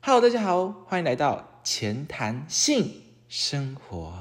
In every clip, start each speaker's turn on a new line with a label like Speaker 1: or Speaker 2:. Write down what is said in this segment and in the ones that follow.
Speaker 1: Hello，大家好，欢迎来到前谈性生活。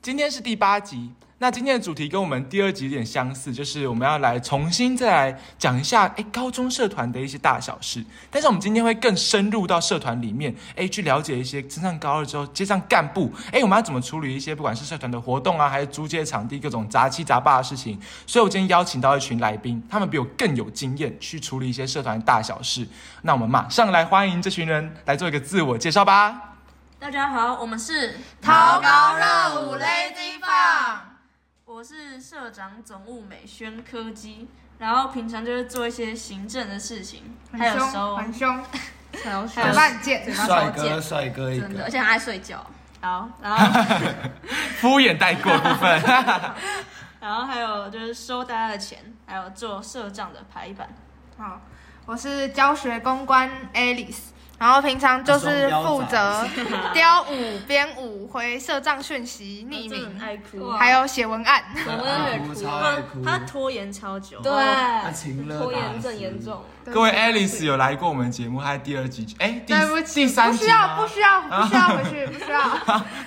Speaker 2: 今天是第八集，那今天的主题跟我们第二集有点相似，就是我们要来重新再来讲一下，哎，高中社团的一些大小事。但是我们今天会更深入到社团里面，哎，去了解一些升上高二之后接上干部，哎，我们要怎么处理一些不管是社团的活动啊，还是租借场地各种杂七杂八的事情。所以我今天邀请到一群来宾，他们比我更有经验去处理一些社团大小事。那我们马上来欢迎这群人来做一个自我介绍吧。
Speaker 3: 大家好，我们是
Speaker 4: 桃高热舞 Lazy Fun
Speaker 3: 我是社长总务美宣科技，然后平常就是做一些行政的事情，还有
Speaker 4: 很
Speaker 3: 时
Speaker 4: 凶，
Speaker 3: 候
Speaker 4: 很凶，
Speaker 3: 还
Speaker 4: 很慢见，
Speaker 5: 帅哥， 帅哥一
Speaker 3: 真的，
Speaker 5: 个
Speaker 3: 而。且他爱睡觉。好，然后
Speaker 2: 敷衍带过部分。
Speaker 3: 然后还有就是收大家的钱，还有做社账的排版。
Speaker 4: 好，我是教学公关 Alice，然后平常就是负责 雕舞、编舞、回社账讯息、匿
Speaker 3: 真的很
Speaker 4: 名，
Speaker 3: 爱哭，
Speaker 4: 还有写文案。
Speaker 3: 我真的很
Speaker 5: 超爱哭
Speaker 3: 他拖延超久。
Speaker 6: 对，
Speaker 5: 他情勒
Speaker 6: 拖延
Speaker 5: 大
Speaker 6: 症
Speaker 5: 师
Speaker 6: 严重。
Speaker 2: 各位，Alice 有来过我们节目，她在第二集，哎，第
Speaker 4: 对不起，
Speaker 2: 第三
Speaker 4: 不
Speaker 2: 集
Speaker 4: 需要，
Speaker 2: 吗，
Speaker 4: 不
Speaker 2: 啊
Speaker 4: 需要，不需要回 去，不需要。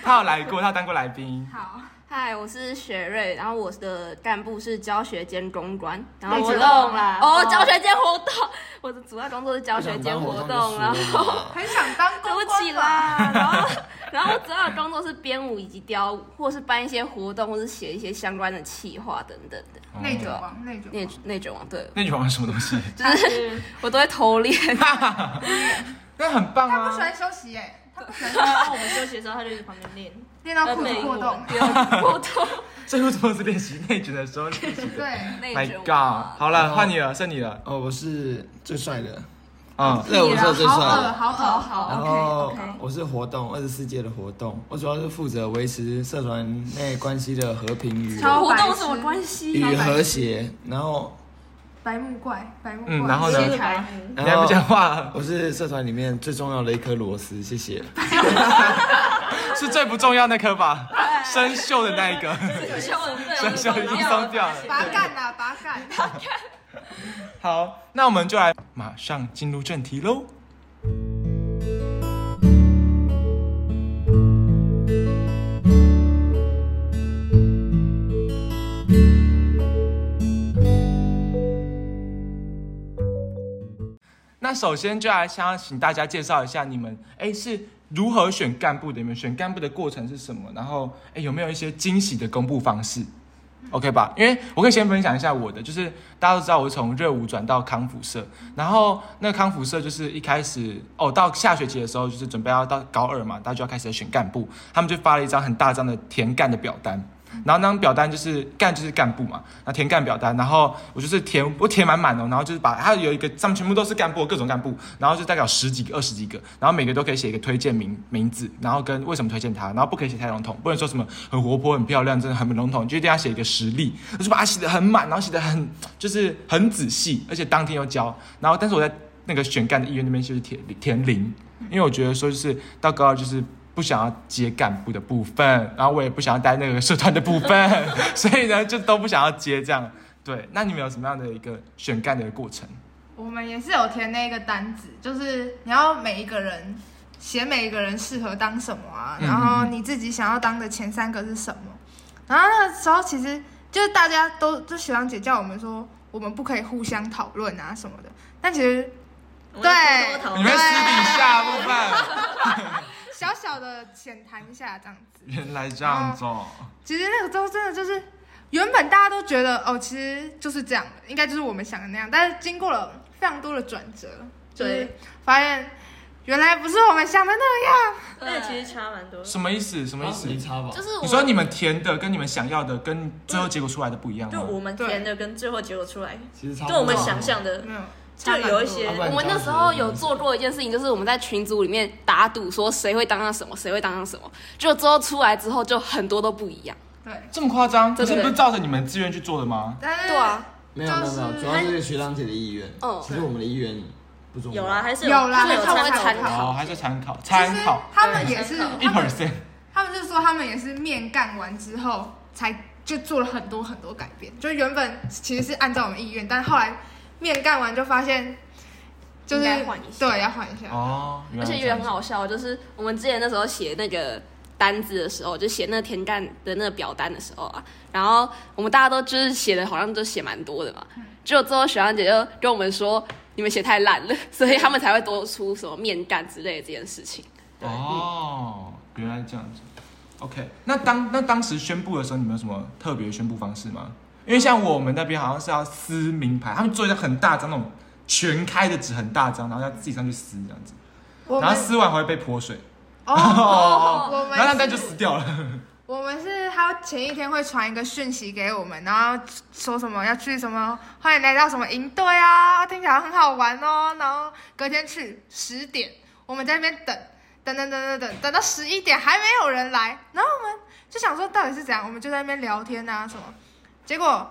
Speaker 2: 她有来过，她有当过来宾。
Speaker 4: 好，
Speaker 6: 嗨，我是雪瑞，然后我的干部是教学兼公关，然后
Speaker 4: 你
Speaker 6: 我
Speaker 4: 主
Speaker 6: 的
Speaker 4: 动啦
Speaker 6: 哦
Speaker 4: 哦，
Speaker 6: 教学兼活动， 我的主要工作是教学兼活动，然后
Speaker 5: 后
Speaker 4: 很想当
Speaker 6: 对
Speaker 4: 公
Speaker 6: 不起
Speaker 4: 关吧。
Speaker 6: 啦，然后然后我主要的工作是编舞以及雕舞，或是办一些活动，或是写一些相关的企划等等的。
Speaker 4: 内卷王，内卷
Speaker 6: 内
Speaker 4: 王，
Speaker 6: 内卷网啊对，
Speaker 2: 那女王是什么东西？
Speaker 6: 就是我都会偷练，
Speaker 2: 那很棒
Speaker 4: 他不喜
Speaker 2: 啊！
Speaker 4: 欢休息耶，他不喜欢休息
Speaker 3: 然后我们休息的时候，他就一直旁边练。
Speaker 4: 练到裤子过洞。
Speaker 6: 不要活动
Speaker 2: 最后都是练习内卷的时 候练习的。
Speaker 4: 对，
Speaker 6: 内
Speaker 2: My
Speaker 6: 卷网
Speaker 2: God，。好了，换你了，剩你了。
Speaker 5: 哦，我是最帅的，
Speaker 2: 嗯，
Speaker 5: 在我们社最
Speaker 4: 好
Speaker 5: 帅
Speaker 4: 恶，
Speaker 5: 的。
Speaker 4: 好
Speaker 3: 好
Speaker 4: 恶，
Speaker 3: 好
Speaker 5: 然
Speaker 3: ，OK
Speaker 5: 后
Speaker 3: OK。
Speaker 5: 哦我是活动二十四届的活动，我主要是负责维持社团内关系的和平与
Speaker 4: 超
Speaker 6: 活动有什么关系？
Speaker 5: 与和谐。然后，
Speaker 4: 白目怪，白目怪。
Speaker 2: 嗯然后呢
Speaker 3: 谢白
Speaker 4: 嗯
Speaker 2: 你还不
Speaker 5: 然
Speaker 2: 讲
Speaker 5: 后
Speaker 2: 话了，
Speaker 5: 我是社团里面最重要的一颗螺丝，谢谢。
Speaker 2: 是最不重要那颗吧？
Speaker 4: 哎
Speaker 2: 生锈的那一 个， 生
Speaker 3: 生
Speaker 2: 锈已经松掉了。
Speaker 4: 拔干呐，拔 干。
Speaker 2: 好，那我们就来马上进入正题喽。那首先就来想要请大家介绍一下你们，哎，是如何选干部的？你们选干部的过程是什么？然后，哎，有没有一些惊喜的公布方式？OK 吧？因为我可以先分享一下我的，就是大家都知道我从热舞转到康复社，然后那康复社就是一开始哦，到下学期的时候就是准备要到高二嘛，大家就要开始选干部，他们就发了一张很大张的填干的表单。然后那张表单就是干就是干部嘛，那填干表单，然后我就是填我填满满哦，然后就是把它有一个上面全部都是干部，各种干部，然后就大概有十几个、二十几个，然后每个都可以写一个推荐名名字，然后跟为什么推荐他，然后不可以写太笼统，不能说什么很活泼、很漂亮，真的很笼统，你就一定要写一个实例，我就把它写的很满，然后写的很就是很仔细，而且当天又交，然后但是我在那个选干的医院那边就是填填零，因为我觉得说就是到高二就是不想要接干部的部分，然后我也不想要待那个社团的部分， 所以呢就都不想要接这样。对，那你们有什么样的一个选干的过程？
Speaker 4: 我们也是有填那个单子，就是你要每一个人写每一个人适合当什么啊，
Speaker 2: 嗯
Speaker 4: 然后你自己想要当的前三个是什么。然后那个时候其实就是大家都就学长姐叫我们说，我们不可以互相讨论啊什么的，但其实对
Speaker 2: 你们私底下部分，
Speaker 4: 小小的浅谈一下这样子。
Speaker 2: 原来这样子、哦，
Speaker 4: 其实那个时候真的就是，原本大家都觉得哦，其实就是这样的，应该就是我们想的那样。但是经过了非常多的转折，就是
Speaker 6: 对
Speaker 4: 发现原来不是我们想的那样。
Speaker 3: 那其实差蛮多的。
Speaker 2: 什么意思？什么意思？
Speaker 5: 差吧
Speaker 6: 就是
Speaker 2: 你
Speaker 6: 我
Speaker 2: 说你们填的跟你们想要的跟最后结果出来的不一样
Speaker 3: 就
Speaker 2: 吗？
Speaker 3: 我们填的跟最后结果出来，
Speaker 5: 其实差不
Speaker 3: 跟
Speaker 5: 多
Speaker 3: 我们想象的
Speaker 4: 没有，
Speaker 3: 就有一些
Speaker 5: 差不多
Speaker 6: 我们那时候有做过一件事情，就是我们在群组里面打赌，说谁会当上什么，谁会当上什么。就最后出来之后，就很多都不一样。
Speaker 4: 对，
Speaker 2: 这么夸张？可
Speaker 6: 真的
Speaker 2: 是不是照着你们志愿去做的吗？
Speaker 4: 但是
Speaker 6: 对啊，
Speaker 5: 没有没有没有，
Speaker 4: 就是
Speaker 5: 主要是学长姐的意愿。
Speaker 6: 嗯
Speaker 5: 其实我们的意愿不重要。
Speaker 3: 啊
Speaker 7: 有啦，还是
Speaker 4: 有啦
Speaker 7: 他们有
Speaker 4: 还
Speaker 7: 参
Speaker 4: 是有
Speaker 7: 考
Speaker 4: 参
Speaker 7: 过
Speaker 4: 考
Speaker 2: 哦，还是参考
Speaker 4: 其
Speaker 2: 参
Speaker 4: 实
Speaker 2: 考
Speaker 4: 他们也
Speaker 7: 对
Speaker 4: 是
Speaker 7: 参考
Speaker 2: 一
Speaker 4: 他们
Speaker 2: percent。
Speaker 4: 他们就说他们也是面干完之后才就做了很多很多改变，就原本其实是按照我们意愿，但后来面干完就发现就是
Speaker 6: 应该换一下
Speaker 4: 对要换一下，
Speaker 2: 哦，原
Speaker 6: 而
Speaker 2: 来
Speaker 6: 且
Speaker 2: 是
Speaker 6: 觉
Speaker 2: 这
Speaker 6: 得
Speaker 2: 样
Speaker 6: 很好笑，就是我们之前那时候写那个单子的时候，就写那个田干的那个表单的时候啊，然后我们大家都就是写的好像都写蛮多的嘛，只有最后雪阳姐就跟我们说你们写太烂了， 所以他们才会多出什么面干之类的这件事情。
Speaker 5: 对
Speaker 2: 哦，原来这样子。OK，那当那当时宣布的时候，你们有什么特别的宣布方式吗？因为像我们那边好像是要撕名牌，他们做一张很大张那种全开的纸，很大张，然后要自己上去撕这样子，
Speaker 4: 我
Speaker 2: 然
Speaker 4: 们
Speaker 2: 后撕完还会被泼水，
Speaker 4: 哦，我
Speaker 2: 然后那
Speaker 4: 们
Speaker 2: 单
Speaker 4: 是
Speaker 2: 就撕掉了。
Speaker 4: 我们是他前一天会传一个讯息给我们，然后说什么要去什么，欢迎来到什么营队啊，听起来很好玩哦。然后隔天去十点，我们在那边等，等等等等等，等到十一点还没有人来，然后我们就想说到底是怎样，我们就在那边聊天啊什么，结果。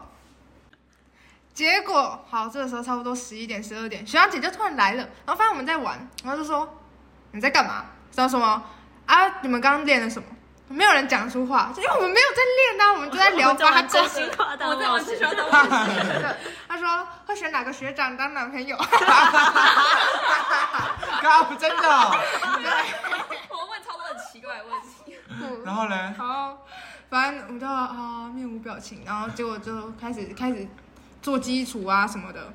Speaker 4: 结果好，这个时候差不多十一点、十二点，学长姐就突然来了，然后发现我们在玩，然后就说：“嗯你在干嘛？”知道什么啊？你们刚刚练了什么？没有人讲出话，因为我们没有在练啊，我们就在聊八卦。
Speaker 7: 真 心话大冒
Speaker 6: 我在玩
Speaker 7: 险
Speaker 6: 气球当 老师，
Speaker 4: 对他说会选哪个学长当男朋友？
Speaker 2: 靠，真的哦、
Speaker 6: 我问超多很奇怪的问题。
Speaker 4: 嗯
Speaker 2: 然后嘞，
Speaker 4: 然后反正我们就啊面无表情，然后结果就开始开始做基础啊什么的，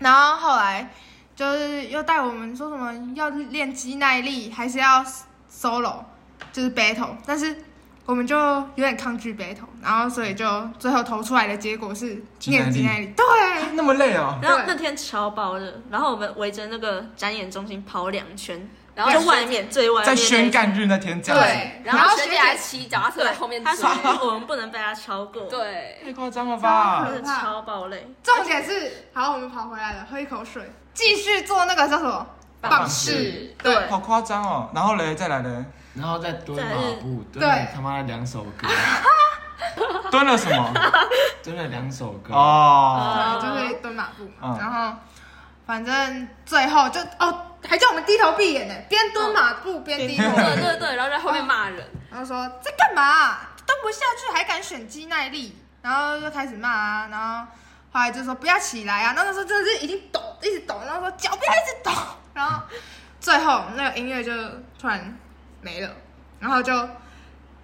Speaker 4: 然后后来就是又带我们说什么要练肌耐力，还是要 solo，就是 battle，但是我们就有点抗拒 battle，然后所以就最后投出来的结果是练
Speaker 2: 肌
Speaker 4: 肌
Speaker 2: 耐
Speaker 4: 耐力，对，
Speaker 2: 那么累哦、
Speaker 7: 然后那天超爆热，然后我们围着那个展演中心跑两圈，
Speaker 6: 然
Speaker 7: 就
Speaker 6: 后
Speaker 7: 外面最外面
Speaker 2: 在
Speaker 7: 那一圈
Speaker 2: 宣干日那天这样子，
Speaker 4: 对，
Speaker 6: 然后
Speaker 4: 学
Speaker 6: 学姐还骑脚踏车在后面
Speaker 7: 他
Speaker 6: 追
Speaker 7: 说，我们不能被他超过，，
Speaker 6: 对，
Speaker 2: 太夸张了
Speaker 4: 超
Speaker 2: 吧
Speaker 4: 可？
Speaker 7: 真的超爆累。
Speaker 4: 重点是，好，我们跑回来了，喝一口水，继续做那个叫什么
Speaker 2: 棒
Speaker 4: 式，
Speaker 7: 对，
Speaker 2: 好夸张哦！然后嘞，再来嘞，
Speaker 5: 然后再蹲
Speaker 7: 再
Speaker 5: 马步，蹲
Speaker 4: 对
Speaker 5: 了他妈的两首歌，
Speaker 2: 蹲了什 么？
Speaker 5: 蹲了两首歌。
Speaker 2: 哦，
Speaker 4: 然后就会蹲马步嘛
Speaker 2: 嗯，
Speaker 4: 然后反正最后就哦，还叫我们低头闭眼呢，边蹲马步边低头，
Speaker 6: 对
Speaker 2: 嗯
Speaker 6: 对对，然后在后面骂人，
Speaker 4: 然后说在干嘛，蹲不下去还敢选肌耐力，然后就开始骂啊，然后后来就说不要起来啊，那那时候真的是已经抖，一直抖，然后说脚不要一直抖，然后最后那个音乐就突然没了，然后就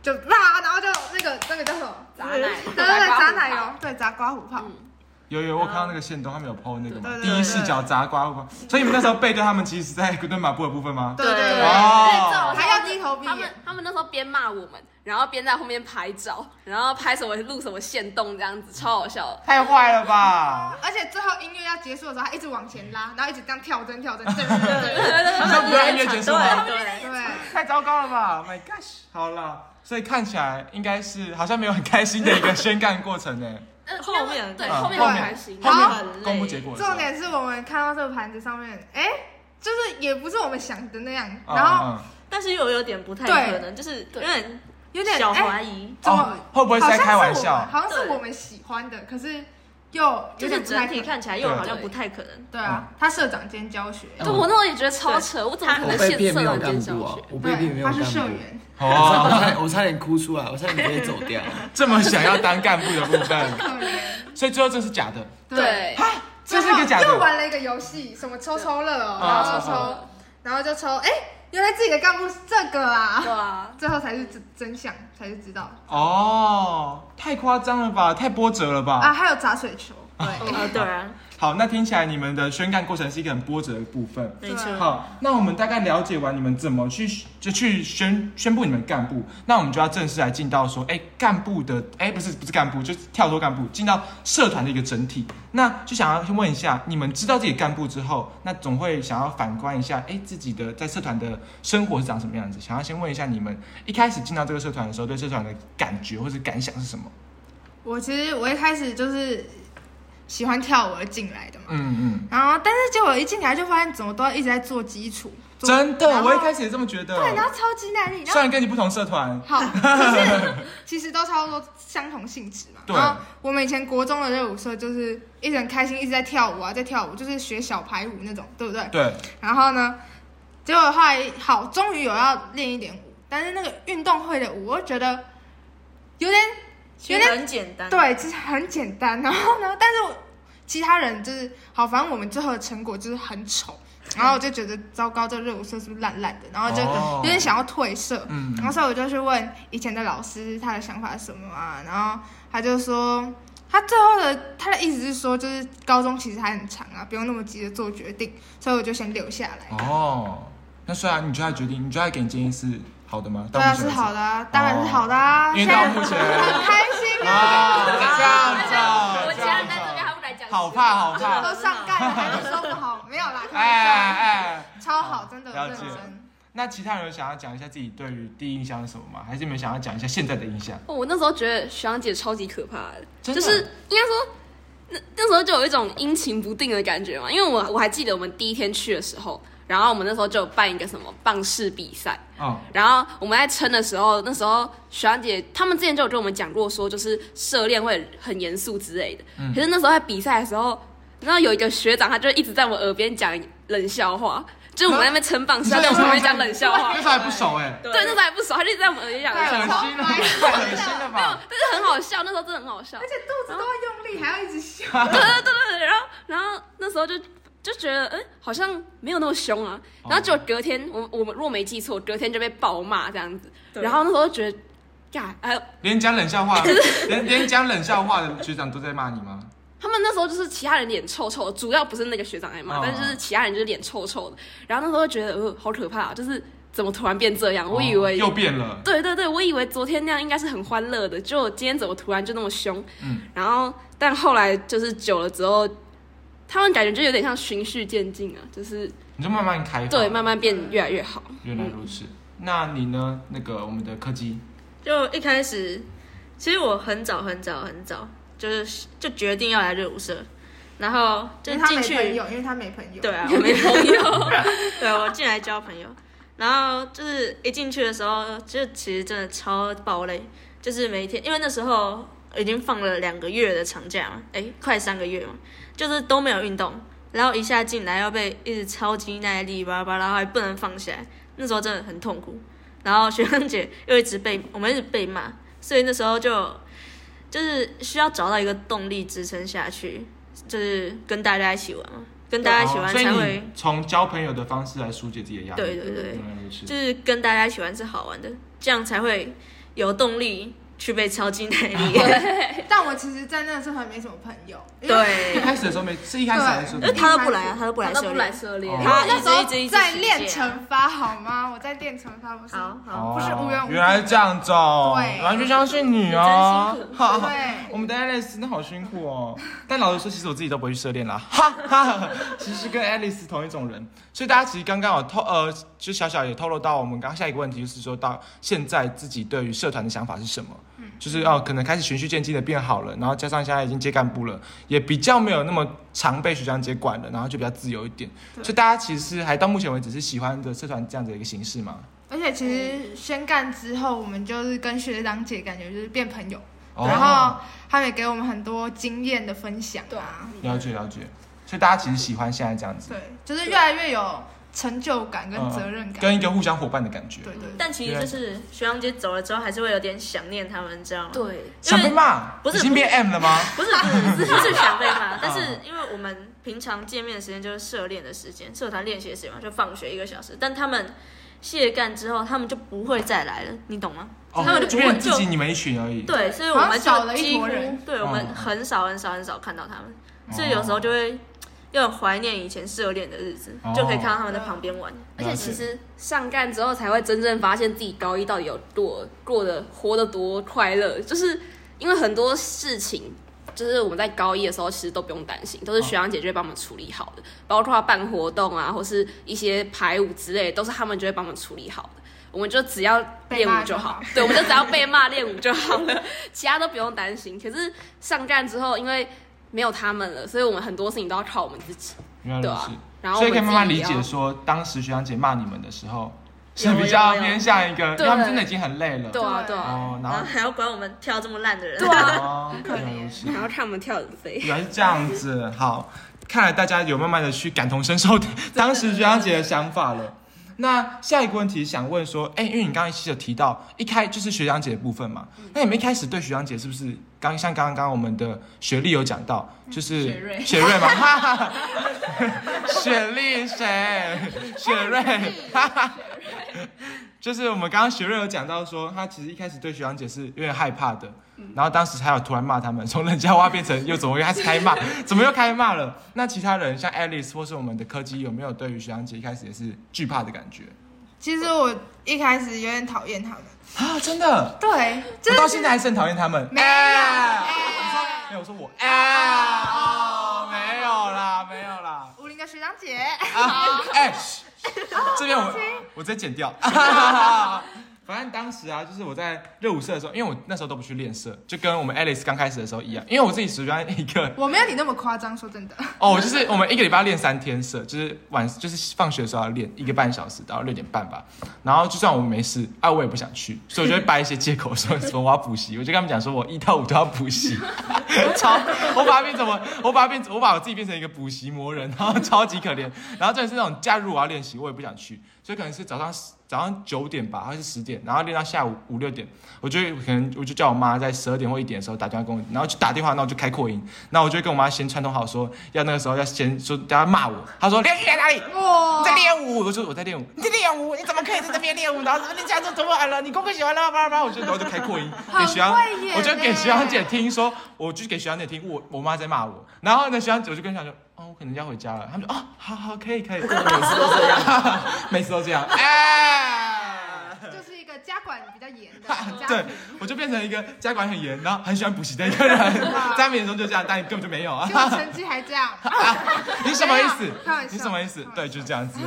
Speaker 4: 就啦，然后就那个那个叫什么？
Speaker 6: 砸奶，
Speaker 4: 对对对，砸奶油，对砸刮胡嗯泡，
Speaker 2: 有有，我看到那个线动，他们有 PO 那个嘛
Speaker 4: 对，对
Speaker 2: 第
Speaker 4: 对
Speaker 2: 一视角砸瓜不瓜，所以你们那时候背对他们，其实是在蹲马步的部分吗？
Speaker 4: 对对
Speaker 7: 对
Speaker 4: 对，
Speaker 2: 哦，
Speaker 4: 还要低头闭
Speaker 6: 他们
Speaker 4: 眼，
Speaker 6: 他们那时候边骂我们，然后边在后面拍照，然后拍什么录什么线动这样子，超好笑的。
Speaker 2: 太坏了吧！
Speaker 4: 而且最后音乐要结束的时候，还一直往前拉，然后一直这样跳针跳 针，对对对对对
Speaker 2: 你说不要音乐结束吗？
Speaker 7: 对，
Speaker 4: 对，
Speaker 2: 太糟糕了吧！My gosh！好了，所以看起来应该是好像没有很开心的一个宣干过程呢。啊
Speaker 6: 呃
Speaker 7: 后面
Speaker 6: 对
Speaker 7: 嗯
Speaker 6: 后面
Speaker 4: 后
Speaker 6: 很
Speaker 4: 面
Speaker 6: 开心，
Speaker 2: 后
Speaker 4: 好
Speaker 2: 面公布结果的时候，
Speaker 4: 重点是我们看到这个盘子上面，哎、就是也不是我们想的那样，
Speaker 2: 嗯，
Speaker 4: 然后
Speaker 2: 嗯
Speaker 7: 但是又有点不太
Speaker 4: 对
Speaker 7: 可能，就是有点
Speaker 4: 有点
Speaker 7: 小
Speaker 4: 哎、
Speaker 7: 怀疑，
Speaker 2: 嗯
Speaker 4: 怎么、
Speaker 2: 哦，会不会是
Speaker 4: 好像
Speaker 2: 在
Speaker 4: 是
Speaker 2: 开玩
Speaker 4: 我
Speaker 2: 笑
Speaker 4: 们？好像是
Speaker 7: 对
Speaker 4: 我们喜欢的，可是又
Speaker 7: 就是
Speaker 4: 有点不
Speaker 7: 整
Speaker 4: 太
Speaker 7: 体
Speaker 4: 可能。
Speaker 7: 看起来又好像不太可能。
Speaker 4: 对
Speaker 2: 嗯
Speaker 4: 啊，他社长兼教学，
Speaker 2: 哦
Speaker 5: 哎
Speaker 6: 对我那时候也觉得超扯，我怎么可
Speaker 5: 我
Speaker 6: 能
Speaker 5: 被
Speaker 6: 线
Speaker 5: 骗没
Speaker 6: 色
Speaker 5: 有
Speaker 6: 到
Speaker 5: 干
Speaker 6: 尖
Speaker 5: 部
Speaker 6: 小
Speaker 5: 啊
Speaker 6: 学？！
Speaker 5: 我被骗没
Speaker 4: 对，
Speaker 5: 有
Speaker 4: 他
Speaker 5: 干部，
Speaker 4: 是社
Speaker 5: 我
Speaker 4: 员，
Speaker 2: 哦，
Speaker 5: 差点我差点哭出来，我差点直接走掉。
Speaker 2: 这么想要当干部的部分，
Speaker 4: 可怜。
Speaker 2: 所以最后这是假的，
Speaker 6: 对，
Speaker 2: 这是一个假
Speaker 4: 又
Speaker 2: 的。
Speaker 4: 玩了一个游戏，什么抽抽乐哦，
Speaker 2: 对
Speaker 4: 然后
Speaker 2: 啊
Speaker 4: 抽
Speaker 2: 啊
Speaker 4: 抽，然后就抽，哎、原来自己的干部是这个啊
Speaker 6: 对，啊，
Speaker 4: 最后才是真真相，才是知道
Speaker 2: 哦，太夸张了吧，太波折了吧。
Speaker 4: 啊，还有砸水球，对，
Speaker 7: 呃，对啊，
Speaker 2: 好，那听起来你们的宣干过程是一个很波折的部分。
Speaker 7: 没错
Speaker 4: 对。
Speaker 2: 好，那我们大概了解完你们怎么去就去宣宣布你们干部，那我们就要正式来进到说，哎，干部的，哎，不是不是干部，就是跳脱干部，进到社团的一哎个整体。那就想要先问一下，你们知道自己干部之后，那总会想要反观一下，哎，自己的在社团的生活是长什么样子？想要先问一下你们一开始进到这个社团的时候，对社团的感觉或者感想是什么？
Speaker 4: 我其实我一开始就是喜欢跳舞而进来的嘛，
Speaker 2: 嗯嗯，
Speaker 4: 然后但是结果一进来就发现怎么都一直在做基础，
Speaker 2: 真
Speaker 4: 然
Speaker 2: 的，
Speaker 4: 后
Speaker 2: 我一开始也这么觉得。
Speaker 4: 对，然后超级难理，然
Speaker 2: 虽
Speaker 4: 后
Speaker 2: 然跟你不同社团，
Speaker 4: 好，可是其实都差不多相同性质嘛。
Speaker 2: 对
Speaker 4: 然后我们以前国中的热舞社就是一直很开心，一直在跳舞啊，在跳舞，就是学小排舞那种，对不对？
Speaker 2: 对，
Speaker 4: 然后呢，结果后来好，终于有要练一点舞，但是那个运动会的舞，我就觉得有点
Speaker 7: 其实很简单，
Speaker 4: 对，其实很简单。啊 然后呢，但是我其他人就是好，反正我们最后的成果就是很丑。然后我就觉得糟糕，这热舞社是不是烂烂的？然后就
Speaker 2: 哦
Speaker 4: 有点想要退社。
Speaker 2: 嗯
Speaker 4: 然后所以我就去问以前的老师他的想法是什么啊，然后他就说。他最后的他的意思是说，就是高中其实还很长啊，不用那么急着做决定，所以我就先留下来。
Speaker 2: 哦，那虽然你觉得他决定，你觉得他给你建议是好的吗？
Speaker 4: 对啊，是好
Speaker 2: 的哦
Speaker 4: 的啊，当然是好的啊，
Speaker 2: 因为
Speaker 4: 现在
Speaker 2: 到目
Speaker 4: 很
Speaker 2: 前
Speaker 4: 开 心
Speaker 2: 啊，
Speaker 4: 啊，
Speaker 2: 这样子啊，
Speaker 6: 我
Speaker 2: 这
Speaker 6: 家
Speaker 2: 样
Speaker 6: 人在这边
Speaker 2: 子
Speaker 6: 还不来讲，
Speaker 2: 啊，好怕，好怕，
Speaker 4: 都上盖了还没收不好，没有啦，开
Speaker 2: 哎
Speaker 4: 玩笑的
Speaker 2: 哎。
Speaker 4: 超好，真的
Speaker 2: 了
Speaker 4: 认
Speaker 2: 解
Speaker 4: 真。
Speaker 2: 那其他人有想要讲一下自己对于第一印象是什么吗？还是你们想要讲一下现在的印象？
Speaker 6: 哦我那时候觉得学长姐超级可怕的，
Speaker 2: 真
Speaker 6: 就
Speaker 2: 的
Speaker 6: 是应该说那那时候就有一种阴晴不定的感觉嘛。因为我我还记得我们第一天去的时候，然后我们那时候就有办一个什么棒式比赛，
Speaker 2: 嗯，
Speaker 6: 然后我们在撑的时候，那时候学长姐他们之前就有跟我们讲过，说就是社练会很严肃之类的。可是那时候在比赛的时候，然后有一个学长，他就一直在我耳边讲冷笑话，就是我们在那边撑棒式，他在我们耳边讲冷笑话
Speaker 2: 那。时候还不熟哎，
Speaker 6: 对，啊那时候还不熟，他就一直在我们耳边讲冷笑
Speaker 4: 对
Speaker 6: 话。
Speaker 2: 太恶心了，太恶心了吧？
Speaker 6: 但是很好笑，那时候真的很好笑
Speaker 4: 而。且肚子都会用力，还要一直笑。
Speaker 6: 对对对对，对然后然后那时候就就觉得，嗯，好像没有那么凶啊。然后结果隔天，我我们若没记错，隔天就被暴骂这样子。
Speaker 7: 对
Speaker 6: 然后那时候就觉得，呀，哎，
Speaker 2: 连讲冷笑话， 连连讲冷笑话的学长都在骂你吗？
Speaker 6: 他们那时候就是其他人脸臭臭的，主要不是那个学长挨骂，
Speaker 2: 哦
Speaker 6: 但是就是其他人就是脸臭臭的。然后那时候就觉得，呃，好可怕、啊，就是怎么突然变这样？我以为
Speaker 2: 哦又变了，
Speaker 6: 对对对，我以为昨天那样应该是很欢乐的，就今天怎么突然就那么凶？
Speaker 2: 嗯，
Speaker 6: 然后但后来就是久了之后，他们感觉就有点像循序渐进啊，就是
Speaker 2: 你就慢慢开放，
Speaker 6: 对，慢慢变越来越好。
Speaker 2: 原来如此。那你呢？那个我们的柯基，
Speaker 7: 就一开始，其实我很早很早很早，就是就决定要来热舞社，然后就
Speaker 4: 因为他
Speaker 7: 进
Speaker 4: 没朋
Speaker 7: 去，
Speaker 4: 友，因为他没朋友。
Speaker 7: 对，啊，我没朋 友，对我进来交朋友，然后就是一进去的时候，就其实真的超爆累，就是每一天，因为那时候已经放了两个月的长假嘛，哎，快三个月嘛，就是都没有运动，然后一下进来要被一直超级耐力巴拉巴拉，然后还不能放下来，那时候真的很痛苦。然后学长姐又一直被我们一直被骂，所以那时候就就是需要找到一个动力支撑下去，就是跟大家一起玩嘛，跟大家一起玩
Speaker 2: 哦所以
Speaker 7: 才会
Speaker 2: 你从交朋友的方式来疏解自己的压力，嗯
Speaker 7: 对对对
Speaker 2: 原来如此。
Speaker 7: 就是跟大家一起玩是好玩的，这样才会有动力去被超级耐力。
Speaker 4: 但我其实，在那时候还没什么朋友。因为，
Speaker 2: 一
Speaker 7: 对，
Speaker 2: 开始的时候没，是一开始还是
Speaker 4: 对
Speaker 2: 说
Speaker 7: 因 为他都不来啊，他都不来
Speaker 6: 他都
Speaker 7: 社
Speaker 6: 不来
Speaker 7: 练。
Speaker 6: 涉猎，
Speaker 2: 哦
Speaker 4: 因为
Speaker 7: 他
Speaker 4: 我那时候
Speaker 7: 一直一直一直
Speaker 4: 在
Speaker 7: 直
Speaker 4: 练
Speaker 7: 接
Speaker 4: 惩罚，好吗？我在练惩罚，不是。
Speaker 7: 啊好好，
Speaker 2: 哦
Speaker 4: 不是无缘无故
Speaker 2: 原来是这样子哦，
Speaker 4: 对
Speaker 2: 完全相信你哦，好
Speaker 4: 对，
Speaker 2: 我们的 Alice 真的好辛苦哦， 但老实说，其实我自己都不会去涉恋啦， 哈哈。其实跟 Alice 同一种人，所以大家其实刚刚有透呃，就小小也透露到我们刚下一个问题，就是说到现在自己对于社团的想法是什么，
Speaker 4: 嗯
Speaker 2: 就是哦、可能开始循序渐进的变好了，然后加上现在已经接干部了，也比较没有那么常被学长姐管了，然后就比较自由一点，所以大家其实还到目前为止是喜欢的社团这样子的一个形式嘛。
Speaker 4: 而且其实宣干之后，我们就是跟学长姐感觉就是变朋友，
Speaker 2: 哦
Speaker 4: 然后他们也给我们很多经验的分享啊。
Speaker 2: 了解了解，所以大家其实喜欢现在这样子，
Speaker 4: 对，就是越来越有成就感跟责任
Speaker 2: 嗯跟
Speaker 4: 感。
Speaker 2: 一个互相伙伴的感觉，
Speaker 4: 对对对，
Speaker 7: 但其实就是学长姐走了之后，还是会有点想念他们，你知道吗？
Speaker 6: 对，
Speaker 2: 想被骂，
Speaker 7: 不是
Speaker 2: 已经变 M 了吗？
Speaker 7: 不是不是 不是想被 骂，但是因为我们平常见面的时间就是社练的时间，社团练习的时间嘛，就放学一个小时。但他们卸干之后，他们就不会再来了，你懂吗？
Speaker 2: 哦
Speaker 7: 他们，就
Speaker 2: 就
Speaker 7: 不
Speaker 2: 变
Speaker 7: 会
Speaker 2: 成自己你们一群而已。
Speaker 7: 对，所以我
Speaker 4: 好
Speaker 7: 们
Speaker 4: 像少
Speaker 7: 就
Speaker 4: 了一
Speaker 7: 几
Speaker 4: 坨
Speaker 7: 乎
Speaker 4: 人
Speaker 7: 对我们
Speaker 2: 嗯
Speaker 7: 很少很少很少看到他们，所以
Speaker 2: 哦
Speaker 7: 有时候就会有点怀念以前社练的日子
Speaker 2: 哦，
Speaker 7: 就可以看到他们在旁边玩。
Speaker 6: 而且其实上干之后才会真正发现自己高一到底有多过得活得多快乐，就是因为很多事情。就是我们在高一的时候，其实都不用担心，
Speaker 2: 哦
Speaker 6: 都是学长姐就会帮我们处理好的，包括办活动啊，或是一些排舞之类的，都是他们就会帮我们处理好的。我们就只要
Speaker 4: 被
Speaker 6: 练
Speaker 4: 骂
Speaker 6: 舞
Speaker 4: 就
Speaker 6: 就
Speaker 4: 好
Speaker 6: 好，对，我们就只要 被骂练舞就好了，其他都不用担心。可是上干之后，因为没有他们了，所以我们很多事情都要靠我们自己。
Speaker 2: 原来如此
Speaker 6: 对。啊然后
Speaker 2: 所以可以
Speaker 6: 我
Speaker 2: 慢
Speaker 6: 们
Speaker 2: 慢
Speaker 6: 自
Speaker 2: 理
Speaker 6: 己也
Speaker 2: 解
Speaker 6: 要
Speaker 2: 说，当时学长姐骂你们的时候，是
Speaker 6: 有
Speaker 2: 比
Speaker 6: 有
Speaker 2: 较
Speaker 6: 有
Speaker 2: 偏向一个，因为
Speaker 6: 对
Speaker 2: 他们真的已经很累了。
Speaker 6: 对啊对啊，
Speaker 2: 哦，然
Speaker 7: 然后
Speaker 2: 后
Speaker 7: 还要管我们跳这么烂的人，
Speaker 6: 对啊，
Speaker 2: 哦，原来如此
Speaker 6: 然后看我们跳得很飞。
Speaker 2: 原来是这样子，好，看来大家有慢慢的去感同身 受的当时学长姐的想法了。那下一个问题想问说，哎、因为你刚刚其实有提到一开就是学长姐的部分嘛，那你们一开始对学长姐是不是刚像刚刚我们的雪莉有讲到，就是
Speaker 3: 雪瑞
Speaker 2: 嗯雪瑞嘛，哈哈 哈雪莉谁？雪瑞，哈哈，就是我们刚刚雪瑞有讲到说，他其实一开始对学长姐是有点害怕的，
Speaker 4: 嗯
Speaker 2: 然后当时还有突然骂他们， 从人家话变成又怎么又开始开骂，怎么又开骂了？那其他人像 Alice 或是我们的柯基，有没有对于学长姐一开始也是惧怕的感觉
Speaker 4: 其实我一开始有点讨厌他们，
Speaker 2: 啊？真的，
Speaker 4: 对，就
Speaker 2: 我
Speaker 4: 是
Speaker 2: 到现在还是很讨厌他们。
Speaker 4: 没有
Speaker 2: 哎
Speaker 4: 哎
Speaker 2: 没有，我说我哎，哦，没有啦，没有啦。
Speaker 4: 武林的学长姐，
Speaker 2: 啊， 哎、嘘这边我我直接剪掉。 反正当时啊，就是我在热舞社的时候，因为我那时候都不去练社，就跟我们 Alice 刚开始的时候一样，因为我自己属于一个
Speaker 4: 我没有你那么夸张，说真的，
Speaker 2: 哦，我就是我们一个礼拜要练三天社，就是晚就是放学的时候要练一个半小时到六点半吧。然后就算我没事，啊，我也不想去，所以我就会掰一些借口说什么我要补习，我就跟他们讲说我一到五都要补习， 超我把它变成我我把它变我把我自己变成一个补习魔人，然后超级可怜。然后真的是那种假日我要练习，我也不想去，所以可能是早上十早上九点吧，还是十点，然后练到下午五六点，我就会可能我就叫我妈在十二点或一点的时候打电话跟我，然后就打电话，那我就开扩音，那我就会跟我妈先串通好说，要那个时候要先说，等下骂我，她说练习在哪里？
Speaker 4: 哇
Speaker 2: 你在练舞，我就我在练舞，你在练舞，你怎么可以在这边练舞？然后什么你这样做怎么晚了？你功课写完了，叭叭叭，我就然后就开扩音给学长
Speaker 4: 很会，演
Speaker 2: 我就给
Speaker 4: 欸
Speaker 2: 学长姐听说，我就给学长姐听，我我妈在骂 我，然后呢学长姐我就跟学长姐说，哦，我可能要回家了，他们就哦，好好可以可 以，每次都这样， 每次都这样，哎。
Speaker 4: 就是一个家管比较严 的家
Speaker 2: 对
Speaker 4: 庭，，
Speaker 2: 我就变成一个家管很严，然后很喜欢补习的一个 人，在面中就这样，但你根本就没有啊
Speaker 4: 结。果成绩还这 样，
Speaker 2: 你什么意思
Speaker 4: 没有开玩？笑
Speaker 2: 你什么意思？对，就是这样子。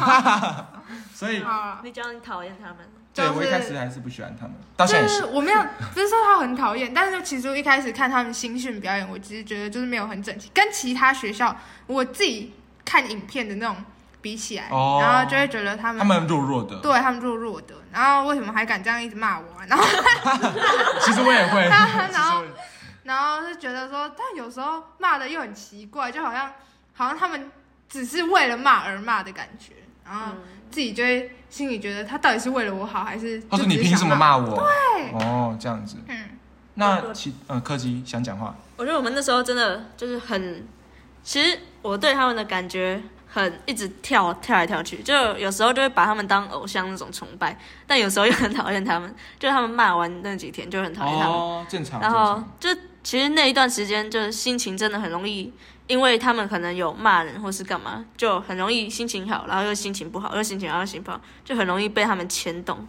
Speaker 2: 所以，
Speaker 4: 好，
Speaker 7: 你讲你讨厌他们，
Speaker 2: 对
Speaker 4: 就是
Speaker 2: 我一开始还是不喜欢他们，到现在
Speaker 4: 就
Speaker 2: 也是
Speaker 4: 是。我没有，不是说他很讨厌，但是其实我一开始看他们新训表演，我只是觉得就是没有很整齐，跟其他学校我自己看影片的那种比起来，
Speaker 2: 哦
Speaker 4: 然后就会觉得他们
Speaker 2: 他们弱弱的，
Speaker 4: 对他们弱弱的，然后为什么还敢这样一直骂我啊、然后
Speaker 2: 其实我也会。哎其
Speaker 4: 然
Speaker 2: 实
Speaker 4: 后
Speaker 2: 我也
Speaker 4: 然后是觉得说，但有时候骂的又很奇怪，就好像好像他们只是为了骂而骂的感觉，然后自己就会心里觉得他到底是为了我好，还是
Speaker 2: 他说
Speaker 4: 就只
Speaker 2: 你
Speaker 4: 是
Speaker 2: 凭
Speaker 4: 想
Speaker 2: 什么骂
Speaker 4: 骂？
Speaker 2: 我？对，哦，这样子。
Speaker 4: 嗯，
Speaker 2: 那其呃，柯基想讲话，
Speaker 7: 我觉得我们那时候真的就是很，其实我对他们的感觉很一直跳跳来跳去，就有时候就会把他们当偶像那种崇拜，但有时候又很讨厌他们，就他们骂完那几天就很讨厌他们，
Speaker 2: 哦，正常。
Speaker 7: 然
Speaker 2: 正
Speaker 7: 后
Speaker 2: 常
Speaker 7: 就其实那一段时间就是心情真的很容易，因为他们可能有骂人或是干嘛，就很容易心情好，然后又心情不好，又心情好又心情不好，就很容易被他们牵动。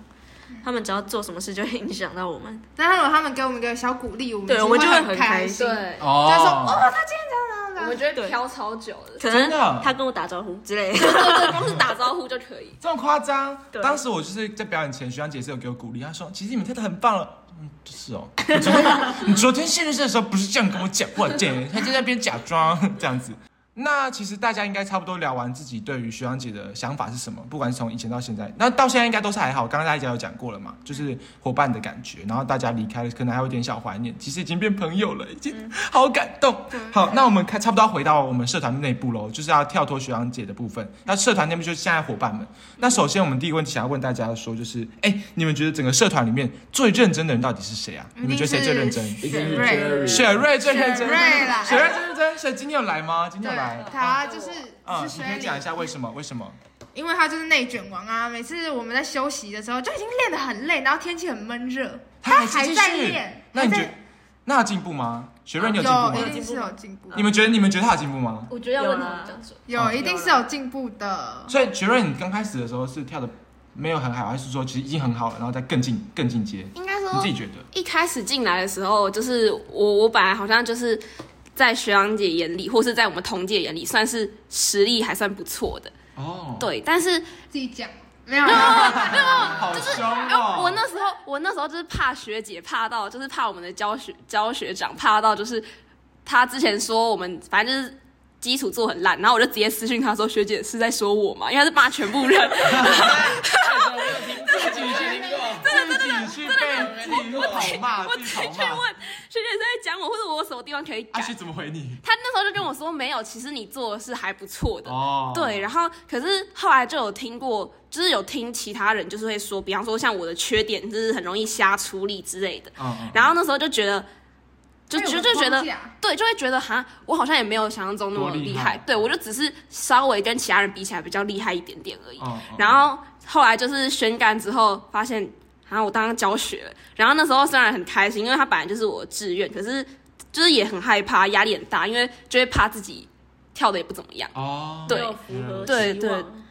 Speaker 7: 他们只要做什么事就会影响到我们，
Speaker 4: 但是如果他们给我们一个小鼓励，我们
Speaker 7: 对
Speaker 4: 其实
Speaker 7: 我们就
Speaker 4: 会
Speaker 7: 会
Speaker 4: 很
Speaker 7: 很
Speaker 4: 开
Speaker 7: 开心
Speaker 4: 心，
Speaker 6: 对，啊
Speaker 4: 就说
Speaker 2: 哦，
Speaker 4: 哦，他今天这样这
Speaker 6: 我
Speaker 4: 样
Speaker 6: 们
Speaker 4: 这
Speaker 6: 觉得
Speaker 7: 对
Speaker 6: 飘超久的，
Speaker 7: 可
Speaker 2: 真
Speaker 7: 能
Speaker 2: 的啊
Speaker 7: 他跟我打招呼之类的。
Speaker 6: 对对，光是打招呼就可以。
Speaker 2: 这么夸张？
Speaker 7: 对
Speaker 2: 当时我就是在表演前，学长姐是有给我鼓励，她说：“其实你们跳的很棒了。”嗯，就是哦。 你昨天你昨天现认识的时候不是这样跟我讲话的，她就在那边假装 这样子。那其实大家应该差不多聊完自己对于学长姐的想法是什么，不管是从以前到现在，那到现在应该都是还好。刚刚大家有讲过了嘛，就是伙伴的感觉，然后大家离开了，可能还有点小怀念，其实已经变朋友了，已经好感动。
Speaker 4: 嗯
Speaker 2: 好，那我们看差不多要回到我们社团内部喽，就是要跳脱学长姐的部分。那社团内部就是现在伙伴们。那首先我们第一个问题想要问大家说，就是哎、你们觉得整个社团里面最认真的人到底是谁啊？你
Speaker 4: 样，
Speaker 2: 们觉得谁最认真？
Speaker 5: 一定
Speaker 4: 雪
Speaker 5: 是
Speaker 4: 瑞，
Speaker 5: Jerry
Speaker 2: 雪瑞最认真，
Speaker 4: 雪瑞啦
Speaker 2: 雪瑞最认真。所以今天有来吗？今天有来
Speaker 4: 对，。他就是
Speaker 2: 嗯，
Speaker 4: 是
Speaker 2: 你可
Speaker 4: 水
Speaker 2: 以讲
Speaker 4: 里
Speaker 2: 一下为什么？为什么？
Speaker 4: 因为他就是内卷王啊！每次我们在休息的时候就已经练得很累，然后天气很闷热，
Speaker 2: 他还
Speaker 4: 还
Speaker 2: 是继
Speaker 4: 在
Speaker 2: 续
Speaker 4: 练。
Speaker 2: 那你
Speaker 4: 还
Speaker 2: 觉
Speaker 4: 在
Speaker 2: 得那有进步吗？雪瑞，你有进步
Speaker 4: 有
Speaker 2: 吗
Speaker 4: 一？定是有进步，
Speaker 2: 你们哦觉得你们觉得他有进步吗？
Speaker 6: 我觉得要问他们讲说，
Speaker 4: 有一定是有进步的。
Speaker 2: 所以雪瑞，你刚开始的时候是跳的没有很好，还是说其实已经很好了，然后再更进更进阶？
Speaker 6: 应该
Speaker 2: 你
Speaker 6: 说
Speaker 2: 自己觉得？
Speaker 6: 一开始进来的时候，就是我我本来好像就是在学长姐眼里，或是在我们同届眼里，算是实力还算不错的。
Speaker 2: 哦，
Speaker 6: 对，但是
Speaker 4: 自己讲，没有，
Speaker 2: 好凶哦！
Speaker 6: 哎我那时候，我那时候就是怕学姐，怕到就是怕我们的教学教学长，怕到就是他之前说我们，反正就是基础做很烂，然后我就直接私讯他说：“学姐是在说我嘛？”因为他是骂全部人，
Speaker 2: 自己去听过，自己去被自己去讨骂，
Speaker 6: 我
Speaker 2: 自
Speaker 6: 自
Speaker 2: 己
Speaker 6: 己去
Speaker 2: 讨
Speaker 6: 问学姐是
Speaker 2: 骂。
Speaker 6: 在讲我，或者我有什么地方可以改
Speaker 2: 阿。西怎么回你？
Speaker 6: 他那时候就跟我说：“没有，其实你做的是还不错的。”
Speaker 2: 哦，
Speaker 6: 对，，然后可是后来就有听过，就是有听其他人就是会说，比方说像我的缺点就是很容易瞎处理之类的，
Speaker 2: 嗯嗯，
Speaker 6: 然后那时候就觉得，就
Speaker 4: 哎
Speaker 6: 就
Speaker 4: 我
Speaker 6: 就觉得
Speaker 4: 框，架
Speaker 6: 对，就会觉得哈，我好像也没有想象中那么
Speaker 2: 多厉
Speaker 6: 厉
Speaker 2: 害
Speaker 6: 害，对我就只是稍微跟其他人比起来比较厉害一点点而已。
Speaker 2: 嗯嗯
Speaker 6: 然后后来就是宣干之后，发现好像我当教学了。然后那时候虽然很开心，因为他本来就是我的志愿，可是就是也很害怕，压力很大，因为就会怕自己跳的也不怎么样。
Speaker 2: 哦，
Speaker 6: 对
Speaker 7: 没有符合
Speaker 6: 对
Speaker 7: 期望
Speaker 6: 对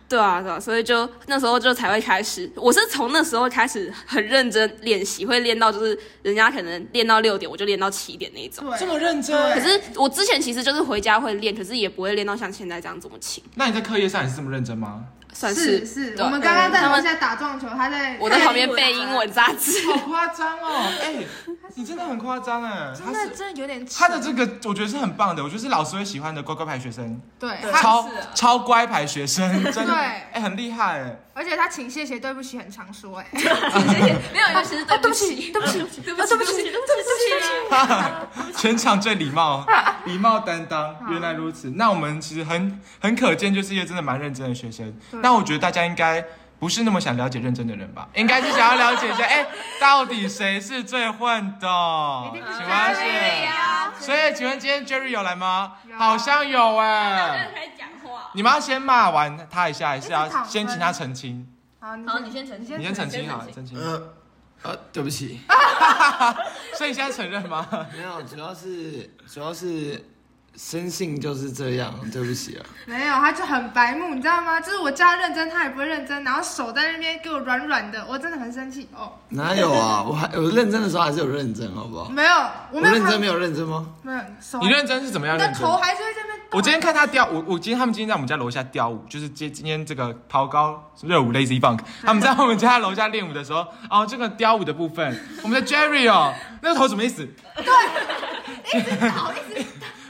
Speaker 6: 对啊，对啊，所以就那时候就才会开始，我是从那时候开始很认真练习，会练到就是人家可能练到六点，我就练到七点那一种。
Speaker 4: 对，
Speaker 2: 这么认
Speaker 4: 对
Speaker 2: 真。
Speaker 6: 可是我之前其实就是回家会练，可是也不会练到像现在这样这么勤，
Speaker 2: 那你在课业上也是这么认真吗？
Speaker 6: 算
Speaker 4: 是是，我们刚刚在
Speaker 6: 他
Speaker 4: 楼
Speaker 6: 们
Speaker 4: 下打撞球，他在
Speaker 6: 我在旁边背英文杂志。
Speaker 2: 好夸 张哦！哎，你真的很夸张哎，他
Speaker 3: 那
Speaker 2: 是。
Speaker 3: 真的有点
Speaker 2: 他的这个我觉得是很棒的，我觉得是老师会喜欢的乖乖牌学生，
Speaker 4: 对，他
Speaker 2: 超
Speaker 3: 啊
Speaker 2: 超乖牌 学生，真的，
Speaker 4: 对
Speaker 2: 哎、很厉害哎。
Speaker 4: 而且他请谢谢对不起很常说，哎，
Speaker 6: 没有，其实对不起，
Speaker 3: 对不 起，对不起，对不起，对不起，
Speaker 2: 全场最礼 貌，礼貌担当。原来如此，那我们其实很很可见，就是一个真的蛮认真的学生。那我觉得大家应该不是那么想了解认真的人吧，应该是想要了解一下，哎、到底谁是最混的？请问
Speaker 4: 对
Speaker 2: 是？
Speaker 4: 呀，
Speaker 2: 所以请问今天 Jerry 有来吗？
Speaker 4: 有
Speaker 2: 好像有哎、
Speaker 6: 开始讲话。
Speaker 2: 你们要先骂完他一下，还是
Speaker 4: 一
Speaker 2: 要
Speaker 4: 直躺分
Speaker 2: 先请他澄清？
Speaker 4: 好，
Speaker 7: 好，你先澄清。
Speaker 2: 你先澄清好，澄清。
Speaker 5: 呃，啊，对不起，
Speaker 2: 所以你现在承认吗？
Speaker 5: 没有，主要是主要是生性就是这样，对不起啊。
Speaker 4: 没有，他就很白目，你知道吗？就是我叫他认真，他也不会认真，然后手在那边给我软软的，我真的很生气哦。
Speaker 5: 哪有啊？我还我认真的时候还是有认真，好不好？
Speaker 4: 没有，我
Speaker 5: 我
Speaker 4: 没有
Speaker 5: 认
Speaker 4: 看
Speaker 5: 真没有哦认真吗？
Speaker 4: 没有手，
Speaker 2: 你认真是怎么样
Speaker 4: 你
Speaker 2: 认
Speaker 4: 的
Speaker 2: 真？
Speaker 4: 头还是会这边动。
Speaker 2: 我今天看他跳，我我今天他们今天在我们家楼下跳舞，就是今今天这个桃高热舞 Lazy Bunk，他们在我们家楼下练舞的时候，哦，这个跳舞的部分，我们的 Jerry 哦，那个头什么意思？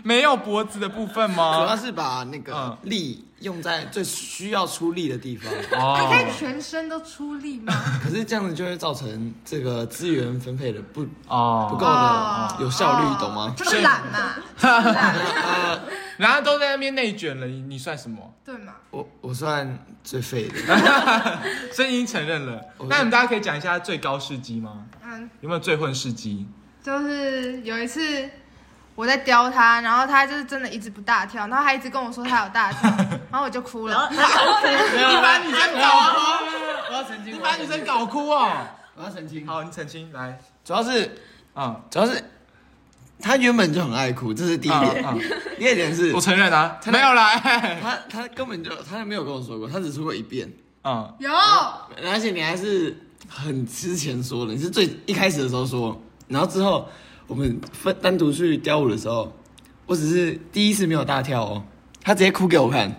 Speaker 2: 没有脖子的部分
Speaker 5: 主要
Speaker 2: 吗？
Speaker 5: 是把那个力用在最需要出力的地方，
Speaker 4: 你
Speaker 2: 哦
Speaker 4: 可以全身都出力吗？
Speaker 5: 可是这样子就会造成这个资源分配的不不够
Speaker 2: 哦，
Speaker 5: 的有效率，懂吗？
Speaker 4: 这个哦懒嘛，
Speaker 2: 然后都在那边内卷了，你你算什么？
Speaker 4: 对嘛？
Speaker 5: 我我算最废的，
Speaker 2: 所以你已经承认了。那你们大家可以讲一下最高事迹吗？
Speaker 4: 嗯，
Speaker 2: 有没有最混事迹？
Speaker 4: 就是有一次我在叼他，然后他就是真的一直不大跳，然后他一直跟我说他有大 跳，然后我就哭了。
Speaker 2: 你把女生搞啊！
Speaker 5: 我要澄清
Speaker 2: 你把女生搞哭哦！
Speaker 5: 我要澄清。
Speaker 2: 好，你澄清来，
Speaker 5: 主要是
Speaker 2: 嗯，
Speaker 5: 主要是他原本就很爱哭，这是第一点。
Speaker 2: 嗯
Speaker 5: 第二点是
Speaker 2: 我承认啊，没有 啦，哎
Speaker 5: 他他根本就他没有跟我说过，他只说过一遍，
Speaker 2: 嗯，
Speaker 4: 有，
Speaker 5: 而且你还是很之前说的，你是最一开始的时候说，然后之后我们分单独去跳舞的时候，我只是第一次没有大跳哦，他直接哭给我看，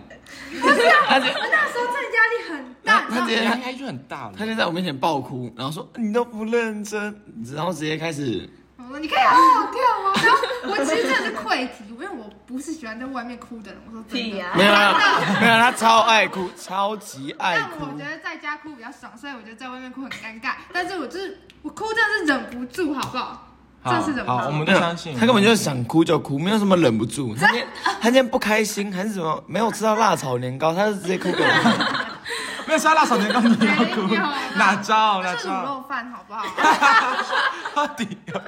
Speaker 5: 他直接
Speaker 4: 我那时候真的压力很
Speaker 5: 他
Speaker 4: 大，
Speaker 5: 他直接
Speaker 2: 压力就很大了
Speaker 5: 他。就在我面前爆哭，然后说你都不认真，然后直接开始
Speaker 4: 我嗯说你哦可以好好跳吗？然后我其实真的是溃体，因为我不是喜欢在外面哭的人。我说真
Speaker 7: 屁
Speaker 4: 的。
Speaker 7: 呀
Speaker 5: 没有啦没有啦，他超爱哭，超级爱
Speaker 4: 但
Speaker 5: 哭
Speaker 4: 我。觉得在家哭比较爽，所以我觉得在外面哭很尴尬。但是我就是我哭真的是忍不住，好不好？
Speaker 2: 好
Speaker 4: 这是忍不
Speaker 2: 好，我
Speaker 4: 住。
Speaker 2: 们
Speaker 5: 没
Speaker 2: 都
Speaker 5: 有
Speaker 2: 相信
Speaker 5: 他根本就是想哭就哭，没有什么忍 不住。他今天他今天不开心还是什么，没有吃到辣炒年糕，他就直接哭给我看。
Speaker 2: 没有沙拉少年糕，你要哭
Speaker 4: 没有啦，
Speaker 2: 哪招哪
Speaker 4: 这是卤
Speaker 2: 招？
Speaker 4: 肉饭，好不好？
Speaker 2: 到底有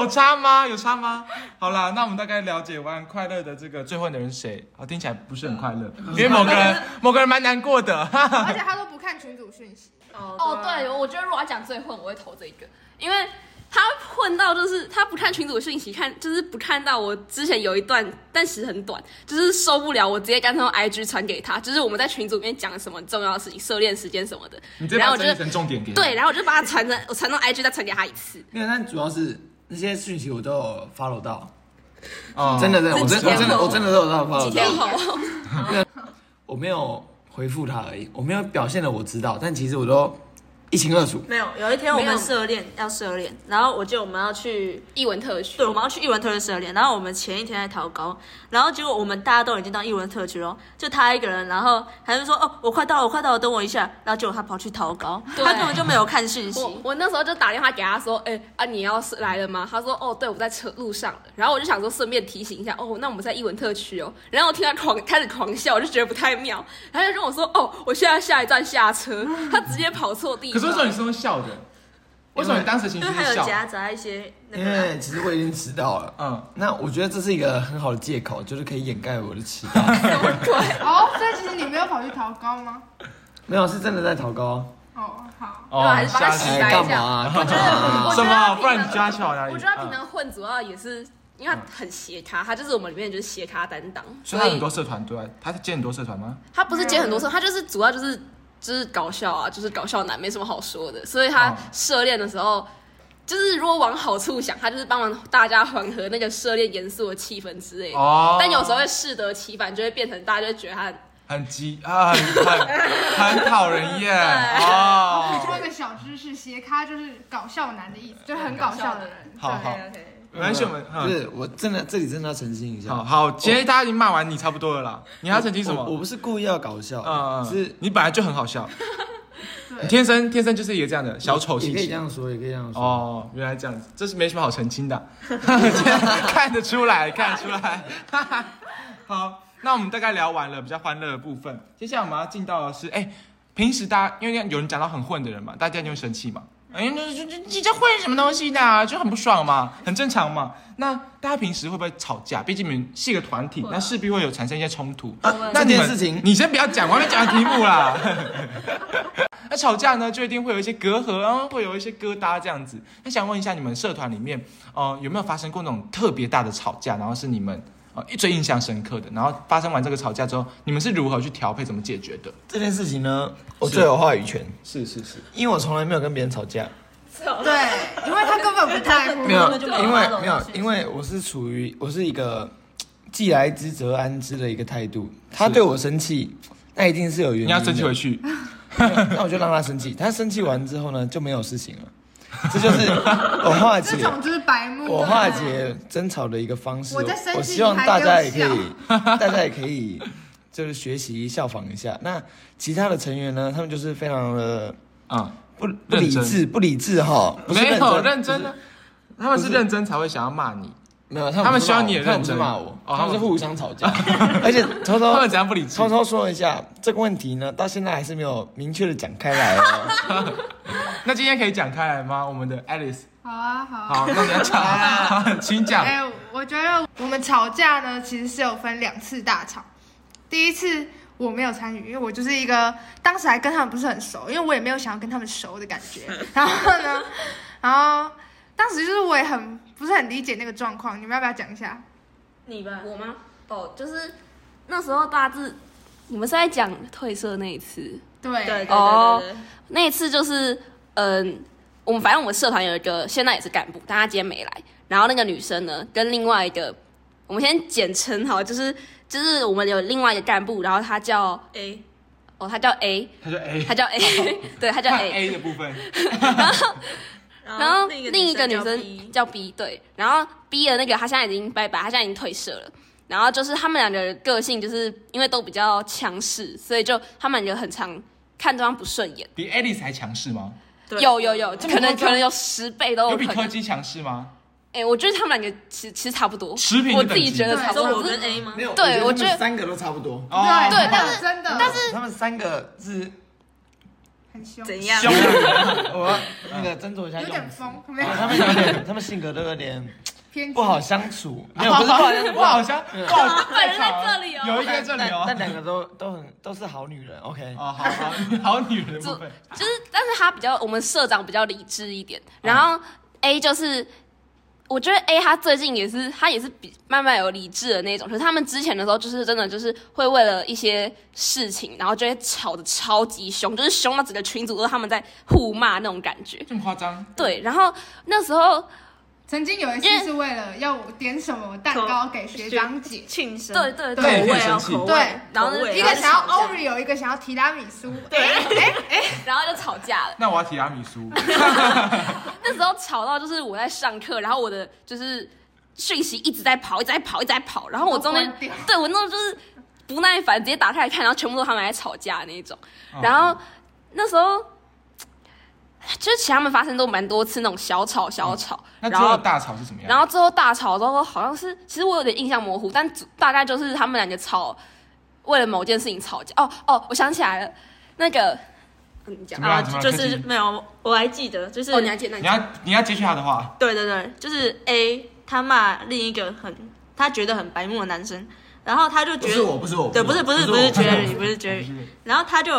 Speaker 2: 有差吗？有差吗？好啦，那我们大概了解完快乐的这个最混的人是谁，好听起来不是很快乐，因为某个人某个人蛮难过的。哈哈
Speaker 4: 而且他都不看群主讯息，
Speaker 6: 哦，对，我觉得如果要讲最混，我会投这个，因为他混到就是他不看群主讯息，看就是不看到我之前有一段，但其实很短，就是受不了，我直接干脆用 IG 传给他，就是我们在群组里面讲什么重要的事情，涉猎时间什么的
Speaker 2: 你，直接
Speaker 6: 然
Speaker 2: 把
Speaker 6: 后
Speaker 2: 它
Speaker 6: 我就
Speaker 2: 整理成重点给他
Speaker 6: 对，然后我就把它传成我传到 IG 再传给他一次，
Speaker 5: 没有，但主要是那些讯息我都有 follow 到，
Speaker 2: 哦
Speaker 5: 真的真的，我真我真的我真的都有到 follow
Speaker 6: 几天哦
Speaker 5: 到，
Speaker 6: 后
Speaker 5: 我没有回复他而已，我没有表现的我知道，但其实我都一清二楚。
Speaker 7: 没有，有一天我
Speaker 6: 没
Speaker 7: 们
Speaker 6: 有
Speaker 7: 社练要社练，然后我记得我们要去，
Speaker 6: 译文特区
Speaker 7: 对，，我们要去艺文特区社练，然后我们前一天在逃高，然后结果我们大家都已经到艺文特区了，就他一个人，然后他就说哦，我快到了，我快到了，等我一下，然后结果他跑去逃高，
Speaker 6: 对
Speaker 7: 他根本就没有看讯息，
Speaker 6: 我我那时候就打电话给他说，哎、啊你要是来了吗？他说，哦，对，我在车路上了。然后我就想说顺便提醒一下，哦，那我们在艺文特区哦。然后我听他狂开始狂笑，我就觉得不太妙。然后他就跟我说，哦，我现在下一站下车，他直接跑错
Speaker 2: 可
Speaker 6: 地方。
Speaker 2: 是为什么你是用笑的？为什么你当时情
Speaker 7: 因
Speaker 2: 绪
Speaker 7: 为还
Speaker 2: 是
Speaker 7: 有
Speaker 2: 笑？
Speaker 7: 夹杂一些那
Speaker 5: 因
Speaker 7: 个啊。
Speaker 5: 为其实我已经迟到了，
Speaker 2: 嗯，
Speaker 5: 那我觉得这是一个很好的借口，就是可以掩盖我的迟 到。
Speaker 4: 哦，所以其实你没有跑去逃高吗？
Speaker 5: 没有，是真的在逃高。
Speaker 4: 哦，好，
Speaker 2: 哦
Speaker 6: 对还是把他洗
Speaker 5: 哎，
Speaker 6: 白
Speaker 5: 干嘛啊？干嘛啊？
Speaker 2: 什么？不然
Speaker 6: 平
Speaker 2: 你
Speaker 6: 常
Speaker 2: 抓笑哪里？
Speaker 6: 我觉得他平
Speaker 2: 嗯，
Speaker 6: 常混主要也是因为他很斜咖，他就是我们里面就是斜咖担当，
Speaker 2: 所以他很多社团对吧？他接很多社团吗？
Speaker 6: 他不是接很多
Speaker 2: 嗯
Speaker 6: 次，他就是主要就是就是搞笑啊，就是搞笑男，没什么好说的。所以他
Speaker 2: 哦
Speaker 6: 涉恋的时候，就是如果往好处想，他就是帮忙大家缓和那个涉恋严肃的气氛之类的。
Speaker 2: 哦，
Speaker 6: 呃但有时候会适得其反，就会变成大家就觉得他很
Speaker 2: 很急啊，很 很很讨人厌
Speaker 4: 我补充一
Speaker 2: 哦。
Speaker 4: 个小知识，斜咖就是搞笑男的意思，就是很搞笑的人。
Speaker 2: 好
Speaker 4: 对
Speaker 2: 好，没关系，我们
Speaker 5: 不
Speaker 2: 嗯，
Speaker 5: 是，我真的这里真的要澄清一下。
Speaker 2: 好好，今天大家已经骂完你差不多了啦。你还要澄清什
Speaker 5: 我我
Speaker 2: 么？
Speaker 5: 不是故意要搞笑，
Speaker 2: 嗯，
Speaker 5: 是
Speaker 2: 嗯你本来就很好 笑，
Speaker 4: 对
Speaker 2: 你天生天生就是一个这样的小丑
Speaker 5: 也
Speaker 2: 性
Speaker 5: 可以
Speaker 2: 情
Speaker 5: 这。样说，也可以这样说。
Speaker 2: 哦，原来这样子，这是没什么好澄清的， 看得出来，看得出来。 好，那我们大概聊完了比较欢乐的部分，接下来我们要进到的是，哎、平时大家因为有人讲到很混的人嘛，大家就会生气嘛。哎，那这这这这混什么东西的、啊，就很不爽嘛，很正常嘛。那大家平时会不会吵架？毕竟你们是一个团体，那势必会有产生一些冲突。
Speaker 5: 啊
Speaker 2: 那
Speaker 5: 这
Speaker 2: 你
Speaker 5: 件
Speaker 2: 们
Speaker 5: 事情，
Speaker 2: 你先不要讲，我还没讲完题目啦。 那吵架呢，就一定会有一些隔阂，然后会有一些疙瘩这样子。那想问一下，你们社团里面，呃，有没有发生过那种特别大的吵架，然后是你们呃最印象深刻的？然后发生完这个吵架之后，你们是如何去调配、怎么解决的？
Speaker 5: 这件事情呢，我
Speaker 2: 是
Speaker 5: 最有话语权，
Speaker 2: 是是是，
Speaker 5: 因为我从来没有跟别人吵架，
Speaker 4: 对，因为他根本不在乎。
Speaker 5: 没有，
Speaker 7: 根本就没有
Speaker 5: 因
Speaker 7: 发
Speaker 5: 为
Speaker 7: 动的
Speaker 5: 没有
Speaker 7: 事，情
Speaker 5: 因为我是处于我是一个既来之则安之的一个态度。他对我生气，那一定是有
Speaker 2: 你
Speaker 5: 原因的。
Speaker 2: 要生气回去，
Speaker 5: 那我就让他生气。他生气完之后呢，就没有事情了。这就是我化
Speaker 4: 这
Speaker 5: 解
Speaker 4: 种就是白目。
Speaker 5: 我化解争吵的一个方式。
Speaker 4: 我在生气
Speaker 5: 我希望大家也
Speaker 4: 你
Speaker 5: 可
Speaker 4: 还给
Speaker 5: 以， 大家也可以就是学习效仿一下。那其他的成员呢，他们就是非常的
Speaker 2: 嗯，
Speaker 5: 不不理
Speaker 2: 认
Speaker 5: 智，不理智哈，不是
Speaker 2: 没有认
Speaker 5: 不
Speaker 2: 真
Speaker 5: 是
Speaker 2: 的，他们
Speaker 5: 不
Speaker 2: 是
Speaker 5: 是
Speaker 2: 认真才会想要骂你，
Speaker 5: 没有，
Speaker 2: 他
Speaker 5: 们
Speaker 2: 们
Speaker 5: 不是
Speaker 2: 希望
Speaker 5: 骂我
Speaker 2: 你也
Speaker 5: 他们
Speaker 2: 认
Speaker 5: 不是
Speaker 2: 真
Speaker 5: 骂我，
Speaker 2: 哦
Speaker 5: 他们是
Speaker 2: 他们
Speaker 5: 互相吵 架， 而且偷偷
Speaker 2: 他们怎样不理智
Speaker 5: 偷？偷说一下这个问题呢，到现在还是没有明确的讲开来 哦。
Speaker 2: 那今天可以讲开来吗？我们的 Alice，
Speaker 4: 好啊，好啊。
Speaker 2: 好，那你要讲，好 请讲。
Speaker 4: 哎、我觉得我们吵架呢，其实是有分两次大吵。第一次我没有参与，因为我就是一个当时还跟他们不是很熟，因为我也没有想要跟他们熟的感觉。 然后呢，然后当时就是我也很不是很理解那个状况，你们要不要讲一下？
Speaker 7: 你吧，
Speaker 6: 我吗？哦，就是那时候大致你们是在讲退社那一次，
Speaker 4: 对
Speaker 7: 对对对
Speaker 6: 哦
Speaker 7: 对对
Speaker 6: 那一次就是，嗯，我们反正我们社团有一个现在也是干部，但她今天没来。然后那个女生呢，跟另外一个，我们先简称好，就是就是我们有另外一个干部，然后她叫
Speaker 7: ，A
Speaker 6: 哦，她叫 A，
Speaker 2: 他说 A，
Speaker 6: 她叫 A，对，她叫
Speaker 2: 看
Speaker 6: A。
Speaker 2: A 的部分，
Speaker 6: 然后
Speaker 7: 另
Speaker 6: 另一个女
Speaker 7: 叫
Speaker 6: 生
Speaker 7: B
Speaker 6: 叫 B，对，然后 B 的那个她现在已经拜拜，她现在已经退社了。然后就是他们两个人个性，就是因为都比较强势，所以就他们两个很常看对方不顺眼。
Speaker 2: 比 Alice 还强势吗？
Speaker 7: 对
Speaker 6: 有有有，
Speaker 2: 么
Speaker 6: 可能
Speaker 2: 夸张
Speaker 6: 可能有十倍都
Speaker 2: 有比
Speaker 6: 哦可
Speaker 2: 柯
Speaker 6: 能。
Speaker 2: 基强势吗？
Speaker 6: 哎、我觉得他们两个其实其实差不多，
Speaker 2: 持平的
Speaker 6: 我
Speaker 2: 等
Speaker 6: 自
Speaker 2: 级
Speaker 6: 己觉得
Speaker 7: 你
Speaker 6: 差不
Speaker 7: 说
Speaker 6: 多。
Speaker 7: 我
Speaker 6: 只
Speaker 7: 跟
Speaker 6: 是
Speaker 7: A 吗？
Speaker 5: 没有，
Speaker 6: 对我
Speaker 5: 他们
Speaker 6: 觉得
Speaker 5: 三个都差不多。
Speaker 2: 哦，
Speaker 4: 对，
Speaker 6: 但是
Speaker 4: 真的，
Speaker 6: 但是
Speaker 5: 他们三个是，
Speaker 4: 很凶，
Speaker 7: 怎样？
Speaker 2: 凶
Speaker 5: 我 要那个斟酌一下
Speaker 4: 有
Speaker 5: 用
Speaker 4: 点
Speaker 5: 词。
Speaker 4: 疯，没有
Speaker 5: 啊他们有点，他们性格都有点
Speaker 4: 偏激
Speaker 5: 不好。相处， 没有不是不好相处，
Speaker 2: 我好像我好
Speaker 6: 本人在这里
Speaker 2: 有
Speaker 6: 哦，
Speaker 2: 一个在这里
Speaker 5: 但但
Speaker 2: 哦。
Speaker 5: 两个都都很都是好女人，OK。
Speaker 2: 哦，好好好女人的部分，
Speaker 6: 就是但是他比较我们社长比较理智一点，
Speaker 2: 嗯
Speaker 6: 然后 A 就是。我觉得 A 他最近也是，他也是比慢慢有理智的那种。可是他们之前的时候，就是真的就是会为了一些事情，然后就会吵得超级凶，就是凶到整个群组都是他们在互骂那种感觉。
Speaker 2: 这么夸张？
Speaker 6: 对，然后那时候
Speaker 4: 曾经有一次是为了要我点什么蛋糕给学长姐，
Speaker 7: 庆生，
Speaker 6: 对对啊
Speaker 7: 口
Speaker 2: 对
Speaker 7: 味
Speaker 2: 很生
Speaker 7: 哦，
Speaker 2: 气
Speaker 7: 口
Speaker 4: 对
Speaker 7: 味，
Speaker 6: 然后呢
Speaker 7: 口味
Speaker 4: 一个想要
Speaker 6: 然后
Speaker 4: Oreo，一个想要提拉米苏。
Speaker 6: 然后就吵架了。
Speaker 2: 那我要提拉米苏，
Speaker 6: 那时候吵到就是我在上课，然后我的就是讯息一直在跑，一直在跑，一直在跑，然后我中间
Speaker 4: 都关掉
Speaker 6: 对我那时候就是不耐烦，直接打开来看，然后全部都他们在吵架那一种。
Speaker 2: 嗯
Speaker 6: 然后那时候就是其实他们发生都蛮多次那种小吵小吵，
Speaker 2: 嗯那
Speaker 6: 然
Speaker 2: 最后
Speaker 6: 后
Speaker 2: 大吵是什么样？
Speaker 6: 然后最后大吵之后，好像是其实我有点印象模糊，但大概就是他们两个吵，为了某件事情吵架。哦哦，我想起来了，那个嗯你讲
Speaker 2: 怎么
Speaker 7: 啊，
Speaker 2: 样怎么样
Speaker 7: 就是
Speaker 2: 开心
Speaker 7: 没有，我还记得，就是
Speaker 6: 哦，你还记得那
Speaker 2: 你
Speaker 6: 个？
Speaker 2: 要你要接续他的话，
Speaker 7: 对对对，就是 A 他骂另一个很他觉得很白目的男生，然后他就觉得，
Speaker 2: 不是我
Speaker 7: 对，不是不是不是 Jerry，不是
Speaker 2: 不
Speaker 7: Jerry，
Speaker 2: 是
Speaker 7: 然后他就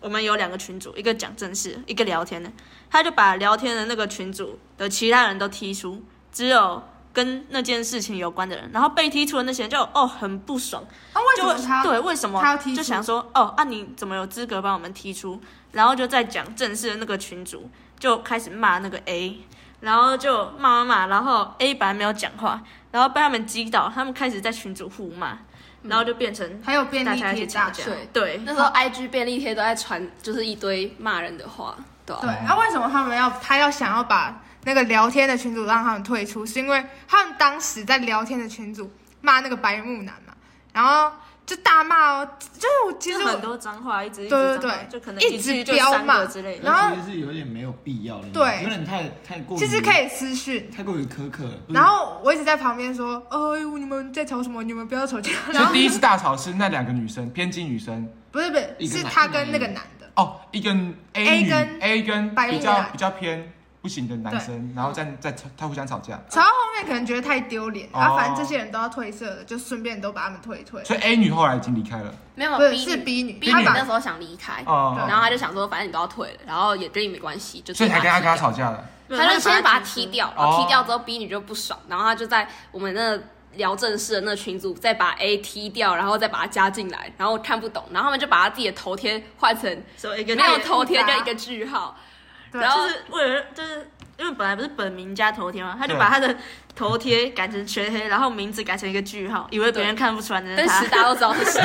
Speaker 7: 我们有两个群组，一个讲正事，一个聊天的，他就把聊天的那个群组的其他人都踢出，只有跟那件事情有关的人，然后被踢出的那些人就哦很不爽，
Speaker 4: 啊，为什
Speaker 7: 就
Speaker 4: 么他
Speaker 7: 对，为什么
Speaker 4: 他要踢出
Speaker 7: 就想说哦，啊你怎么有资格把我们踢出？然后就在讲正式的那个群主就开始骂那个 A，然后就骂骂骂，然后 A 本来没有讲话，然后被他们击倒，他们开始在群主互骂，然后就变成
Speaker 4: 还有便
Speaker 7: 大
Speaker 4: 利
Speaker 7: 家一
Speaker 4: 贴
Speaker 7: 起吵
Speaker 4: 大
Speaker 7: 架
Speaker 4: 战。
Speaker 6: 对
Speaker 7: 对，
Speaker 6: 那时候 IG 便利贴都在传，就是一堆骂人的话，对吧、
Speaker 4: 对，那、啊为什么他们要他要想要把那个聊天的群组让他们退出？是因为他们当时在聊天的群组骂那个白木男嘛，然后就大骂哦，就是我其
Speaker 7: 就
Speaker 4: 实
Speaker 7: 很
Speaker 4: 我
Speaker 7: 多脏话，一直一直
Speaker 4: 对对
Speaker 7: 脏话
Speaker 4: 对
Speaker 7: 就可能
Speaker 4: 一
Speaker 7: 一
Speaker 4: 直
Speaker 7: 句就
Speaker 4: 飙
Speaker 7: 三
Speaker 4: 骂
Speaker 7: 个之类的。
Speaker 4: 然后
Speaker 5: 其实是有点没有必要的，
Speaker 4: 对
Speaker 5: 有点太太过于，
Speaker 4: 其实可以私讯。
Speaker 5: 太过于苛刻了。不嗯是
Speaker 4: 然后我一直在旁边说：“哎呦，你们在吵什么？你们不要吵架。”
Speaker 2: 所
Speaker 4: 然
Speaker 2: 以
Speaker 4: 后
Speaker 2: 第一次大吵是那两个女生，偏激女生
Speaker 4: 不是不是，
Speaker 5: 一个
Speaker 4: 是
Speaker 5: 男
Speaker 4: 他
Speaker 5: 一个
Speaker 4: 跟那
Speaker 5: 男
Speaker 4: 个男的，
Speaker 2: 哦，一个 A
Speaker 4: A
Speaker 2: 女
Speaker 4: 跟
Speaker 2: A 跟
Speaker 4: 白
Speaker 2: 比
Speaker 4: 木
Speaker 2: 较
Speaker 4: 男
Speaker 2: 比较偏不行的男生，然后在在他互相吵架，
Speaker 4: 吵到后面可能觉得太丢脸，
Speaker 2: 哦
Speaker 4: 然后反正这些人都要退社了，就顺便都把他们退一退。
Speaker 2: 所以 A 女后来已经离开了
Speaker 6: 没有
Speaker 4: 不是
Speaker 6: B
Speaker 4: 是 B 女
Speaker 6: B
Speaker 4: 他
Speaker 6: 女
Speaker 4: 把
Speaker 6: 那时候想离开，
Speaker 2: 哦
Speaker 4: 对
Speaker 6: 然后他就想说，反正你都要退了，然后也跟你没关系，就
Speaker 2: 所以才跟他
Speaker 6: 他
Speaker 2: 跟他吵架了。
Speaker 6: 他就先把他踢
Speaker 7: 掉。
Speaker 6: 掉，
Speaker 2: 哦
Speaker 6: 然后踢掉之后 B 女就不爽，然后他就在我们那聊正事的那群组再把 A 踢掉，然后再把他加进来，然后我看不懂，然后他们就把他自己的头贴换成
Speaker 7: 所以一个
Speaker 6: 没有
Speaker 7: 字
Speaker 6: 头贴跟一个句号，
Speaker 4: 对
Speaker 6: 然后
Speaker 7: 就是为了就是因为本来不是本名加头贴嘛，他就
Speaker 2: 对
Speaker 7: 把他的头贴改成全黑，然后名字改成一个句号，以为别人看不出来那是
Speaker 6: 但其实
Speaker 7: 他。
Speaker 6: 大家都知道是谁。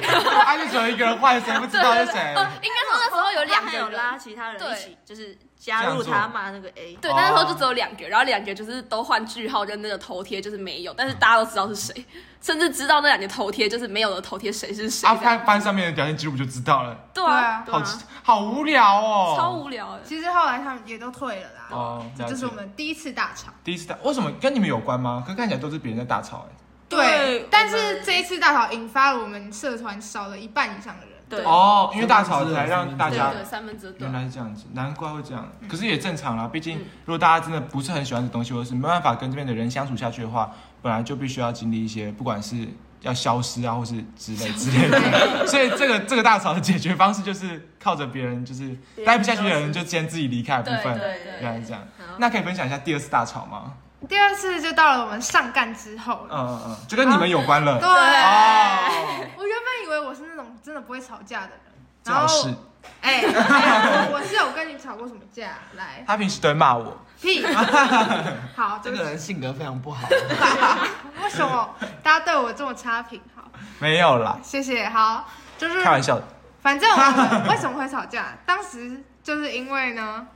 Speaker 2: 他就只有一个人换， 谁不知
Speaker 6: 对
Speaker 2: 道
Speaker 6: 对
Speaker 2: 是
Speaker 6: 对，
Speaker 2: 谁？
Speaker 6: 呃，应该说那时候有两
Speaker 7: 他
Speaker 6: 个
Speaker 7: 还有
Speaker 6: 人
Speaker 7: 拉其他人一起，就是加入
Speaker 2: 这样
Speaker 7: 他
Speaker 2: 做
Speaker 7: 骂那个 A。
Speaker 6: 对
Speaker 2: 哦，
Speaker 6: 但那时候就只有两个，然后两个就是都换句号跟那个头贴，就是没有，但是大家都知道是谁，甚至知道那两个头贴就是没有的头贴谁是谁
Speaker 2: 啊，
Speaker 6: 这样。
Speaker 2: 翻翻上面的聊天记录就知道了，
Speaker 6: 对
Speaker 4: 对
Speaker 6: 啊，
Speaker 4: 啊，
Speaker 7: 对
Speaker 2: 好
Speaker 7: 啊
Speaker 2: 好无聊哦，
Speaker 6: 超无聊的。
Speaker 4: 其实后来他们也都退了啦。
Speaker 2: 哦
Speaker 4: 这
Speaker 2: 了
Speaker 4: 就是
Speaker 2: 解
Speaker 4: 我们第一次大吵。
Speaker 2: 第一次大，为什么跟你们有关吗？可看起来都是别人在大吵哎、
Speaker 4: 对
Speaker 7: 对，
Speaker 4: 但
Speaker 7: 我
Speaker 4: 是
Speaker 7: 们
Speaker 4: 这一次大吵引发了我们社团少了一半以上的人。
Speaker 7: 对，
Speaker 2: 哦，因为大吵才让大
Speaker 6: 对
Speaker 2: 家
Speaker 5: 啊
Speaker 6: 对，嗯三分之对
Speaker 2: 原。来是这样子，难怪会这样。可是也正常啦，毕竟
Speaker 6: 嗯
Speaker 2: 如果大家真的不是很喜欢这东西，或者是没办法跟这边的人相处下去的话，本来就必须要经历一些，不管是要消失啊，或是之 类之类的。所以这个这个大吵的解决方式就是靠着别人，就是
Speaker 7: 别人
Speaker 2: 待不下去的人
Speaker 7: 消
Speaker 2: 就先自己离开的部分。
Speaker 6: 对对
Speaker 2: 原来是这样。那可以分享一下第二次大吵吗？
Speaker 4: 第二次就到了我们上干之后了。
Speaker 2: 嗯嗯嗯，就跟你们有关了。
Speaker 4: 对，
Speaker 2: 哦，
Speaker 4: 我原本以为我是那种真的不会吵架的人，
Speaker 2: 最
Speaker 4: 然
Speaker 2: 好
Speaker 4: 后
Speaker 2: 是
Speaker 4: 哎、哎我是有跟你吵过什么架？来
Speaker 2: 他平时都会骂我。
Speaker 4: 屁，好，对不
Speaker 5: 这个
Speaker 4: 起，
Speaker 5: 人性格非常不好，
Speaker 4: 为什么大家对我这么差评？好，
Speaker 2: 没有啦，
Speaker 4: 谢谢，好，就是
Speaker 2: 开玩笑的。
Speaker 7: 嗯
Speaker 4: 反正我们为什么会吵架？当时就是因为呢，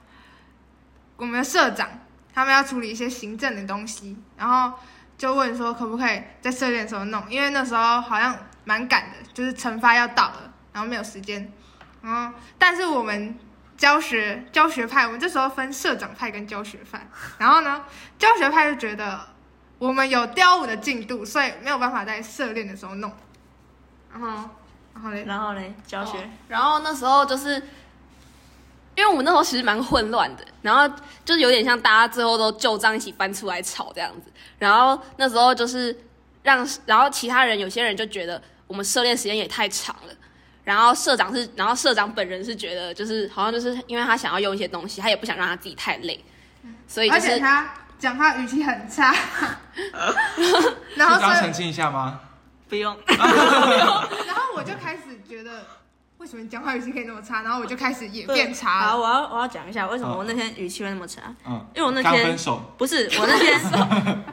Speaker 4: 我们的社长他们要处理一些行政的东西，然后就问说可不可以在社练的时候弄，因为那时候好像蛮赶的，就是惩罚要到了，然后没有时间。然后，但是我们教学教学派，我们这时候分社长派跟教学派。然后呢，教学派就觉得我们有雕舞的进度，所以没有办法在社练的时候弄。然后，然后嘞，
Speaker 7: 然后嘞，教学
Speaker 6: 哦然后那时候就是，因为我们那时候其实蛮混乱的，然后就是有点像大家最后都旧账一起翻出来吵这样子。然后那时候就是让，然后其他人有些人就觉得我们社练时间也太长了。然后社长是，然后社长本人是觉得，就是好像就是因为他想要用一些东西，他也不想让他自己太累，所以就
Speaker 4: 而且
Speaker 6: 是
Speaker 4: 他讲话语气很差，然后
Speaker 2: 你要
Speaker 4: 所
Speaker 2: 澄清一下吗？
Speaker 7: 不用，
Speaker 4: 以然后我就开始觉得，为为什么你讲话语气可以那么差？然后我就开始也
Speaker 7: 不
Speaker 4: 变差
Speaker 7: 好，
Speaker 4: 了。
Speaker 7: 我要我要讲一下为什么我那天语气会那么差，
Speaker 2: 嗯，
Speaker 7: 因为我那
Speaker 2: 刚
Speaker 7: 天
Speaker 2: 分手，
Speaker 7: 不是我那天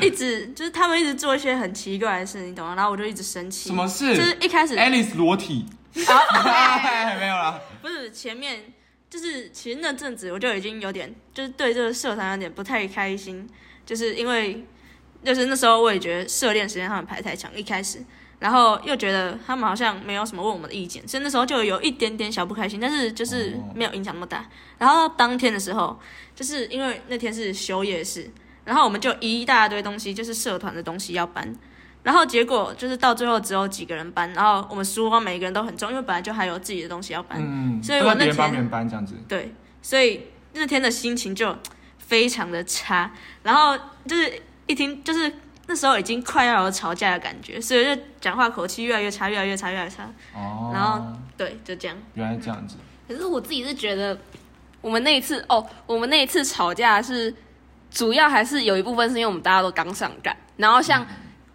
Speaker 7: 一直就是他们一直做一些很奇怪的事，你懂吗？然后我就一直生气。
Speaker 2: 什么
Speaker 7: 就
Speaker 2: 事哎
Speaker 7: 是啊一开始
Speaker 2: ？Alice 裸体， 没有啦，
Speaker 7: 不是前面，就是其实那阵子我就已经有点，就是对这个社团有点不太开心，就是因为就是那时候我也觉得社练时间他们排太长，一开始，然后又觉得他们好像没有什么问我们的意见，所以那时候就有一点点小不开心，但是就是
Speaker 2: 哦
Speaker 7: 没有影响那么大。然后当天的时候，就是因为那天是休夜市，然后我们就一大堆东西，就是社团的东西要搬。然后结果就是到最后只有几个人搬，然后我们书包每一个人都很重，因为本来就还有自己的东西要搬，
Speaker 2: 嗯，
Speaker 7: 所以
Speaker 2: 都在
Speaker 7: 我那
Speaker 2: 别人帮
Speaker 7: 天
Speaker 2: 别人搬这样子，
Speaker 7: 对，所以那天的心情就非常的差，然后就是一听就是那时候已经快要有吵架的感觉，所以就讲话口气越来越差，越来越差，越来越差。
Speaker 2: 哦，
Speaker 7: 然后对，就这样。
Speaker 2: 原来这样子，
Speaker 6: 可是我自己是觉得，我们那一次哦，我们那一次吵架是主要还是有一部分是因为我们大家都刚上站，然后像。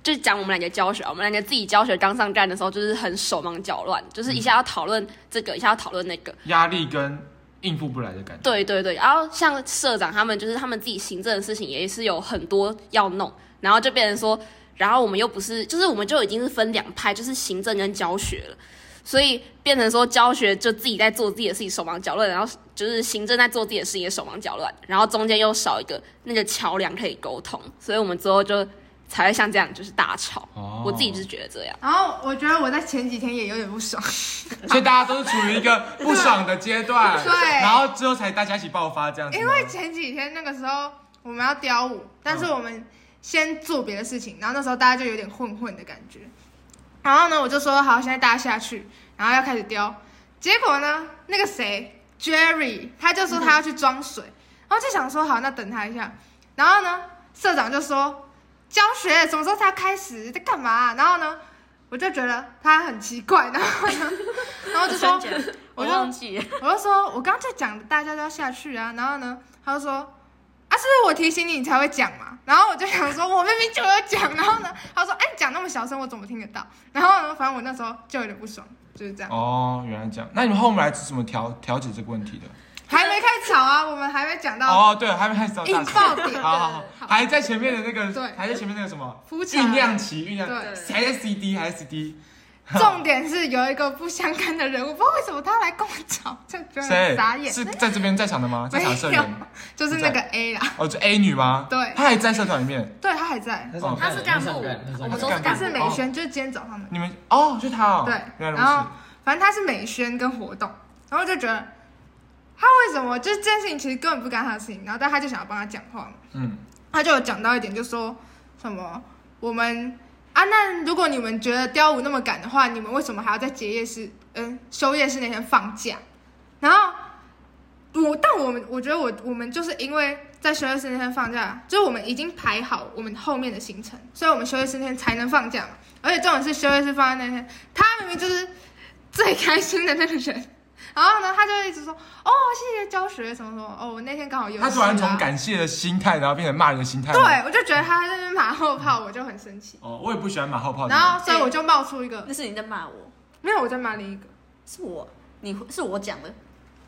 Speaker 6: 就讲我们两个教学，我们两个自己教学刚上站的时候，就是很手忙脚乱，就是一下要讨论这个，一下要讨论那个，
Speaker 2: 压力跟应付不来的感觉，
Speaker 6: 对对对，然后像社长他们，就是他们自己行政的事情也是有很多要弄，然后就变成说，然后我们又不是，就是我们就已经是分两派，就是行政跟教学了，所以变成说教学就自己在做自己的事情，手忙脚乱，然后就是行政在做自己的事情也手忙脚乱，然后中间又少一个那个桥梁可以沟通，所以我们之后就才会像这样就是大吵。
Speaker 2: 哦
Speaker 6: 我自己就是觉得这样，
Speaker 4: 然后我觉得我在前几天也有点不爽，
Speaker 2: 所以大家都是处于一个不爽的阶段，
Speaker 4: 对
Speaker 2: 然后之后才大家一起爆发这样子吗，
Speaker 4: 因为前几天那个时候我们要雕舞，但是我们先做别的事情，然后那时候大家就有点混混的感觉。然后呢，我就说好，现在大家下去，然后要开始雕。结果呢，那个谁 Jerry 他就说他要去装水，然后就想说好，那等他一下。然后呢，社长就说教学什么时候才要开始，在干嘛啊、然后呢，我就觉得他很奇怪，然后呢，然后就说
Speaker 7: 真假，
Speaker 4: 我
Speaker 7: 我
Speaker 4: 就
Speaker 7: 忘记了。
Speaker 4: 我就说，我刚刚在讲大家都要下去啊，然后呢，他就说，啊，是不是我提醒你你才会讲嘛？然后我就想说，我明明就有讲，然后呢，他说，哎、你讲那么小声，我怎么听得到？然后呢，反正我那时候就有点不爽，就是这样，
Speaker 2: 哦，原来这样。那你们后来是怎么调调解这个问题的？
Speaker 4: 还没开始吵啊， 我们还没讲到
Speaker 2: 哦，对，还没开始找
Speaker 4: 引
Speaker 2: 大家。
Speaker 4: 爆点，
Speaker 2: 好好好，还在前面的那个，
Speaker 4: 对
Speaker 2: 还在前面那个什么
Speaker 4: 浮沉
Speaker 2: 酝酿期，酝酿
Speaker 4: 对
Speaker 2: 还在 CD 还在 CD，
Speaker 4: 重点是有一个不相干的人，我不知道为什么他来跟我吵， 就觉得很
Speaker 2: 谁
Speaker 4: 傻眼，
Speaker 2: 是在这边在场的吗？在场社
Speaker 4: 没有
Speaker 2: 员
Speaker 4: 就是那个 A 啦，
Speaker 2: 哦，就 A 女吗？
Speaker 4: 对
Speaker 2: 她还在社团里面。
Speaker 4: 对他还在，
Speaker 5: 他
Speaker 6: 哦他是干部，我们都是
Speaker 4: 他
Speaker 6: 干部哦
Speaker 4: 是。美
Speaker 2: 哦
Speaker 4: 宣，就是今天早上的。
Speaker 2: 你们哦，就她哦。
Speaker 4: 对，
Speaker 2: 原来如
Speaker 4: 然后
Speaker 2: 此。
Speaker 4: 反正他是美宣跟活动，然后就觉得他为什么就是这件事情其实根本不干他的事情，然后但他就想要帮他讲话嘛，
Speaker 2: 嗯，
Speaker 4: 他就有讲到一点，就说什么我们啊，那如果你们觉得雕舞那么赶的话，你们为什么还要在结业式嗯休业式那天放假？然后我但我们我觉得我我们就是因为在休业式那天放假，就是我们已经排好我们后面的行程，所以我们休业式那天才能放假嘛。而且重点是休业式放在那天，他明明就是最开心的那个人。然后呢，他就一直说哦，谢谢教学什么什么哦，我那天刚好有事、啊。
Speaker 2: 她突然从感谢的心态，然后变成骂人的心态。
Speaker 4: 对，。我就觉得他在那边马后炮，我就很生气。
Speaker 2: 哦，我也不喜欢马后炮的
Speaker 4: 然
Speaker 2: 人。
Speaker 4: 后，所以我就冒出一个
Speaker 7: 那，是你在骂我，
Speaker 4: 没有，我在骂另一个，
Speaker 7: 是我，你是我讲的，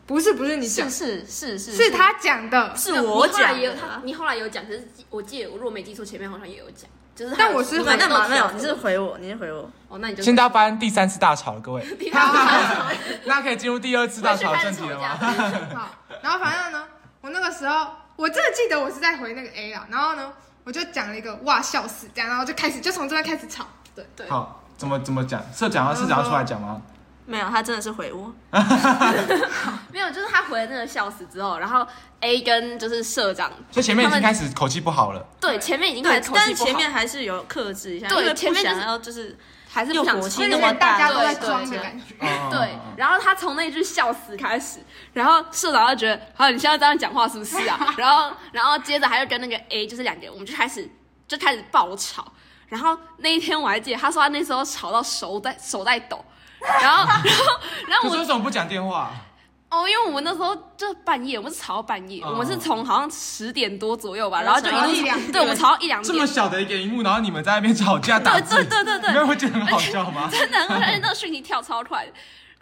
Speaker 4: 不是不是你
Speaker 7: 是
Speaker 4: 讲，
Speaker 7: 是是是
Speaker 4: 是，他讲的，
Speaker 7: 是我
Speaker 6: 你后来
Speaker 7: 讲
Speaker 6: 也有
Speaker 7: 的
Speaker 6: 他
Speaker 7: 啊。，
Speaker 6: 你后来有讲，可是我记得我如果没记错，前面好像也有讲，就是他
Speaker 4: 但
Speaker 6: 有
Speaker 4: 我是
Speaker 6: 你
Speaker 7: 对，
Speaker 6: 们
Speaker 7: 那
Speaker 6: 都
Speaker 7: 没有，
Speaker 6: 讲
Speaker 7: 你是回我，你是回我。
Speaker 6: 哦，那你就
Speaker 2: 现 在要发生第三次大吵了，各 位，
Speaker 6: 地方 上
Speaker 2: 那可以进入第二次大吵的正题了吗？
Speaker 6: 吗？
Speaker 4: 好，然后反正呢， 我那个时候我真的记得我是在回那个 A 啦，然后呢，我就讲了一个哇笑死这样，然后就开始就从这边开始吵，对，
Speaker 6: 对，
Speaker 2: 好，怎么怎么讲？社长要社长要出来讲吗？
Speaker 7: 没有，他真的是回我。
Speaker 6: 没有，就是他回了那个笑死之后，然后 A 跟就是社长，
Speaker 2: 所以前面已
Speaker 6: 他
Speaker 2: 经
Speaker 6: 们
Speaker 2: 开始口气不好 了。
Speaker 6: 对前面已经
Speaker 7: 对
Speaker 6: 开始，口
Speaker 7: 但
Speaker 6: 气
Speaker 7: 是
Speaker 6: 不
Speaker 7: 前
Speaker 6: 好，
Speaker 7: 面还是有克制一下，
Speaker 6: 对
Speaker 7: 因为不
Speaker 6: 前面就是
Speaker 7: 想要就是
Speaker 6: 还是不想
Speaker 7: 又火气
Speaker 4: 有
Speaker 6: 吃那
Speaker 7: 那
Speaker 6: 么
Speaker 4: 点大
Speaker 6: 大，
Speaker 4: 家都
Speaker 6: 对
Speaker 4: 在
Speaker 6: 对
Speaker 4: 装的
Speaker 6: 对
Speaker 4: 感
Speaker 2: 哦
Speaker 4: 觉。
Speaker 6: 对
Speaker 2: 对，
Speaker 6: 然后他从那句笑死开始，然后社长就觉得，好，你现在这样讲话是不是啊？然后，然后接着他就跟那个 A 就是两个人，我们就开始就开始爆吵。然后那一天我还记得，他说他那时候吵到手在手在抖，然后，然后，然后
Speaker 2: 可
Speaker 6: 我
Speaker 2: 是为什么不讲电话？
Speaker 6: 哦，因为我们那时候就半夜，我们是吵到半夜，
Speaker 2: 哦
Speaker 6: 我们是从好像十点多左右吧，然后就
Speaker 4: 吵到
Speaker 6: 一
Speaker 4: 一两
Speaker 6: 直对，我们吵到一两
Speaker 2: 这
Speaker 6: 点，
Speaker 2: 么小的一个荧幕，然后你们在那边吵架打
Speaker 6: 对
Speaker 2: 字
Speaker 6: 对，对对对
Speaker 2: 你，们会觉得很好笑吗？
Speaker 6: 哎真的，而且那个讯息跳超快的。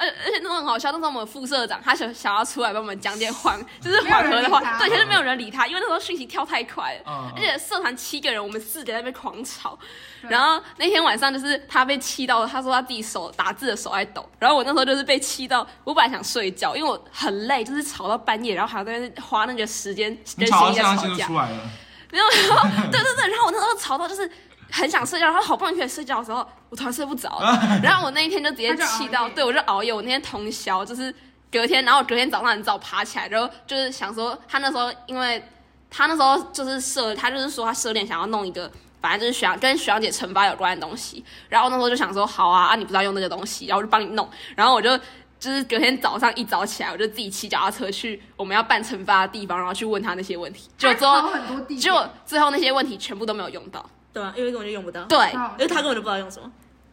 Speaker 6: 而且而且那时候很好笑，那时候我们副社长他想想要出来帮我们讲 点缓，就是缓和的
Speaker 4: 没有人理
Speaker 6: 话，
Speaker 4: 他
Speaker 6: 对，可是没有人理他，因为那时候讯息跳太快了，
Speaker 2: 嗯嗯
Speaker 6: 而且社团七个人，我们四个在那边狂吵，然后那天晚上就是他被气到，他说他自己手打字的手在抖，然后我那时候就是被气到，我本来想睡觉，因为我很累，就是吵到半夜，然后还要在那边花那个时间
Speaker 2: 你
Speaker 6: 跟
Speaker 2: 吵到
Speaker 6: 心在
Speaker 2: 肾上
Speaker 6: 吵
Speaker 2: 腺素
Speaker 6: 架，
Speaker 2: 出来了，
Speaker 6: 没有，然后 对对对，然后我那时候吵到就是很想睡觉，然后好不容易可以睡觉的时候，我突然睡不着了，然后我那一天就直接
Speaker 4: 他就
Speaker 6: 气
Speaker 4: 熬
Speaker 6: 到，
Speaker 4: 夜
Speaker 6: 对我就熬夜，我那天通宵，就是隔天，然后我隔天早上很早爬起来，然后就是想说他那时候因为他那时候就是社，他就是说他社练想要弄一个。反正就是学长跟学长姐惩罚有关的东西，然后那时候就想说好啊啊你不知道用那个东西，然后我就帮你弄，然后我就就是隔天早上一早起来，我就自己骑脚踏车去我们要办惩罚的地方，然后去问他那些问题，就之后
Speaker 4: 还考很多地点
Speaker 6: 结果最后那些问题全部都没有用到，
Speaker 7: 对啊，因为根本就用不到，
Speaker 6: 对，
Speaker 4: 好
Speaker 7: 因为他根本就不知道用什么。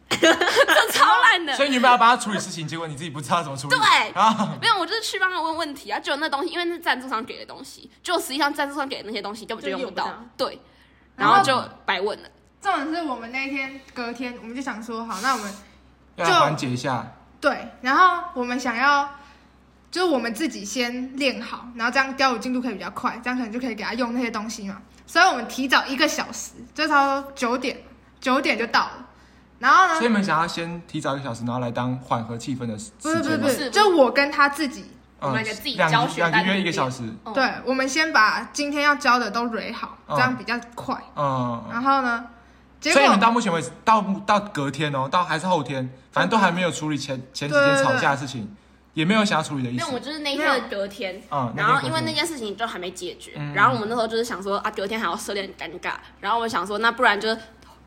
Speaker 6: 这超烂的
Speaker 2: 所。以你们要帮他处理事情，结果你自己不知道怎么处理。
Speaker 6: 对
Speaker 2: 啊，
Speaker 6: 没有，我就是去帮他问问题啊，就那东西，因为那是赞助商给的东西，就实际上赞助商给的那些东西根本就用不
Speaker 7: 就
Speaker 6: 到
Speaker 7: 用不，
Speaker 6: 对，然后就白问了。
Speaker 4: 重点是我们那天隔天，我们就想说，好，那我们
Speaker 2: 要
Speaker 4: 就
Speaker 2: 缓解一下。
Speaker 6: 啊
Speaker 4: 对，然后我们想要，就是我们自己先练好，然后这样雕舞进度可以比较快，这样可能就可以给他用那些东西嘛。所以我们提早一个小时，就差不多九点，九点就到了。然后
Speaker 2: 所以
Speaker 4: 呢，
Speaker 2: 你们想要先提早一个小时，然后来当缓和气氛的时
Speaker 4: 不是
Speaker 2: 时
Speaker 4: 不是
Speaker 2: 间
Speaker 4: 不
Speaker 2: 吗？
Speaker 4: 是，
Speaker 6: 是
Speaker 4: 就我跟他自己，
Speaker 6: 我们
Speaker 2: 嗯
Speaker 6: 两个自己
Speaker 2: 两
Speaker 6: 教学
Speaker 2: 两个
Speaker 6: 单独
Speaker 2: 月一个
Speaker 6: 练
Speaker 2: 小时，
Speaker 6: 嗯
Speaker 4: 对，我们先把今天要教的都蕊好，这样
Speaker 2: 嗯
Speaker 4: 比较快。
Speaker 6: 啊
Speaker 2: 嗯。
Speaker 4: 然后呢，结
Speaker 2: 所以你
Speaker 4: 果
Speaker 2: 们到目前为止，到到隔天哦，到还是后天，反正都还没有处理前前几
Speaker 4: 对
Speaker 2: 天
Speaker 4: 对对
Speaker 2: 吵架的事情，也没有想要处理的意
Speaker 6: 没有，我
Speaker 2: 思。
Speaker 6: 就是那一天的隔天，
Speaker 2: 嗯
Speaker 6: 然后因为
Speaker 2: 那天隔天
Speaker 6: 那件事情就还没解决，
Speaker 2: 嗯
Speaker 6: 然后我们那时候就是想说啊，隔天还要涉猎很尴尬，然后我想说，那不然就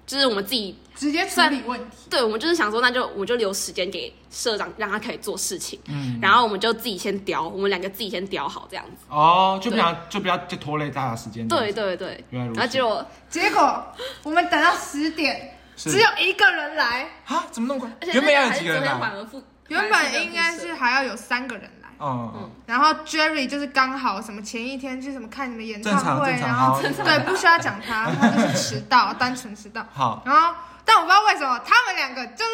Speaker 6: 就是我们自己
Speaker 4: 直接处理问题，
Speaker 6: 对，我们就是想说，那就我们就留时间给社长，让他可以做事情。
Speaker 2: 嗯
Speaker 6: 然后我们就自己先雕，我们两个自己先雕好这样子。
Speaker 2: 哦，就不想就不要就拖累大家时间。
Speaker 6: 对，对对。
Speaker 2: 原来如此
Speaker 6: 然后结果，
Speaker 4: 结果我们等到十点，
Speaker 2: 是
Speaker 4: 只有一个人来，
Speaker 2: 啊，怎么那么快
Speaker 6: 而？且
Speaker 2: 原本
Speaker 6: 那
Speaker 2: 要有
Speaker 6: 个啊还
Speaker 2: 几
Speaker 6: 是
Speaker 2: 个
Speaker 6: 昨
Speaker 2: 人啊来？
Speaker 6: 天反而复，
Speaker 4: 原本应该是还要有三个人来。
Speaker 2: 嗯，
Speaker 4: 然后 Jerry 就是刚好什么前一天去什么看你们演
Speaker 2: 正
Speaker 4: 唱
Speaker 2: 常
Speaker 4: 会，
Speaker 2: 正
Speaker 4: 然
Speaker 2: 常，
Speaker 4: 后
Speaker 2: 好
Speaker 4: 对不需要讲他， 他就是迟到，单纯迟到。
Speaker 6: 嗯
Speaker 2: 好，
Speaker 4: 然后但我不知道为什么他们两个就是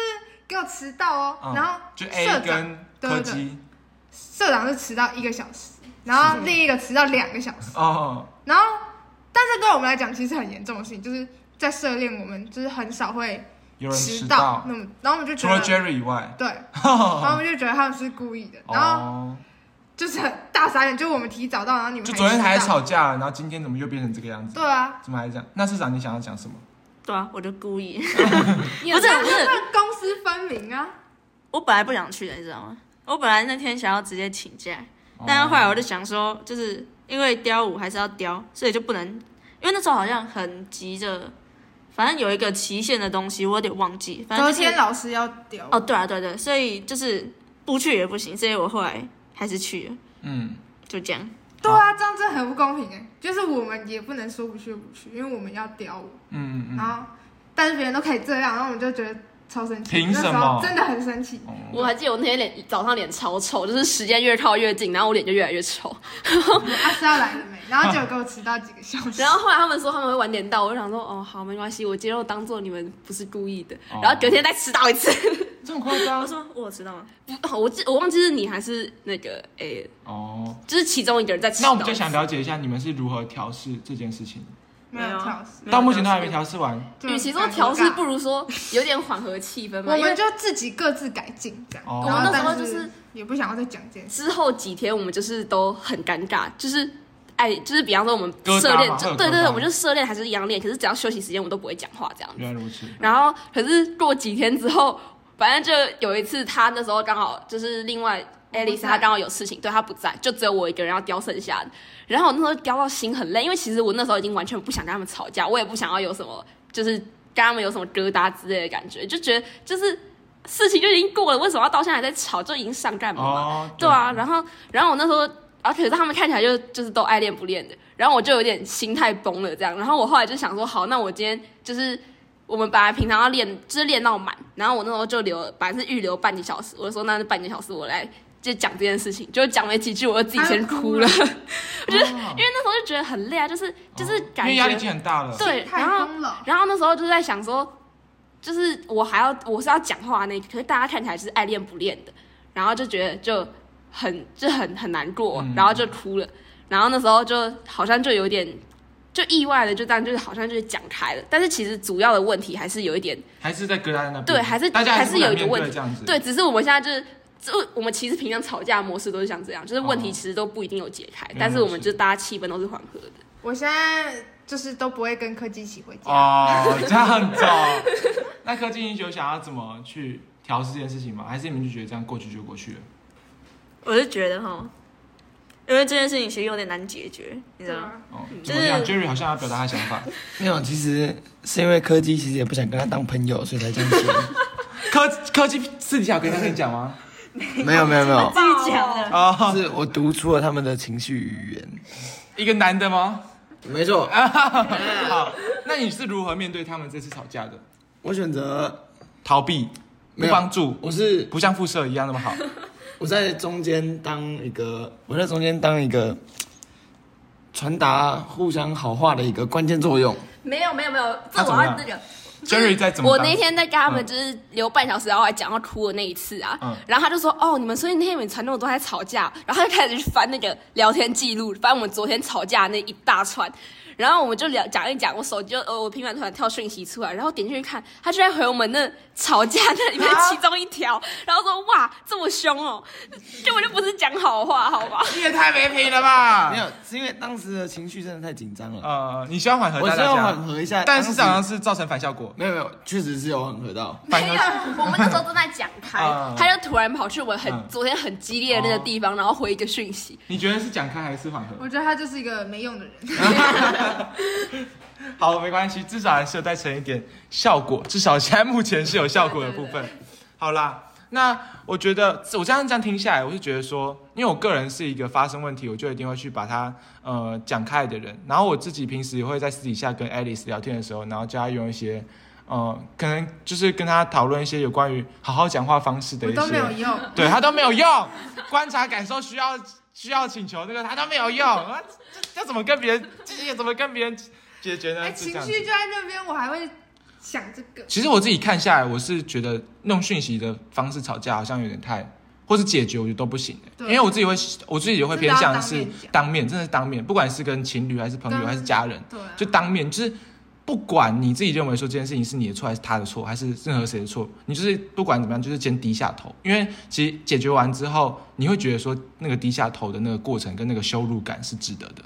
Speaker 4: 给我迟到哦，
Speaker 2: 嗯
Speaker 4: 然后
Speaker 2: 就 A
Speaker 4: 社长
Speaker 2: 跟
Speaker 4: 对
Speaker 2: 柯
Speaker 4: 对对
Speaker 2: 基
Speaker 4: 社长是迟到一个小时，然后另一个迟到两个小时，
Speaker 2: 哦，
Speaker 4: 然后但是对我们来讲其实很严重的事情，就是在社练我们就是很少会
Speaker 2: 有人迟
Speaker 4: 迟
Speaker 2: 到
Speaker 4: 到，，那么然后我们就
Speaker 2: 除
Speaker 4: 觉
Speaker 2: 了
Speaker 4: 得
Speaker 2: Jerry 以 外，
Speaker 4: 对，然后我们就觉得他们是故意的，然后
Speaker 2: 哦，
Speaker 4: 就是很大傻眼，就我们提早到，然后你们
Speaker 2: 就昨天还
Speaker 4: 迟到
Speaker 2: 吵架，然后今天怎么又变成这个样子
Speaker 4: 对？啊，
Speaker 2: 怎么还这样？那市长你想要讲什么？
Speaker 7: 对啊，我就故 意，
Speaker 6: 你
Speaker 7: 不是
Speaker 6: 很
Speaker 7: 不
Speaker 4: 那
Speaker 7: 是，
Speaker 4: 公私分明啊，
Speaker 7: 我本来不想去的，你知道吗？我本来那天想要直接请假，但是后来我就想说，就是因为雕舞还是要雕，所以就不能，因为那时候好像很急着，反正有一个期限的东西，我有点忘记。反正、
Speaker 4: 昨
Speaker 7: 就是、
Speaker 4: 天老师要丢，
Speaker 7: 哦，对啊，对对，所以就是不去也不行，所以我后来还是去了，
Speaker 2: 嗯。
Speaker 7: 就这样。
Speaker 4: 对啊，这样真的很不公平哎，就是我们也不能说不去就不去，因为我们要雕舞，
Speaker 2: 嗯嗯
Speaker 4: 然
Speaker 2: 嗯，
Speaker 4: 后但是别人都可以这样，然后我们就觉得超生气，
Speaker 2: 凭什么
Speaker 4: 那时候真的很生气，
Speaker 2: 哦
Speaker 6: 我还记得我那天脸早上脸超臭，就是时间越靠越近，然后我脸就越来越臭。哦
Speaker 4: 阿是要来了没？然后结果给我迟到几个小时
Speaker 6: 然，后后来他们说他们会晚点到，我就想说哦好没关系，我接受当做你们不是故意的。
Speaker 2: 哦
Speaker 6: 然后隔天再迟到一次，
Speaker 2: 这么夸
Speaker 7: 我
Speaker 2: 张
Speaker 7: 说我有迟到吗？
Speaker 6: 不我记我忘记是你还是那个诶、
Speaker 2: 哦。
Speaker 6: 就是其中一个人在迟到。
Speaker 2: 那我们就想了解一下你们是如何调试这件事情，
Speaker 4: 没有嗯调试，
Speaker 2: 到目前都还没调试完
Speaker 4: 就
Speaker 6: 啊与其说调试，不
Speaker 4: 很尴
Speaker 6: 如说有点缓和气氛
Speaker 4: 尬
Speaker 6: 嘛。
Speaker 4: 我
Speaker 6: 因为
Speaker 4: 们就自己各自改进这样，
Speaker 2: 哦
Speaker 4: 然后
Speaker 6: 我们那时候
Speaker 4: 但
Speaker 6: 就是
Speaker 4: 也不想要再讲这件事，
Speaker 6: 之后几天我们就是都很尴尬，就是哎，就是比方说我们
Speaker 2: 疙瘩嘛
Speaker 6: 涉
Speaker 2: 会
Speaker 6: 练，
Speaker 2: 有
Speaker 6: 就
Speaker 2: 疙瘩
Speaker 6: 对对对，我们就涉练还是一样练，可是只要休息时间我都不会讲话这样子。
Speaker 2: 原来如此。
Speaker 6: 然后可是过几天之后，反正就有一次他那时候刚好就是另外。
Speaker 4: 在
Speaker 6: 爱丽丝她刚好有事情，对她不在，就只有我一个人要雕剩下的。然后我那时候雕到心很累，因为其实我那时候已经完全不想跟他们吵架，我也不想要有什么就是跟他们有什么疙瘩之类的感觉，就觉得就是事情就已经过了，为什么要到现在还在吵？就已经上干嘛嘛？
Speaker 2: 哦，
Speaker 6: 对啊，，然后然后我那时候，而、啊、且他们看起来就就是都爱练不练的，然后我就有点心态崩了这样。然后我后来就想说，好，那我今天就是我们本来平常要练，就是练到满，然后我那时候就留，本来是预留半个小时，我就说那半个小时我来就讲这件事情，就讲没几句我就自己
Speaker 2: 啊
Speaker 6: 先哭了， 因为
Speaker 2: 就是
Speaker 6: 那时候就觉得很累啊，就是就是
Speaker 2: 哦因
Speaker 6: 感
Speaker 2: 为
Speaker 6: 觉
Speaker 2: 压力已经很大了，
Speaker 6: 对，
Speaker 4: 太
Speaker 6: 然后
Speaker 4: 疯了，
Speaker 6: 然后那时候就在想说，就是我还要我是要讲话那个，可是大家看起来就是爱练不练的。然后就觉得就很就很很难过
Speaker 2: 嗯，
Speaker 6: 然后就哭了。然后那时候就好像就有点就意外的就这样，就是好像就是讲开了，但是其实主要的问题还是有一点
Speaker 2: 还是在疙瘩那边，
Speaker 6: 对还是
Speaker 2: 大家
Speaker 6: 还是有一个
Speaker 2: 不敢面
Speaker 6: 问题
Speaker 2: 这样子，
Speaker 6: 对，只是我们现在就是。就我们其实平常吵架的模式都是像这样，就是问
Speaker 2: 哦
Speaker 6: 题其实都不一定有解开，
Speaker 2: 原来
Speaker 6: 但是我
Speaker 2: 嗯
Speaker 6: 们
Speaker 2: 是
Speaker 6: 就大家气氛都是缓和的。
Speaker 4: 我现在就是都不会跟柯基一起回家。
Speaker 2: 哦，这样子哦。那柯基，你有想要怎么去调试这件事情吗？还是你们就觉得这样过去就过去了？
Speaker 7: 我是觉得哈，因为这件事情其实有点难解决，你知道吗？
Speaker 2: 哦，
Speaker 7: 就
Speaker 2: 怎
Speaker 7: 是
Speaker 2: 么样？Jerry 好像要表达他想法。
Speaker 5: 没有，其实是因为柯基其实也不想跟他当朋友，所以才这 样说。
Speaker 2: 柯柯基私底下有跟他跟你讲吗？
Speaker 5: 没有没有没有，
Speaker 7: 自己讲的，
Speaker 2: 哦，
Speaker 5: 是我读出了他们的情绪语言。
Speaker 2: 一个男的吗？
Speaker 5: 没错，
Speaker 2: 好，那你是如何面对他们这次吵架的？
Speaker 5: 我选择
Speaker 2: 逃避，不
Speaker 5: 没有
Speaker 2: 帮助，
Speaker 5: 我是
Speaker 2: 不像副社一样那么好。
Speaker 5: 我在中间当一个，我在中间当一个传达互相好话的一个关键作用。
Speaker 6: 没有没有没有，
Speaker 2: 他
Speaker 6: 这
Speaker 2: 怎
Speaker 6: 我
Speaker 2: 么
Speaker 6: 要
Speaker 2: 样
Speaker 6: 那个。
Speaker 2: Jerry 在怎么
Speaker 6: 我
Speaker 2: 当
Speaker 6: 那天在跟他们
Speaker 2: 嗯
Speaker 6: 就是留半小时，然后还讲到哭的那一次啊，
Speaker 2: 嗯
Speaker 6: 然后他就说：“哦，你们所以那天你们传那么多还吵架。”然后他就开始去翻那个聊天记录，翻我们昨天吵架那一大串。然后我们就聊讲一讲，我手机就呃我平板突然跳讯息出来，然后点进去看，他就在回我们那吵架那里面
Speaker 2: 啊
Speaker 6: 其中一条，然后说哇这么凶哦，根本就不是讲好话，好吧？
Speaker 2: 你也太没品了吧
Speaker 5: 没有，是因为当时的情绪真的太紧张了，
Speaker 2: 呃，你需要缓和
Speaker 5: 我
Speaker 2: 大
Speaker 5: 是要
Speaker 2: 家
Speaker 5: 缓，和一下。
Speaker 2: 但是
Speaker 5: 当
Speaker 2: 好
Speaker 5: 时
Speaker 2: 像是造成反效果。
Speaker 5: 没有没有，确实是有缓和到。
Speaker 2: 反
Speaker 6: 没有
Speaker 2: 而，
Speaker 6: 我们那时候正在讲开
Speaker 2: 嗯，
Speaker 6: 他就突然跑去我很
Speaker 2: 嗯
Speaker 6: 昨天很激烈的那个地方，然后回一个讯息。
Speaker 2: 你觉得是讲开还是缓和？
Speaker 4: 我觉得他就是一个没用的 人。
Speaker 2: 好，没关系，至少还是有带成一点效果，至少现在目前是有效果的部分。好啦，那我觉得我这样这样听下来，我是觉得说，因为我个人是一个发生问题，我就一定会去把它呃讲开的人。然后我自己平时也会在私底下跟 Alice 聊天的时候，然后叫她用一些呃，可能就是跟她讨论一些有关于好好讲话方式的
Speaker 4: 我
Speaker 2: 一
Speaker 4: 都没有
Speaker 2: 些，
Speaker 4: 用，
Speaker 2: 对她都没有用，观察感受需要需要请求那个她都没有用，啊这这怎么跟别人，这些怎么跟别人解决呢？
Speaker 4: 哎，
Speaker 2: 是
Speaker 4: 情
Speaker 2: 啊这样子
Speaker 4: 绪就在那边，我还会想这个。
Speaker 2: 其实我自己看下来，我是觉得用讯息的方式吵架好像有点太，或是解决，我觉得都不行、欸。
Speaker 4: 对
Speaker 2: 因为我自己会，我自己会偏向
Speaker 4: 真的要当
Speaker 2: 是
Speaker 4: 面讲
Speaker 2: 当面，真的是当面，不管是跟情侣还是朋友
Speaker 4: 对
Speaker 2: 还是家人，
Speaker 4: 对啊，
Speaker 2: 就当面，就是不管你自己认为说这件事情是你的错还是他的错，还是任何谁的错，你就是不管怎么样，就是先低下头，因为其实解决完之后，你会觉得说那个低下头的那个过程跟那个羞辱感是值得的。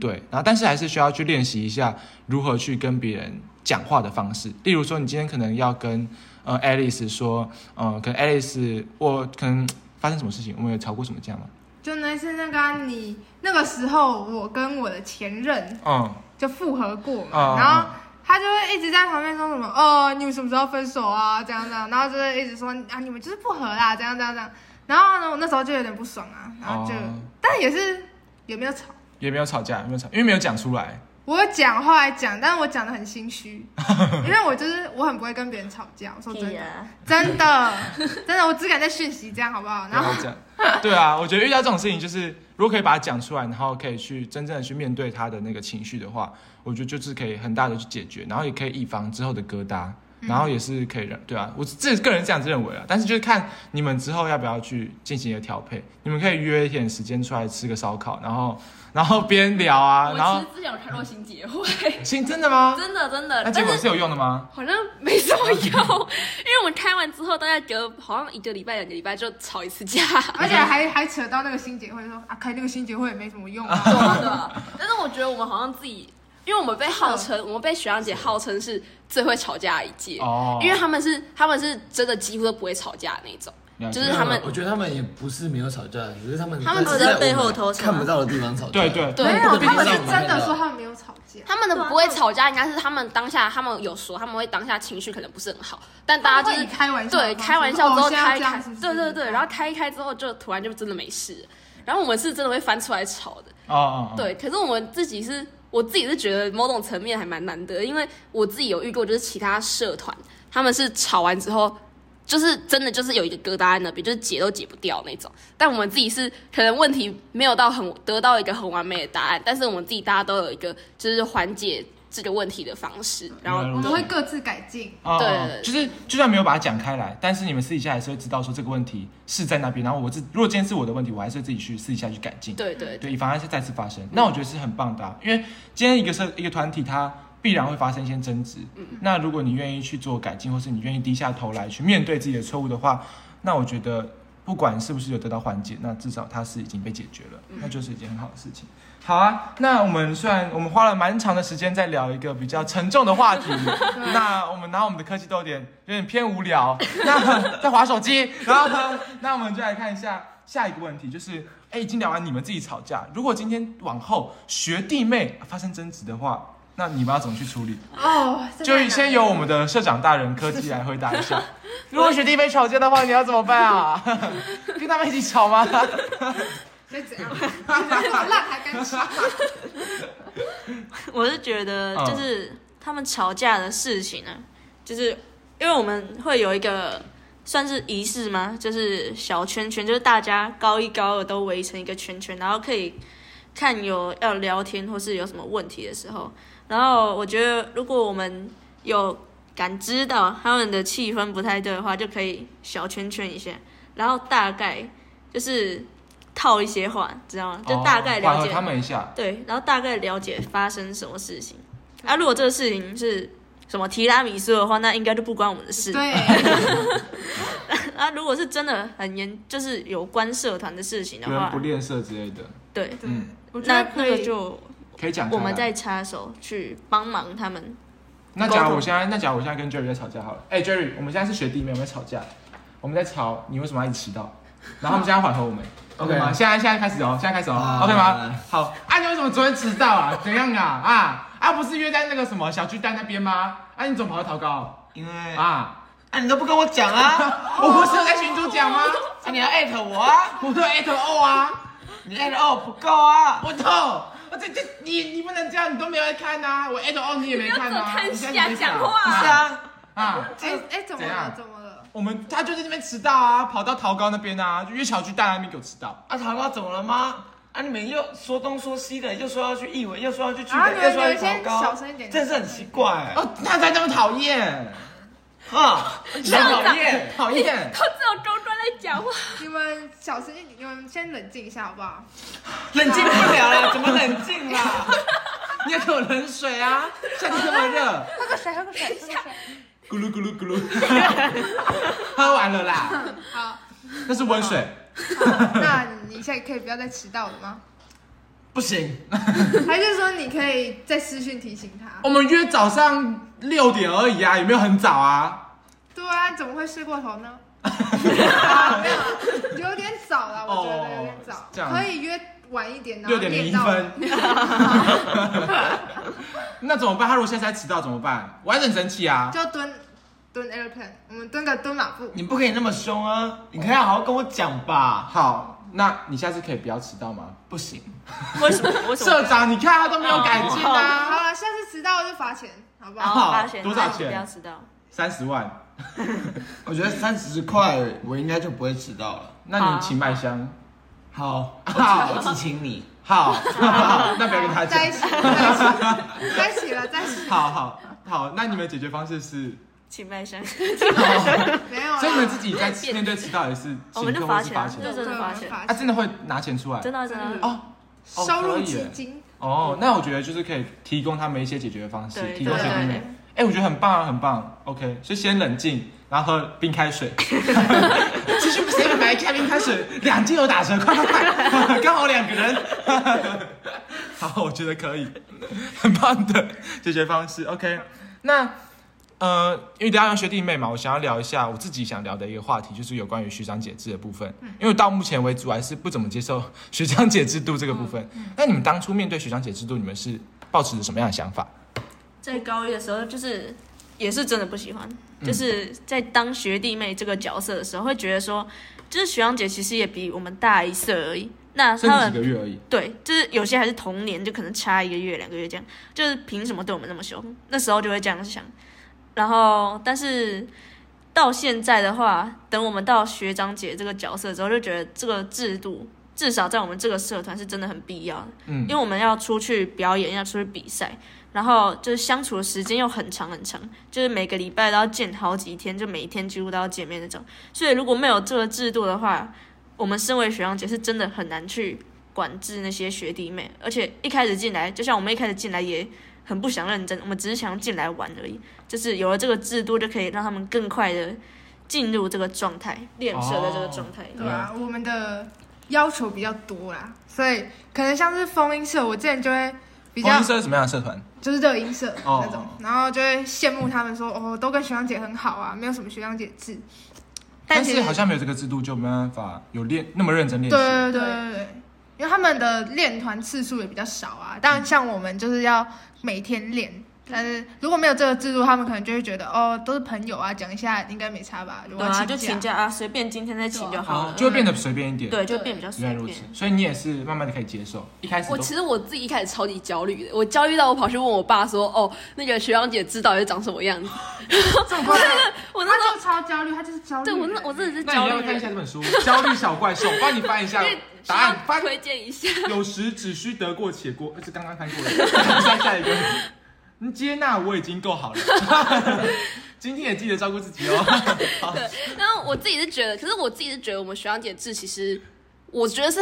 Speaker 2: 对，然后但是还是需要去练习一下如何去跟别人讲话的方式。例如说，你今天可能要跟呃 Alice 说，呃，可能 Alice 或可能发生什么事情，我们有吵过什么架吗？
Speaker 4: 就那次那个啊、你那个时候，我跟我的前任
Speaker 2: 嗯，
Speaker 4: 就复合过嘛，
Speaker 2: 嗯
Speaker 4: 然后他就会一直在旁边说什么哦，你们什么时候分手啊？这样这样，然后就会一直说啊，你们就是不合啦，这样这样这样。然后呢，我那时候就有点不爽啊，然后就，
Speaker 2: 哦
Speaker 4: 但也是也没有吵。
Speaker 2: 也没有吵架，也没有吵，因为没有讲出来。
Speaker 4: 我有讲，后来讲，但是我讲的很心虚， 因为我就是我很不会跟别人吵架。我
Speaker 2: 哦
Speaker 4: 说真
Speaker 7: 屁
Speaker 4: 的，
Speaker 7: 啊！
Speaker 4: 真的，真的，我只敢在讯息这样，好不好？
Speaker 2: 不
Speaker 4: 然后
Speaker 2: 要讲。 对啊，我觉得遇到这种事情，就是如果可以把它讲出来，然后可以去真正的去面对他的那个情绪的话，我觉得就是可以很大的去解决，然后也可以预防之后的疙瘩，然后也是可以让对啊，我自个人这样子认为啊。但是就是看你们之后要不要去进行一个调配，你们可以约一点时间出来吃个烧烤，然后然后边聊啊，然后
Speaker 6: 我其实之前有看过新结婚，
Speaker 2: 亲真的吗？
Speaker 6: 真的真的，
Speaker 2: 那
Speaker 6: 但
Speaker 2: 结果
Speaker 6: 是
Speaker 2: 是有用的吗？
Speaker 6: 好像没什么用，因 为我们开完之后，大概隔好像一个礼拜、两个礼拜就吵一次架，
Speaker 4: 而且还还扯到那个新结会说啊，开那个新结会也没什么 用啊。
Speaker 6: 对吧？但是我觉得我们好像自己，因为我们被号称，
Speaker 4: 嗯
Speaker 6: 我们被学长姐号称是最会吵架的一届，
Speaker 2: 哦，
Speaker 6: 因为他们是他们是真的几乎都不会吵架的那种，
Speaker 2: 了解
Speaker 6: 就是他们
Speaker 5: 我觉得他们也不是没有吵架，只是他们
Speaker 6: 他们只是
Speaker 7: 在背后偷笑
Speaker 5: 看不到的地方吵架。
Speaker 2: 对对
Speaker 6: 对
Speaker 4: 没有，啊他们是
Speaker 5: 不
Speaker 4: 真的说他们没有吵架。
Speaker 6: 他们的不会吵架，应该是他们当下，他们有说他们会当下情绪可能不是很好，但大家就
Speaker 4: 他
Speaker 6: 是
Speaker 4: 们会以开玩笑的方式
Speaker 6: 对开玩笑之
Speaker 4: 哦
Speaker 6: 后
Speaker 4: 现在
Speaker 6: 开
Speaker 4: 要
Speaker 6: 一
Speaker 4: 这样
Speaker 6: 开
Speaker 4: 是不，是
Speaker 6: 对对对，然后开一开之后就突然就真的没事了，然后我们是真的会翻出来吵的，
Speaker 2: 哦哦，哦，
Speaker 6: 对，可是我们自己是，我自己是觉得某种层面还蛮难得，因为我自己有遇过，就是其他社团他们是吵完之后，就是真的就是有一个疙瘩在那边，就是解都解不掉那种。但我们自己是可能问题没有到很得到一个很完美的答案，但是我们自己大家都有一个就是缓解这个问题的方式，然后
Speaker 2: 原来如
Speaker 4: 我们会各自改进。
Speaker 2: 哦
Speaker 6: 对
Speaker 2: 哦就是就算没有把它讲开来，但是你们私底下还是会知道说这个问题是在那边。然后我自如果今天是我的问题，我还是会自己去私底下去改进，
Speaker 6: 对对对，
Speaker 2: 以防它是再次发生。那我觉得是很棒的啊、因为今天一个社一个团体它。必然会发生一些争执，
Speaker 6: 嗯
Speaker 2: 那如果你愿意去做改进，或是你愿意低下头来去面对自己的错误的话，那我觉得不管是不是有得到缓解，那至少它是已经被解决了，
Speaker 6: 嗯
Speaker 2: 那就是一件很好的事情。好啊，那我们虽然我们花了蛮长的时间在聊一个比较沉重的话题，那我们拿我们的科技都有点有点偏无聊， 那在划手机，然后呢那我们就来看一下下一个问题，就是哎，已经聊完你们自己吵架，如果今天往后学弟妹发生争执的话，那你们要怎么去处理？
Speaker 6: 嗯
Speaker 4: 哦，这
Speaker 2: 就
Speaker 4: 太难
Speaker 2: 先由 我们的社长大人科技来回答一 下。如果学弟妹吵架的话，你要怎么办啊？ 跟他们一起吵吗？
Speaker 4: 所以怎样？烂还敢吃？
Speaker 7: 我是觉得
Speaker 2: 嗯
Speaker 7: 就是他们吵架的事情呢、就是因为我们会有一个算是仪式吗？就是小圈圈，就是大家高一高二都围成一个圈圈，然后可以看有要聊天或是有什么问题的时候，然后我觉得如果我们有感知到他们的气氛不太对的话，就可以小圈圈一下，然后大概就是套一些话，知道 吗？就大概
Speaker 2: 哦缓
Speaker 7: 了
Speaker 2: 和
Speaker 7: 解、
Speaker 2: 他们一下。
Speaker 7: 对，然后大概了解发生什么事情。啊，如果这个事情是什么提拉米苏的话，那应该就不关我们的事。
Speaker 4: 对，
Speaker 7: 啊，如果是真的很严，就是有关社团的事情的
Speaker 2: 不人
Speaker 7: 话
Speaker 2: 不，练社之类的，
Speaker 7: 对，
Speaker 2: 嗯，
Speaker 4: 我觉
Speaker 7: 那
Speaker 4: 得可
Speaker 7: 那个
Speaker 4: 以。
Speaker 7: 就
Speaker 2: 可以讲开
Speaker 7: 我
Speaker 2: 来。
Speaker 7: 们再插手去帮忙他们。
Speaker 2: 那假如我现在，那假如我现在跟 Jerry 在吵架好了，哎、j e r r y 我们现在是学弟妹，我们在吵架，我们在吵你为什么要一直迟到，然后他们现在缓和我 们
Speaker 5: OK
Speaker 2: ，OK 吗？现在现在开始哦，现在开始哦、
Speaker 5: 啊
Speaker 2: o k 吗？好，啊，你为什么昨天迟到啊？怎样啊？啊啊，不是约在那个什么小巨蛋那边吗？啊，你怎么跑到桃高
Speaker 5: 因为啊，
Speaker 2: 啊？
Speaker 5: 你都不跟我讲啊，
Speaker 2: 我不是有在群主讲吗？
Speaker 5: 啊，你要艾特我啊，
Speaker 2: 我都 at O 啊，
Speaker 5: 你艾特我不够啊，
Speaker 2: 我操！我这这你你不能这样，你都没有在看呐、我 at O 你也没看呐、啊，
Speaker 6: 你
Speaker 2: 你
Speaker 6: 要怎
Speaker 2: 现在
Speaker 6: 么看下
Speaker 2: 没看
Speaker 6: 讲话
Speaker 5: 是啊，
Speaker 2: 啊？
Speaker 4: 哎哎，怎么
Speaker 2: 怎
Speaker 4: 了
Speaker 2: 样？
Speaker 4: 怎么了？
Speaker 2: 我们他就在那边迟到啊，跑到桃高那边啊，就约小区大那边给我迟到。
Speaker 5: 啊，桃花怎么了吗？啊，你们又说东说西的，又说要去义文，又说要去去
Speaker 4: 啊
Speaker 5: 的，
Speaker 4: 你们
Speaker 5: 又说要去
Speaker 4: 有一些
Speaker 5: 桃高
Speaker 4: 小声一点，
Speaker 5: 真是很奇怪欸
Speaker 2: 哦，他才那么讨厌，
Speaker 5: 啊，
Speaker 2: 讨厌，讨 厌。
Speaker 6: 他只有周专在讲话，
Speaker 4: 你们小声一点，你们先冷静一下好不好？
Speaker 5: 冷静不了了，怎么冷静啦？
Speaker 2: 你要给我冷水啊，夏天这么热，
Speaker 4: 喝个水，喝个水，喝个水。
Speaker 2: 咕噜咕噜咕噜，喝完了啦，
Speaker 4: 好，
Speaker 2: 那是温水。
Speaker 4: 那你现在可以不要再迟到了吗？
Speaker 5: 不行，
Speaker 4: 还是说你可以再私讯提醒他
Speaker 2: 我？们约早上六点而已啊，有没有很早啊？
Speaker 4: 对啊，怎么会睡过头 呢？啊没有，有点早了，我觉得有点
Speaker 2: 哦
Speaker 4: 早
Speaker 2: 这，样
Speaker 4: 可以约晚一点，然后
Speaker 2: 六点零一
Speaker 4: 练到
Speaker 2: 分。那怎么办？他如果现在才迟到怎么办？我还是很生气啊。
Speaker 4: 就蹲蹲 airplane，我们蹲个蹲马步。
Speaker 5: 你不可以那么凶啊，你可以好好跟我讲吧。
Speaker 2: 好，那你下次可以不要迟到吗？
Speaker 5: 不行，
Speaker 7: 为什么？为什
Speaker 2: 社
Speaker 7: 么？
Speaker 2: 长，你看他都没有改进
Speaker 4: 好
Speaker 2: 啊。
Speaker 4: 了，下次迟到就罚钱，好不
Speaker 7: 然
Speaker 4: 好？
Speaker 7: 后
Speaker 2: 哦
Speaker 7: 发现
Speaker 2: 多少钱
Speaker 7: 不要迟到。
Speaker 2: 三十万，
Speaker 5: 我觉得三十块我应该就不会迟到了。
Speaker 2: 那你请麦香。
Speaker 5: 好，
Speaker 2: 好
Speaker 5: 我只请你。
Speaker 2: 好，那不要跟他讲
Speaker 4: 在。一起，在一起，在一起了，在一起。
Speaker 2: 好好好，那你们解决方式是，
Speaker 7: 请麦香，
Speaker 4: 没有 了，
Speaker 2: 所以你们自己在面对迟到也是
Speaker 7: 我
Speaker 2: 请
Speaker 7: 们
Speaker 2: 客
Speaker 7: 就
Speaker 2: 或
Speaker 7: 罚
Speaker 2: 是
Speaker 7: 钱
Speaker 2: 罚
Speaker 7: 啊，
Speaker 2: 钱，
Speaker 7: 就
Speaker 4: 对
Speaker 7: 真的
Speaker 4: 我
Speaker 7: 罚
Speaker 4: 们
Speaker 7: 钱，
Speaker 4: 罚
Speaker 2: 啊，真的会拿钱出来，
Speaker 7: 真的真的。
Speaker 2: 哦哦
Speaker 4: 收
Speaker 2: 可
Speaker 4: 入
Speaker 2: 以
Speaker 4: 基
Speaker 2: 耶
Speaker 4: 金，
Speaker 2: 哦。那我觉得就是可以提供他们一些解决方式，
Speaker 7: 对
Speaker 2: 提供
Speaker 4: 对
Speaker 2: 小弟
Speaker 4: 对
Speaker 2: 妹。哎，我觉得很棒啊，很棒。OK，所以先冷静，然后喝冰开水。 其实谁买一开冰开水，两斤有打折，快快快， 刚好两个人。好，我觉得可以，很棒的解决方式。OK，那呃，因为大家要学弟妹嘛，我想要聊一下我自己想聊的一个话题，就是有关于学长姐制的部分。因为到目前为止，我还是不怎么接受学长姐制度这个部分。那你们当初面对学长姐制度，你们是抱持着什么样的想法？
Speaker 7: 在高一的时候，就是也是真的不喜欢，就是在当学弟妹这个角色的时候，会觉得说，就是学长姐其实也比我们大一岁而已。那
Speaker 2: 甚
Speaker 7: 他
Speaker 2: 至几
Speaker 7: 们
Speaker 2: 个月而已。
Speaker 7: 对，就是有些还是同年，就可能差一个月、两个月这样，就是凭什么对我们那么凶？那时候就会这样想。然后，但是到现在的话，等我们到学长姐这个角色之后，就觉得这个制度至少在我们这个社团是真的很必要的。
Speaker 2: 嗯
Speaker 7: 因为我们要出去表演，要出去比赛，然后就是相处的时间又很长很长，就是每个礼拜都要见好几天，就每一天几乎都要见面那种。所以如果没有这个制度的话，我们身为学长姐是真的很难去管制那些学弟妹，而且一开始进来，就像我们一开始进来也很不想认真，我们只是想要进来玩而已。就是有了这个制度，就可以让他们更快的进入这个状态，练社的这个状
Speaker 2: 哦
Speaker 7: 态。
Speaker 4: 对啊，我们的要求比较多啦，所以可能像是风音社，我之前就会比较
Speaker 2: 公司哦社是什么样的社团？
Speaker 4: 就是热音社
Speaker 2: 哦
Speaker 4: 那种，然后就会羡慕他们说哦，都跟学长姐很好啊，没有什么学长姐制。
Speaker 2: 但
Speaker 4: 其
Speaker 2: 是
Speaker 4: 实
Speaker 2: 好像没有这个制度，就没办法有练那么认真练
Speaker 4: 对
Speaker 2: 习。
Speaker 4: 对对对对，因为他们的练团次数也比较少啊，当然像我们就是要每天练。但是如果没有这个制度，他们可能就会觉得哦，都是朋友啊，讲一下应该没差吧？如
Speaker 7: 对
Speaker 4: 果
Speaker 7: 啊，
Speaker 4: 请
Speaker 7: 就请假啊，随便今天再请就好
Speaker 2: 哦
Speaker 7: 了。
Speaker 2: 就会变得随便一点。，
Speaker 7: 对，就变比较随
Speaker 2: 原来如
Speaker 7: 便
Speaker 2: 此。。所以你也是慢慢的可以接受，一开始
Speaker 6: 我
Speaker 2: 都
Speaker 6: 其实我自己一开始超级焦虑的，我焦虑到我跑去问我爸说：“哦，那个学长姐知道底长什么样子
Speaker 4: 这么快乐，？”
Speaker 6: 我那时
Speaker 4: 他就超焦虑，他就是焦虑。
Speaker 6: 候，对我那我真的是
Speaker 2: 那你
Speaker 6: 焦
Speaker 2: 要不
Speaker 6: 虑
Speaker 2: 要看一
Speaker 6: 的。
Speaker 2: 下这本书《焦虑小怪兽》，我帮你翻一下答案。翻
Speaker 6: 推荐一下，
Speaker 2: 有时只需得过且过，呃这刚刚翻 过了，再下一个。你接纳我已经够好了， 今天也记得照顾自己哦。
Speaker 6: 然后我自己是觉得，可是我自己是觉得我们学长姐制其实，我觉得是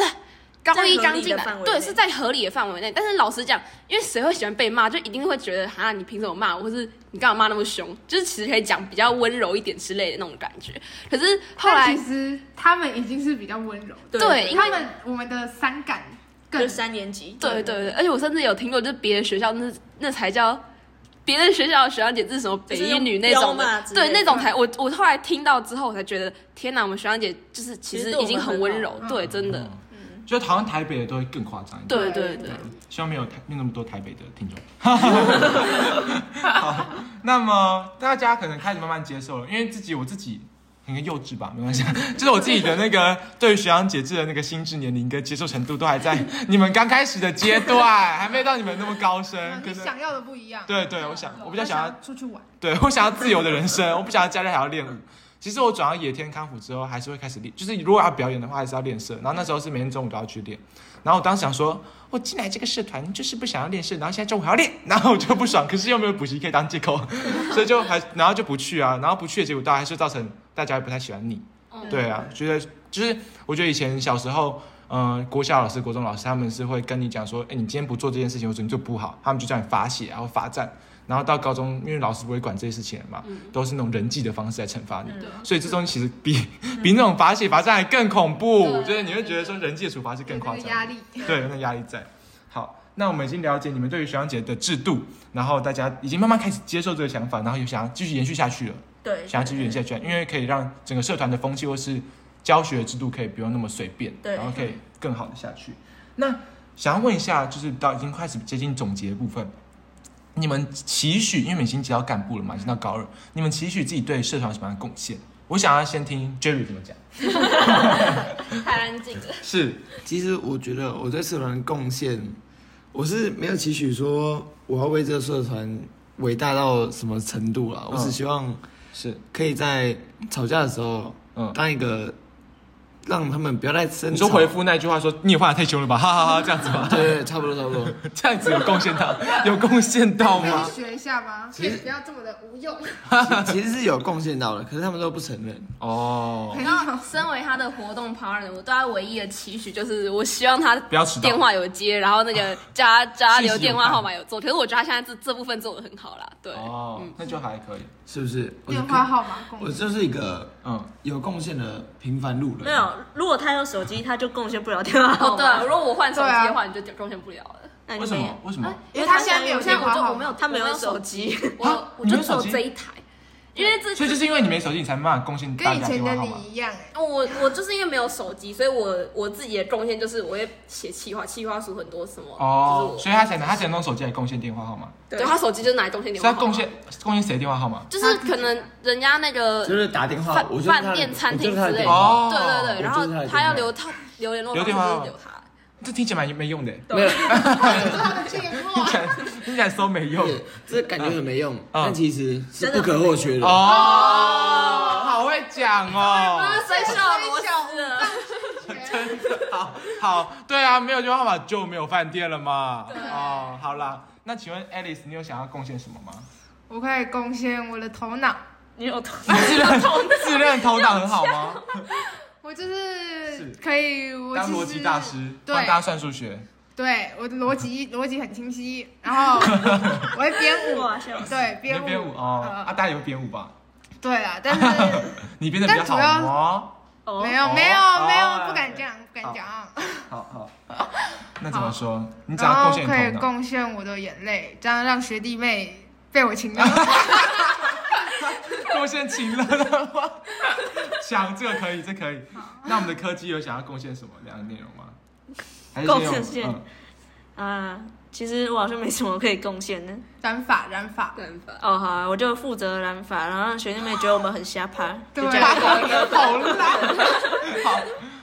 Speaker 6: 高
Speaker 7: 在
Speaker 6: 一
Speaker 7: 合
Speaker 6: 刚
Speaker 7: 理
Speaker 6: 进
Speaker 7: 的
Speaker 6: 来
Speaker 7: 范，围
Speaker 6: 对，
Speaker 7: 内
Speaker 6: 是在合理的范围内。但是老实讲，因为谁会喜欢被骂，就一定会觉得哈，你凭什么骂我，或是你干嘛骂那么凶？就是其实可以讲比较温柔一点之类的那种感觉。可是后
Speaker 4: 但
Speaker 6: 来
Speaker 4: 其实他们已经是比较温柔的，
Speaker 6: 对因为
Speaker 4: 他们我们的三感
Speaker 7: 就
Speaker 4: 更
Speaker 7: 三年级。
Speaker 6: 对对对，而且我甚至有听过，就是别的学校那那才叫别的学校的学长姐，是什么北
Speaker 7: 就是
Speaker 6: 一
Speaker 7: 用
Speaker 6: 女那种
Speaker 7: 彪骂
Speaker 6: 的，
Speaker 7: 之类
Speaker 6: 对
Speaker 7: 的
Speaker 6: 那种才我我后来听到之后，我才觉得天哪，我们学长姐就是其
Speaker 7: 其
Speaker 6: 实
Speaker 7: 实对
Speaker 6: 已经
Speaker 7: 我们
Speaker 6: 很
Speaker 7: 很
Speaker 6: 温
Speaker 7: 好
Speaker 6: 柔，对，真的，
Speaker 2: 嗯，就好像台北的都会更夸张一点。
Speaker 6: 对对对。
Speaker 2: 希望没有台没有那么多台北的听众。好，那么大家可能开始慢慢接受了，因为自己我自己很幼稚吧，没关系， 就是我自己的那个对于学长姐制的那个心智年龄跟接受程度都还在你们刚开始的阶段，还没到你们那么高深。可
Speaker 4: 你
Speaker 2: 是，
Speaker 4: 想要的不一样。
Speaker 2: 对对，我想我比较想要，
Speaker 4: 出去玩，
Speaker 2: 对我想要自由的人生，我不想要假日还要练舞。其实我转到野天康复之后，还是会开始练，就是如果要表演的话，还是要练社。然后那时候是每天中午都要去练。然后我当时想说，我进哎来这个社团就是不想要练社，然后现在中午还要练，然后我就不爽，可是又没有补习可以当借口，所以就还然后就不去啊。然后不去的结果，大还是造成大家也不太喜欢你。对啊，觉得就是我觉得以前小时候，嗯、国小老师、国中老师他们是会跟你讲说，哎，你今天不做这件事情，或者你做不好，他们就叫你罚写，然后罚站。然后到高中，因为老师不会管这些事情了嘛，都是那种人际的方式来惩罚你，所以这东西其实比比那种罚写罚站还更恐怖，就是你会觉得说人际的处罚是更
Speaker 4: 有
Speaker 2: 夸
Speaker 4: 这个
Speaker 2: 张的。
Speaker 4: 压力。
Speaker 2: 对，有那压力在。好，那我们已经了解你们对于学长姐的制度，然后大家已经慢慢开始接受这个想法，然后也想要继续延续下去了，
Speaker 7: 对，
Speaker 2: 想要继续延续下去，因为可以让整个社团的风气或是教学制度可以不用那么随便，
Speaker 7: 对
Speaker 2: 然后可以
Speaker 4: 嗯
Speaker 2: 更好的下去。那想要问一下，就是到已经开始接近总结的部分，你们期许，因为你们已经接到干部了嘛，已经到高二，你们期许自己对社团有什么样的贡献？我想要先听 Jerry 怎么讲，
Speaker 6: 太安静了。
Speaker 2: 是
Speaker 5: 其实我觉得我对社团的贡献，我是没有期许说我要为这个社团伟大到什么程度啊，我只希望
Speaker 2: 嗯是，
Speaker 5: 可以在吵架的时候
Speaker 2: 嗯，
Speaker 5: 当一个让他们不要再生
Speaker 2: 你
Speaker 5: 吵。
Speaker 2: 说回复那句话说你也换的太凶了吧，哈哈哈，这样子吗？
Speaker 5: 对对对，差不多差不多。
Speaker 2: 这样子有贡献到，有贡献到
Speaker 4: 可
Speaker 2: 吗
Speaker 4: 以？学一下吗？可以不要这么的无 用。
Speaker 5: 其其实是有贡献到的，可是他们都不承认。
Speaker 2: 哦，
Speaker 4: 没有
Speaker 6: 然后，身为他的活动 partner，我对他唯一的期许就是，我希望他
Speaker 2: 不要迟到
Speaker 6: 电话有接，然后那个叫他叫他留电话号码有做。可是我觉得他现在这这部分做的很好啦，对，
Speaker 2: 哦，那就还可以，
Speaker 5: 是不是？我就
Speaker 4: 电话号码共
Speaker 5: 我就是一个
Speaker 2: 嗯，
Speaker 5: 有贡献的平凡路人。
Speaker 7: 没有，如果他有手机，他就贡献不了电话
Speaker 6: 哦
Speaker 7: 号
Speaker 6: 对啊，
Speaker 7: 码
Speaker 6: 如。果我换手
Speaker 4: 对啊
Speaker 6: 机的话，你就贡献不了了。
Speaker 7: 那你
Speaker 2: 为什么？为什么？
Speaker 4: 因为他现在没有
Speaker 6: 我现
Speaker 4: 电
Speaker 6: 在我
Speaker 4: 话
Speaker 6: 就
Speaker 4: 号
Speaker 6: 我没
Speaker 4: 码，
Speaker 6: 有，
Speaker 7: 他没有
Speaker 6: 我
Speaker 7: 手机，
Speaker 6: 我我
Speaker 2: 啊你
Speaker 6: 就
Speaker 2: 没有
Speaker 6: 只有
Speaker 2: 手机
Speaker 6: 这一台，因为这
Speaker 2: 所以就是因为你没手机，你才没办法贡献大
Speaker 4: 跟以
Speaker 2: 家
Speaker 4: 前
Speaker 2: 电
Speaker 4: 的
Speaker 2: 话号码。
Speaker 4: 你一样。
Speaker 6: 我我就是因为没有手机，所以我我自己的贡献就是我会写企划，企划书很多什么，
Speaker 2: 哦，
Speaker 6: 就是
Speaker 2: 所以他才能他才能用手机来贡献电话号码，
Speaker 6: 我对他手机就是拿来贡献
Speaker 2: 所以
Speaker 6: 电话
Speaker 2: 他
Speaker 6: 号码，
Speaker 2: 贡献贡献谁电话号码？
Speaker 6: 就是可能人家那个
Speaker 5: 就是打电话，
Speaker 6: 饭
Speaker 5: 我就是他的
Speaker 6: 饭店、餐厅
Speaker 5: 我就是他
Speaker 6: 之
Speaker 5: 的
Speaker 6: 类的。
Speaker 5: 电话
Speaker 2: 哦
Speaker 6: 对对对，然后
Speaker 5: 我就是他的电话
Speaker 6: 他要留他留联络方式，就是留他。
Speaker 2: 这听起来蛮没 用的，
Speaker 5: 没有，
Speaker 4: 说欸他的电
Speaker 2: 听
Speaker 4: 话
Speaker 2: 起，来 听起来都没用
Speaker 5: 对这感觉很没
Speaker 2: 嗯
Speaker 5: 用，但其实是
Speaker 7: 真的
Speaker 5: 不可或缺
Speaker 4: 哦
Speaker 5: 的。
Speaker 2: 哦，好会讲 哦，
Speaker 6: 所以
Speaker 4: 我
Speaker 6: 笑螺丝了，
Speaker 2: 好好，对啊，没有电话号码就没有饭店了嘛。哦，好啦，那请问 Alice，你有想要贡献什么 吗？
Speaker 4: 我可以贡献我的头脑，
Speaker 7: 你有头
Speaker 2: 自认自认头脑很好吗？
Speaker 4: 我就是
Speaker 2: 是
Speaker 4: 可以，我
Speaker 2: 当
Speaker 4: 其
Speaker 2: 逻
Speaker 4: 实
Speaker 2: 辑大师，
Speaker 4: 对
Speaker 2: 帮大家算数学。
Speaker 4: 对我的逻辑逻辑很清晰，然后我会编 舞，
Speaker 7: 哇，笑死！
Speaker 4: 对
Speaker 2: 你会
Speaker 4: 编
Speaker 2: 编舞哦，
Speaker 4: 呃
Speaker 2: 啊，大家也会编舞吧？
Speaker 4: 对啦，但是
Speaker 2: 你编的比较好
Speaker 4: 但主
Speaker 2: 哦。
Speaker 7: 哦
Speaker 4: 没有
Speaker 2: 哦
Speaker 4: 没有没
Speaker 2: 哦
Speaker 4: 有，不敢讲不敢讲。
Speaker 2: 好好，那怎么说？你只
Speaker 4: 然
Speaker 6: 哦
Speaker 2: 要
Speaker 4: 后
Speaker 2: 贡献
Speaker 4: 可以
Speaker 2: 你头脑。
Speaker 4: 贡献我的眼泪，这样让学弟妹被 我情到。
Speaker 2: 贡献情乐的话，想这个可以，这可以。那我们的柯基有想要贡献什么样的内容吗？还是先用
Speaker 7: 贡献
Speaker 2: 嗯
Speaker 7: 啊，其实我好像没什么可以贡献的。
Speaker 4: 染发染发，
Speaker 6: 办法。
Speaker 7: 哦，好啊，我就负责染发，然后让学弟妹觉得我们很瞎趴，
Speaker 4: 对
Speaker 7: 就这样。
Speaker 4: 好烂，
Speaker 2: 好，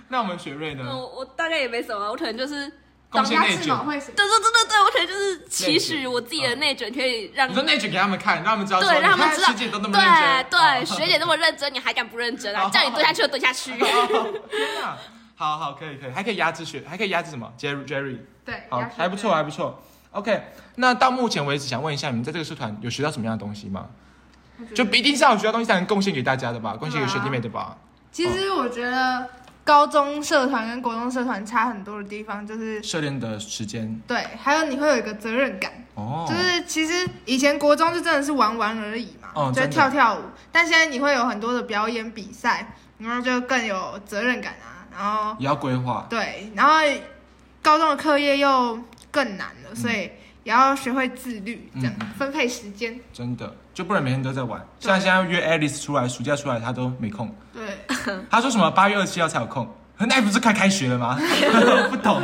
Speaker 2: 那我们雪瑞呢？
Speaker 6: 我我大概也没什么，我可能就是，
Speaker 2: 贡献内
Speaker 4: 吃
Speaker 2: 卷
Speaker 4: 脑。会死。
Speaker 6: 对对对对对，我可能就是期
Speaker 2: 内
Speaker 6: 许
Speaker 2: 卷
Speaker 6: 我自己的
Speaker 2: 嗯
Speaker 6: 内卷可以让
Speaker 2: 你说内卷给他们看，让他们知道说，
Speaker 6: 对，让他
Speaker 2: 你
Speaker 6: 们
Speaker 2: 看
Speaker 6: 知道，
Speaker 2: 学姐都那么认真。啊哦
Speaker 6: 对对，学姐那么认真，你还敢不认 真啊？叫你蹲下去就蹲下去。
Speaker 2: 天哪好好，可以可以，还可以压制雪，还可以压制什么？Jerry Jerry，
Speaker 4: 对，
Speaker 2: 好
Speaker 4: 要，学
Speaker 2: 还不错啊还不错。OK，那到目前为止，想问一下，你们在这个社团有学到什么样的东西吗？就一定是要有学到东西才能贡献给大家的吧，贡献给学弟妹的
Speaker 6: 啊
Speaker 2: 吧。
Speaker 4: 其
Speaker 2: 哦
Speaker 4: 实我觉得高中社团跟国中社团差很多的地方就是。
Speaker 2: 社练的时间
Speaker 4: 对，还有你会有一个责任感，
Speaker 2: 哦，
Speaker 4: 就是其实以前国中就真的是玩玩而已嘛，
Speaker 2: 哦
Speaker 4: 就
Speaker 2: 真的
Speaker 4: 跳跳舞，但现在你会有很多的表演比赛，然后就更有责任感啊，然后
Speaker 2: 也要规划。
Speaker 4: 对，然后高中的课业又更难了，所以也要学会自律，这样、
Speaker 2: 嗯嗯嗯
Speaker 4: 分配时间。
Speaker 2: 真的就不能每天都在玩。
Speaker 4: 对
Speaker 2: 虽然现在约 Alice 出来，暑假出来她都没空，
Speaker 4: 对，
Speaker 2: 她说什么八月二十七号才有空，那不是快开学了 吗？不懂。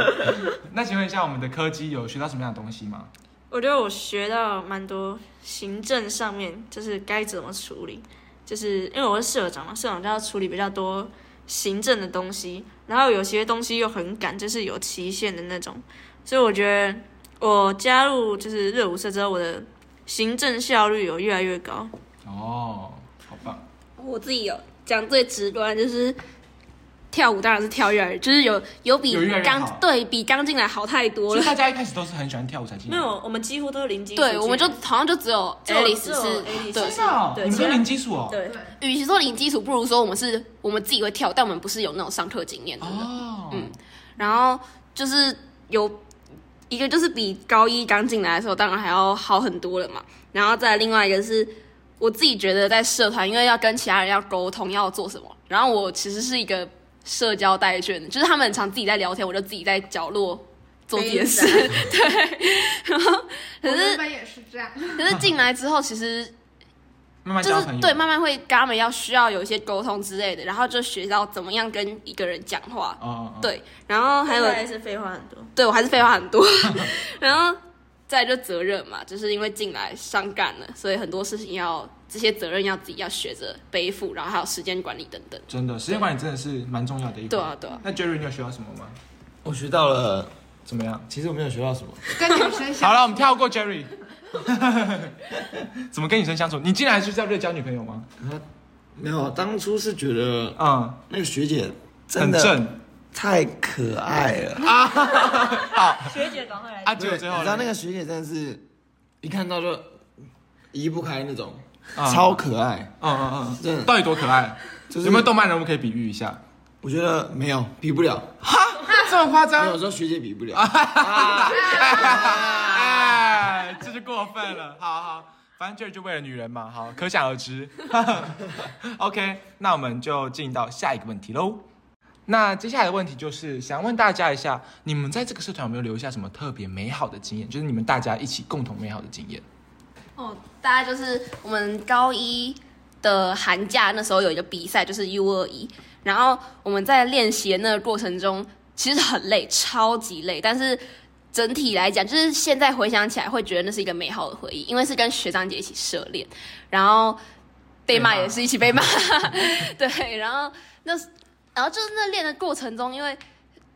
Speaker 2: 那请问一下，我们的柯基有学到什么样的东西吗？
Speaker 7: 我觉得我学到蛮多行政上面，就是该怎么处理，就是因为我是社长嘛，社长就要处理比较多行政的东西，然后有些东西又很赶，就是有期限的那种，所以我觉得我加入就是热舞社之后，我的行政效率有越来越高。
Speaker 2: 哦，好棒。
Speaker 6: 我自己有讲最直观就是。跳舞当然是跳越来，就是有有比
Speaker 2: 有越来越好
Speaker 6: 刚对比刚进来好太多
Speaker 2: 所
Speaker 6: 了
Speaker 2: 以。大家一开始都是很喜欢跳舞才进
Speaker 7: 没
Speaker 2: 来。
Speaker 7: 有，我们几乎都是零基础进来。
Speaker 6: 对，我们就好像就只有
Speaker 7: 只有
Speaker 6: Alice
Speaker 7: 只有
Speaker 6: 是
Speaker 7: Alice
Speaker 6: 对
Speaker 2: 真，的哦，
Speaker 7: 对
Speaker 2: 你们
Speaker 7: 其
Speaker 2: 是
Speaker 7: 他
Speaker 2: 零基础哦。
Speaker 7: 对，
Speaker 6: 与其说零基础，不如说我们是我们自己会跳，但我们不是有那种上课经验的人。
Speaker 2: 哦，
Speaker 6: 嗯然后就是有一个就是比高一刚进来的时候，当然还要好很多了嘛。然后再来另外一个是我自己觉得在社团，因为要跟其他人要沟通，要做什么。然后我其实是一个社交代卷的，就是他们很常自己在聊天，我就自己在角落做自己的事。 对，然后
Speaker 4: 我
Speaker 6: 可
Speaker 4: 原
Speaker 6: 是
Speaker 4: 本也是这样，
Speaker 6: 可是进来之后，其实
Speaker 2: 慢慢
Speaker 6: 就
Speaker 2: 交
Speaker 6: 是
Speaker 2: 朋友。
Speaker 6: 对，慢慢会跟他们要需要有一些沟通之类的，然后就学到怎么样跟一个人讲话。
Speaker 2: 哦，哦，
Speaker 6: 对，然后还
Speaker 7: 还
Speaker 6: 有
Speaker 7: 有还是废话很多。
Speaker 6: 对我还是废话很多，然后再来就责任嘛，就是因为进来伤感了，所以很多事情要这些责任要自己要学着背负，然后还有时间管理等等。
Speaker 2: 真的时间管理真的是蛮重要的一环。
Speaker 6: 对啊，对啊，
Speaker 2: 那 Jerry 你有学到什么吗？
Speaker 5: 我学到了，
Speaker 2: 怎么样？
Speaker 5: 其实我没有学到什么。
Speaker 4: 跟女生相
Speaker 2: 好了，我们跳过 Jerry。怎么跟女生相处？你进来就是要为了交女朋友吗？
Speaker 5: 没有，当初是觉得
Speaker 2: 嗯，
Speaker 5: 那个学姐真
Speaker 2: 很
Speaker 5: 的
Speaker 2: 正啊
Speaker 5: 太可爱了。
Speaker 7: 学姐赶快来
Speaker 2: 啊，结果最后
Speaker 5: 你
Speaker 2: 呢
Speaker 5: 知道那个学姐真的是，一看到就移不开那种，
Speaker 2: 嗯
Speaker 5: 超可爱。
Speaker 2: 嗯嗯
Speaker 5: 真
Speaker 2: 嗯，
Speaker 5: 的
Speaker 2: 到底多可爱？
Speaker 5: 就是
Speaker 2: 有没有动漫人物可以比喻一下？
Speaker 5: 我觉得没有比不了，
Speaker 2: 这么夸
Speaker 5: 没
Speaker 2: 张啊
Speaker 5: 有？说学姐比不了。
Speaker 2: 哎，这就过分了。好好，反正 Jerry 就为了女人嘛，好，可想而知。OK，那我们就进到下一个问题喽。那接下来的问题就是想问大家一下，你们在这个社团有没有留下什么特别美好的经验？就是你们大家一起共同美好的经验。
Speaker 6: 哦，大概就是我们高一的寒假那时候有一个比赛，就是 U 二一，然后我们在练习的那个过程中，其实很累，超级累，但是。整体来讲，就是现在回想起来，会觉得那是一个美好的回忆，因为是跟学长姐一起涉猎，然后被骂
Speaker 2: 被骂
Speaker 6: 也是一起被骂， 对，然后那然后就是那练的过程中，因为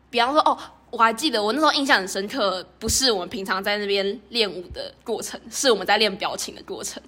Speaker 6: 比方说哦，我还记得我那时候印象很深刻，不是我们平常在那边练舞的过程，是我们在练表情的过程。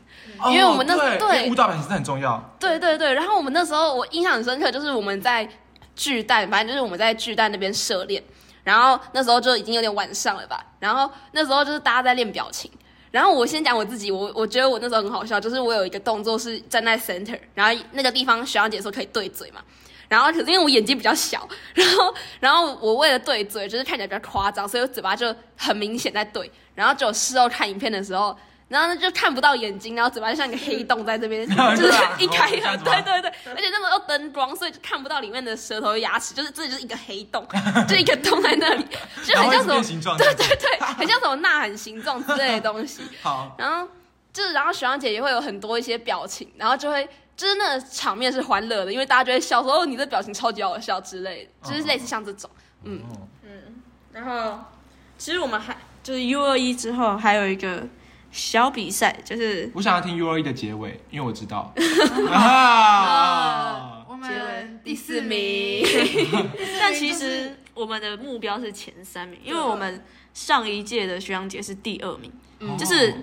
Speaker 6: 因为我们那
Speaker 2: 哦
Speaker 6: 对
Speaker 2: 因为舞蹈本身很重要。
Speaker 6: 对对对，然后我们那时候我印象很深刻，就是我们在巨蛋，反正就是我们在巨蛋那边涉练，然后那时候就已经有点晚上了吧，然后那时候就是大家在练表情，然后我先讲我自己，我我觉得我那时候很好笑，就是我有一个动作是站在 center，然后那个地方学长姐说可以对嘴嘛，然后可是因为我眼睛比较小， 然后然后我为了对嘴，就是看起来比较夸张，所以我嘴巴就很明显在对，然后只有事后看影片的时候。然后呢，就看不到眼睛，然后嘴巴就像一个黑洞在 这边，就是一开
Speaker 2: 对啊
Speaker 6: 合，对对对，而且那时候又灯光，所以就看不到里面的舌头、牙齿，就是这就是一个黑洞， 就一个洞 在那里，就
Speaker 2: 然
Speaker 6: 很
Speaker 2: 后一
Speaker 6: 像
Speaker 2: 直
Speaker 6: 什么
Speaker 2: 变形状这
Speaker 6: 对
Speaker 2: 样子
Speaker 6: 对对，很像什么呐喊形状之类的 东西。
Speaker 2: 好，
Speaker 6: 然后就是，然后学长姐也会有很多一些表情，然后就会就是那个场面是欢乐的，因为大家就会笑说哦，你的表情超级好笑之类的，就是类似像这种。嗯，
Speaker 2: 哦
Speaker 7: 嗯，然后其实我们还就是 U 二一之后还有一个小比赛，就是
Speaker 2: 我想要听 U 二一的结尾，因为我知 道。
Speaker 6: 啊
Speaker 2: 啊，
Speaker 4: 我
Speaker 6: 结尾
Speaker 4: 们
Speaker 6: 第
Speaker 4: 四
Speaker 6: 四
Speaker 4: 名
Speaker 6: 名，
Speaker 7: 但其实我们的目标是前三名，因为我们上一届的学长姐是第二名，
Speaker 6: 嗯
Speaker 7: 就是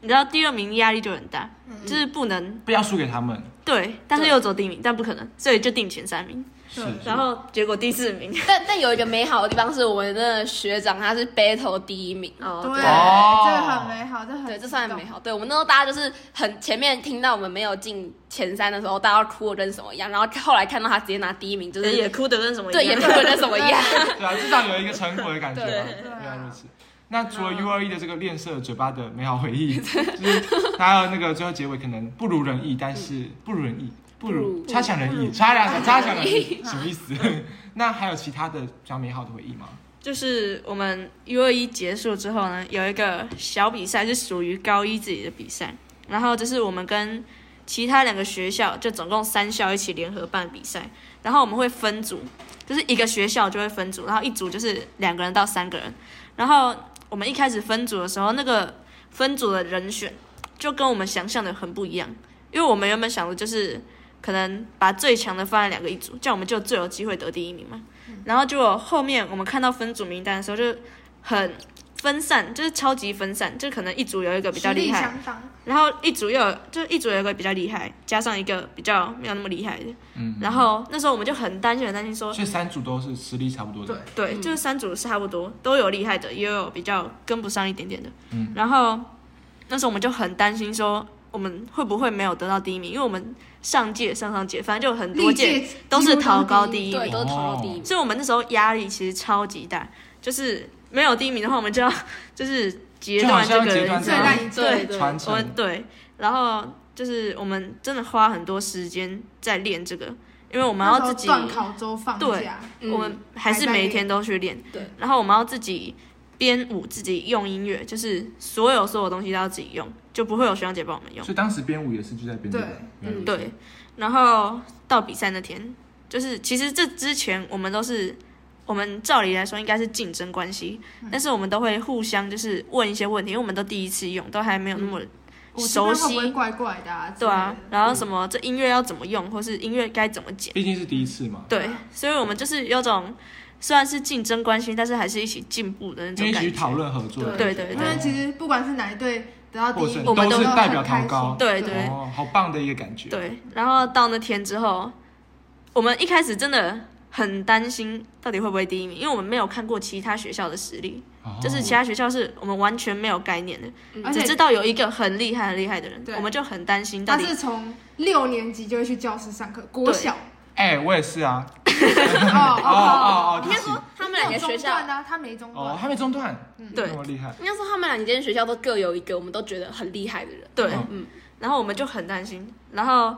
Speaker 7: 你知道第二名压力就很大，就是不能
Speaker 2: 不要输给他们。
Speaker 7: 对，但是又走第一名，但不可能，所以就定前三名，
Speaker 2: 是，
Speaker 7: 然后结果第四名，
Speaker 6: 但但有一个美好的地方是，我们的学长他是 battle 第一名。
Speaker 7: 哦
Speaker 4: 对，这
Speaker 2: 哦
Speaker 4: 个很美好，这很
Speaker 6: 对，这算美
Speaker 4: 好。
Speaker 6: 好。对我们那时候大家就是很前面听到我们没有进前三的时候，大家哭的跟什么一样，然后后来看到他直接拿第一名，就是
Speaker 7: 也哭得跟什么一
Speaker 6: 对也
Speaker 7: 样
Speaker 6: 哭。的跟什么一样。
Speaker 2: 对啊，至少有一个成果的感觉嘛。
Speaker 6: 对
Speaker 2: 原来如此。那除了 U 二一的这个恋色嘴巴的美好回忆，就是还有那个最后结尾可能不如人意，但是不如人意，不如差强人意，差两个差强人意，什么意思？ 那还有其他的比较美好的回忆吗？
Speaker 7: 就是我们 U 二一结束之后呢，有一个小比赛是属于高一自己的比赛，然后这是我们跟其他两个学校，就总共三校一起联合办比赛，然后我们会分组，就是一个学校就会分组，然后一组就是两个人到三个人，然后我们一开始分组的时候，那个分组的人选就跟我们想象的很不一样，因为我们原本想的就是可能把最强的放在两个一组，这样我们就最有机会得第一名嘛。
Speaker 4: 嗯
Speaker 7: 然后结果后面我们看到分组名单的时候，就很分散，就是超级分散，就可能一组有一个比较
Speaker 4: 实力
Speaker 7: 厉害，
Speaker 4: 相当，
Speaker 7: 然后一组又有，就一组有一个比较厉害，加上一个比较没有那么厉害的。
Speaker 2: 嗯，
Speaker 7: 然后那时候我们就很担心，很担心说，
Speaker 2: 所以三组都是实力差不多的。
Speaker 7: 对，就是三组差不多，都有厉害的，也有比较跟不上一点点的。
Speaker 2: 嗯
Speaker 7: 然后那时候我们就很担心说，我们会不会没有得到第一名？因为我们上届、上上届，反正就很多
Speaker 4: 历
Speaker 7: 届
Speaker 4: 届
Speaker 7: 都是
Speaker 4: 几乎
Speaker 7: 逃高
Speaker 4: 第
Speaker 7: 第一名哦
Speaker 6: 对，，都是投到第一名。
Speaker 7: 所以我们那时候压力其实超级大，就是没有第一名的话，我们就要就是截
Speaker 2: 就好
Speaker 7: 断这
Speaker 2: 像
Speaker 7: 个
Speaker 2: 截断
Speaker 7: 人
Speaker 2: 这
Speaker 4: 最
Speaker 2: 个
Speaker 7: 生。
Speaker 4: 烂一
Speaker 7: 嗯对
Speaker 4: 届，
Speaker 6: 对
Speaker 2: 传
Speaker 7: 我
Speaker 4: 嗯
Speaker 7: 们
Speaker 2: 承
Speaker 7: 对，然后就是我们真的花很多时间在练这个，因为我们要自己，
Speaker 4: 那时候断考周放
Speaker 7: 对
Speaker 4: 假，
Speaker 6: 嗯
Speaker 7: 我们还是每一天都去练。
Speaker 6: 对，
Speaker 7: 然后我们要自己编舞，自己用音乐，就是所有所有东西都要自己用，就不会有学长姐帮我们用
Speaker 2: 所。以当时编舞也是就在编这个
Speaker 4: 对。
Speaker 6: 嗯
Speaker 2: 原来如此，
Speaker 7: 嗯对，然后到比赛那天，就是其实这之前我们都是，我们照理来说应该是竞争关系，
Speaker 4: 嗯
Speaker 7: 但是我们都会互相就是问一些问题，因为我们都第一次用，都还没有那
Speaker 4: 嗯
Speaker 7: 么
Speaker 4: 我
Speaker 7: 熟
Speaker 4: 这边会不会
Speaker 7: 悉。
Speaker 4: 怪怪的啊？
Speaker 7: 对啊
Speaker 4: 之类，的
Speaker 7: 然后什么这音乐要怎么用，或是音乐该怎么剪，
Speaker 2: 毕竟是第一次嘛。
Speaker 7: 对，
Speaker 4: 嗯
Speaker 7: 所以我们就是有种虽然是竞争关系，但是还是一起进步的那
Speaker 2: 因为一
Speaker 7: 种
Speaker 2: 起
Speaker 7: 感
Speaker 2: 去讨
Speaker 7: 觉。
Speaker 2: 论合作。
Speaker 7: 对对
Speaker 4: 因为其实不管是哪一队得到第一名，
Speaker 2: 我
Speaker 7: 们都
Speaker 4: 都
Speaker 7: 是
Speaker 2: 代表
Speaker 4: 很
Speaker 2: 考
Speaker 4: 开
Speaker 2: 高
Speaker 4: 心
Speaker 7: 对对
Speaker 2: 哦，好棒的一个感觉。，
Speaker 7: 对，然后到那天之后，我们一开始真的很担心到底会不会第一名，因为我们没有看过其他学校的实力，
Speaker 2: 哦
Speaker 7: 就是其他学校是我们完全没有概念的，
Speaker 4: 哦而
Speaker 7: 只
Speaker 4: 且
Speaker 7: 知道有一个很厉害很厉害的人
Speaker 4: 对，
Speaker 7: 我们就很担心到
Speaker 4: 他
Speaker 7: 底
Speaker 4: 是从六年级就会去教室上课，国小
Speaker 2: 哎、我也是啊。
Speaker 4: 哦
Speaker 2: 哦
Speaker 4: 哦
Speaker 2: 哦哦，应该说
Speaker 6: 他们两个
Speaker 4: 没
Speaker 6: 学校
Speaker 4: 有中断啊，他没中
Speaker 2: 哦，
Speaker 4: 断，
Speaker 2: 还没中断，
Speaker 7: 对
Speaker 2: 那么厉害。
Speaker 6: 应该说他们两间学校都各有一个我们都觉得很厉害的人。
Speaker 7: 对，
Speaker 6: 嗯
Speaker 7: 然后我们就很担心，然后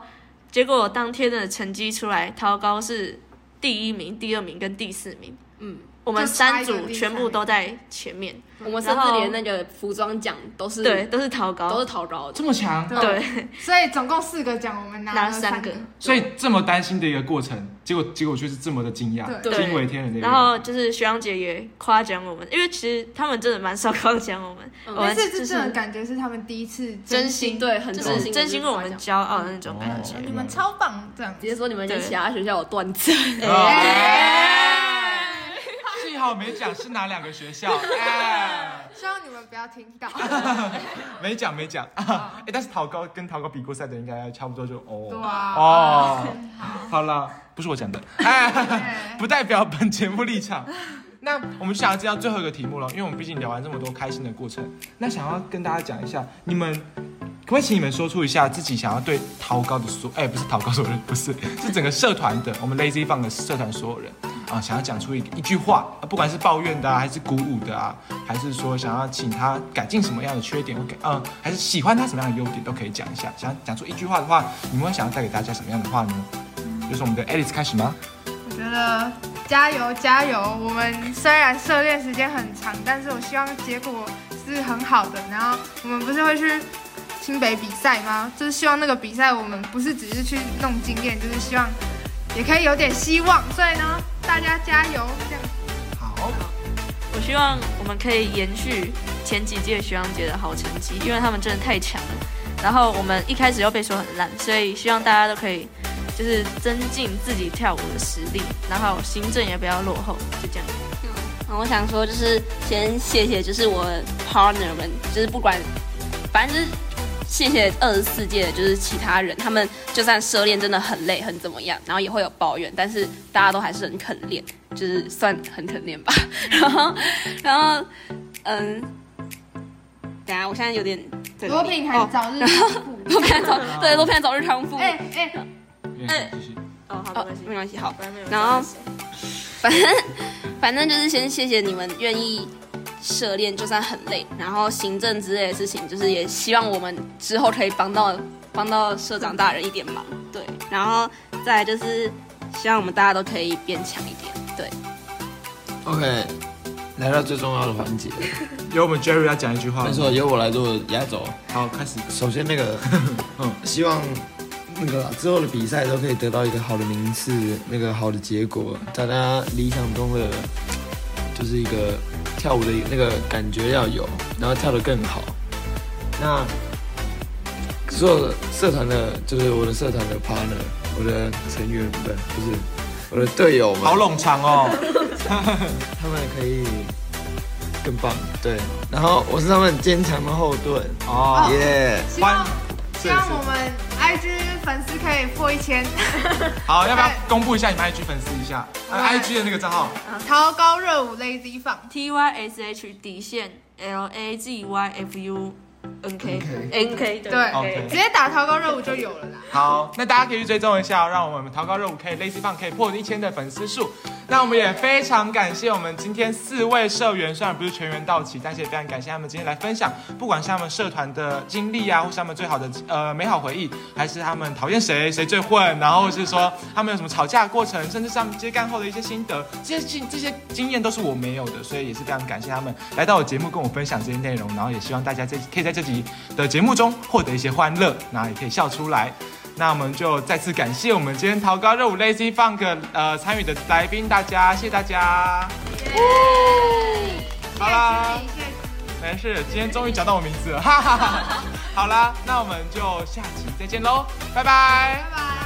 Speaker 7: 结果当天的成绩出来，桃高是第一名、第二名跟第四名，
Speaker 6: 嗯，
Speaker 7: 我们
Speaker 4: 就差
Speaker 7: 三
Speaker 4: 一个
Speaker 7: 组
Speaker 4: 第
Speaker 7: 全
Speaker 4: 三
Speaker 7: 部
Speaker 4: 名
Speaker 7: 都在前面，
Speaker 6: 我们甚至连那个服装奖都是
Speaker 7: 对，都是桃
Speaker 6: 都
Speaker 7: 高
Speaker 6: 是，淘高的。
Speaker 2: 这么强，
Speaker 7: 对，
Speaker 4: 所以总共四个奖，我们拿
Speaker 7: 拿
Speaker 4: 了
Speaker 7: 三个
Speaker 4: 个，。
Speaker 2: 所以这么担心的一个过程，结果结果却是这么的惊讶，
Speaker 4: 对
Speaker 2: 惊为天人的一个。
Speaker 7: 然后就是学长姐也夸奖我们，因为其实他们真的蛮少夸奖我们，
Speaker 6: 嗯
Speaker 7: 我们
Speaker 4: 但是
Speaker 7: 就
Speaker 4: 这真的感觉是他们第一次
Speaker 6: 真
Speaker 4: 心
Speaker 6: 心对，很
Speaker 7: 就
Speaker 6: 真
Speaker 7: 是
Speaker 6: 心，
Speaker 7: 真心为我们
Speaker 6: 直
Speaker 7: 骄傲的那种感觉。
Speaker 2: 哦
Speaker 4: 你们超棒这样子。
Speaker 6: 接说你们跟
Speaker 7: 对
Speaker 6: 其他学校有断层。
Speaker 2: 哎幸好没讲是哪两个学校，哎，
Speaker 4: 希望你们不要听到，
Speaker 2: 没讲没讲。 哎，但是陶高跟陶高比过赛的应该差不多就
Speaker 4: 对
Speaker 2: 哦
Speaker 4: 啊，
Speaker 2: 哦，好啦，不是我讲的，哎，
Speaker 4: 对
Speaker 2: 不代表本节目立场。 那我们就想要知道最后一个题目了，因为我们毕竟聊完这么多开心的过程，那想要跟大家讲一下，你们可不可以请你们说出一下自己想要对桃高的所，哎、不是桃高所有人，不是，是整个社团的，我们 Lazy Fun 的社团所有人啊，想要讲出一一句话，啊不管是抱怨的啊，还是鼓舞的啊，还是说想要请他改进什么样的缺点，OK，嗯，还是喜欢他什么样的优点，都可以讲一下。想要讲出一句话的话，你们会想要带给大家什么样的话呢？就是我们的 Alice 开始吗？
Speaker 4: 我觉得加油加油！我们虽然涉猎时间很长，但是我希望结果是很好的。然后我们不是会去新北比赛吗？就是希望那个比赛我们不是只是去弄经验，就是希望也可以有点希望。所以呢，大家加油！这样
Speaker 2: 好，
Speaker 7: 我希望我们可以延续前几届学长姐的好成绩，因为他们真的太强了。然后我们一开始又被说很烂，所以希望大家都可以就是增进自己跳舞的实力，然后行政也不要落后，就这样。
Speaker 6: 然后我想说，就是先谢谢，就是我 partner 们，就是不管，反正就是谢谢二十四届的，就是其他人，他们就算涉猎真的很累，很怎么样，然后也会有抱怨，但是大家都还是很肯练，就是算很肯练吧。 然后，然后，嗯，等一下，我现在有点整理
Speaker 4: 罗品涵
Speaker 6: 哦
Speaker 4: 早日进步。
Speaker 6: 罗平安早对罗平安早日康复。
Speaker 4: 哎哎，
Speaker 2: 哎，继续。
Speaker 7: 哦，好，
Speaker 6: 哦
Speaker 7: 没关系，
Speaker 6: 没关系好
Speaker 7: 反正没有人
Speaker 6: 然后
Speaker 7: 关系
Speaker 6: 反正反正就是先谢谢你们愿意涉猎，就算很累，然后行政之类的事情，就是也希望我们之后可以帮到帮到社长大人一点忙，对，然后再来就是希望我们大家都可以变强一点，对，
Speaker 5: OK，来到最重要的环节，
Speaker 2: 由我们 Jerry 要讲一句话
Speaker 5: 没。错，由我来做压轴。
Speaker 2: 好，开始。
Speaker 5: 首先那个，嗯，希望那个啦之后的比赛都可以得到一个好的名次，那个好的结果，大家理想中的就是一个跳舞的那个感觉要有，然后跳得更好。那所有的社团的，就是我的社团的 partner，我的成员们，不是我的队友们，
Speaker 2: 好冗长哦。
Speaker 5: 他们可以更棒，对。然后我是他们坚强的后盾，
Speaker 2: 哦，
Speaker 5: 耶、
Speaker 4: 希望
Speaker 2: 是
Speaker 4: 希望我们 IG 粉丝可以破一千，
Speaker 2: 好，要不要公布一下你们 IG 粉丝一下？啊，IG 的那个账号。
Speaker 4: 桃高热舞 Lazy 放。
Speaker 7: T Y S H E 底线 L A G Y F U N K N K 对
Speaker 4: 对
Speaker 2: OK
Speaker 4: 直接打桃高热舞就有了啦。
Speaker 2: 好，那大家可以去追踪一下哦，让我们桃高热舞可以 Lazy 棒可以破一千的粉丝数。那我们也非常感谢我们今天四位社员，虽然不是全员到齐，但是也非常感谢他们今天来分享，不管是他们社团的经历啊，或是他们最好的呃美好回忆，还是他们讨厌谁谁最混，然后是说他们有什么吵架的过程，甚至是他们接干后的一些心得，这些经这些经验都是我没有的，所以也是非常感谢他们来到我节目跟我分享这些内容，然后也希望大家这可以在这集的节目中获得一些欢乐，然后也可以笑出来。那我们就再次感谢我们今天桃高热舞 Lazy Funk 呃参与的来宾大家，谢谢大家。好啦，没事，今天终于讲到我名字了，哈哈哈。好啦，那我们就下期再见喽，拜拜
Speaker 4: 拜拜。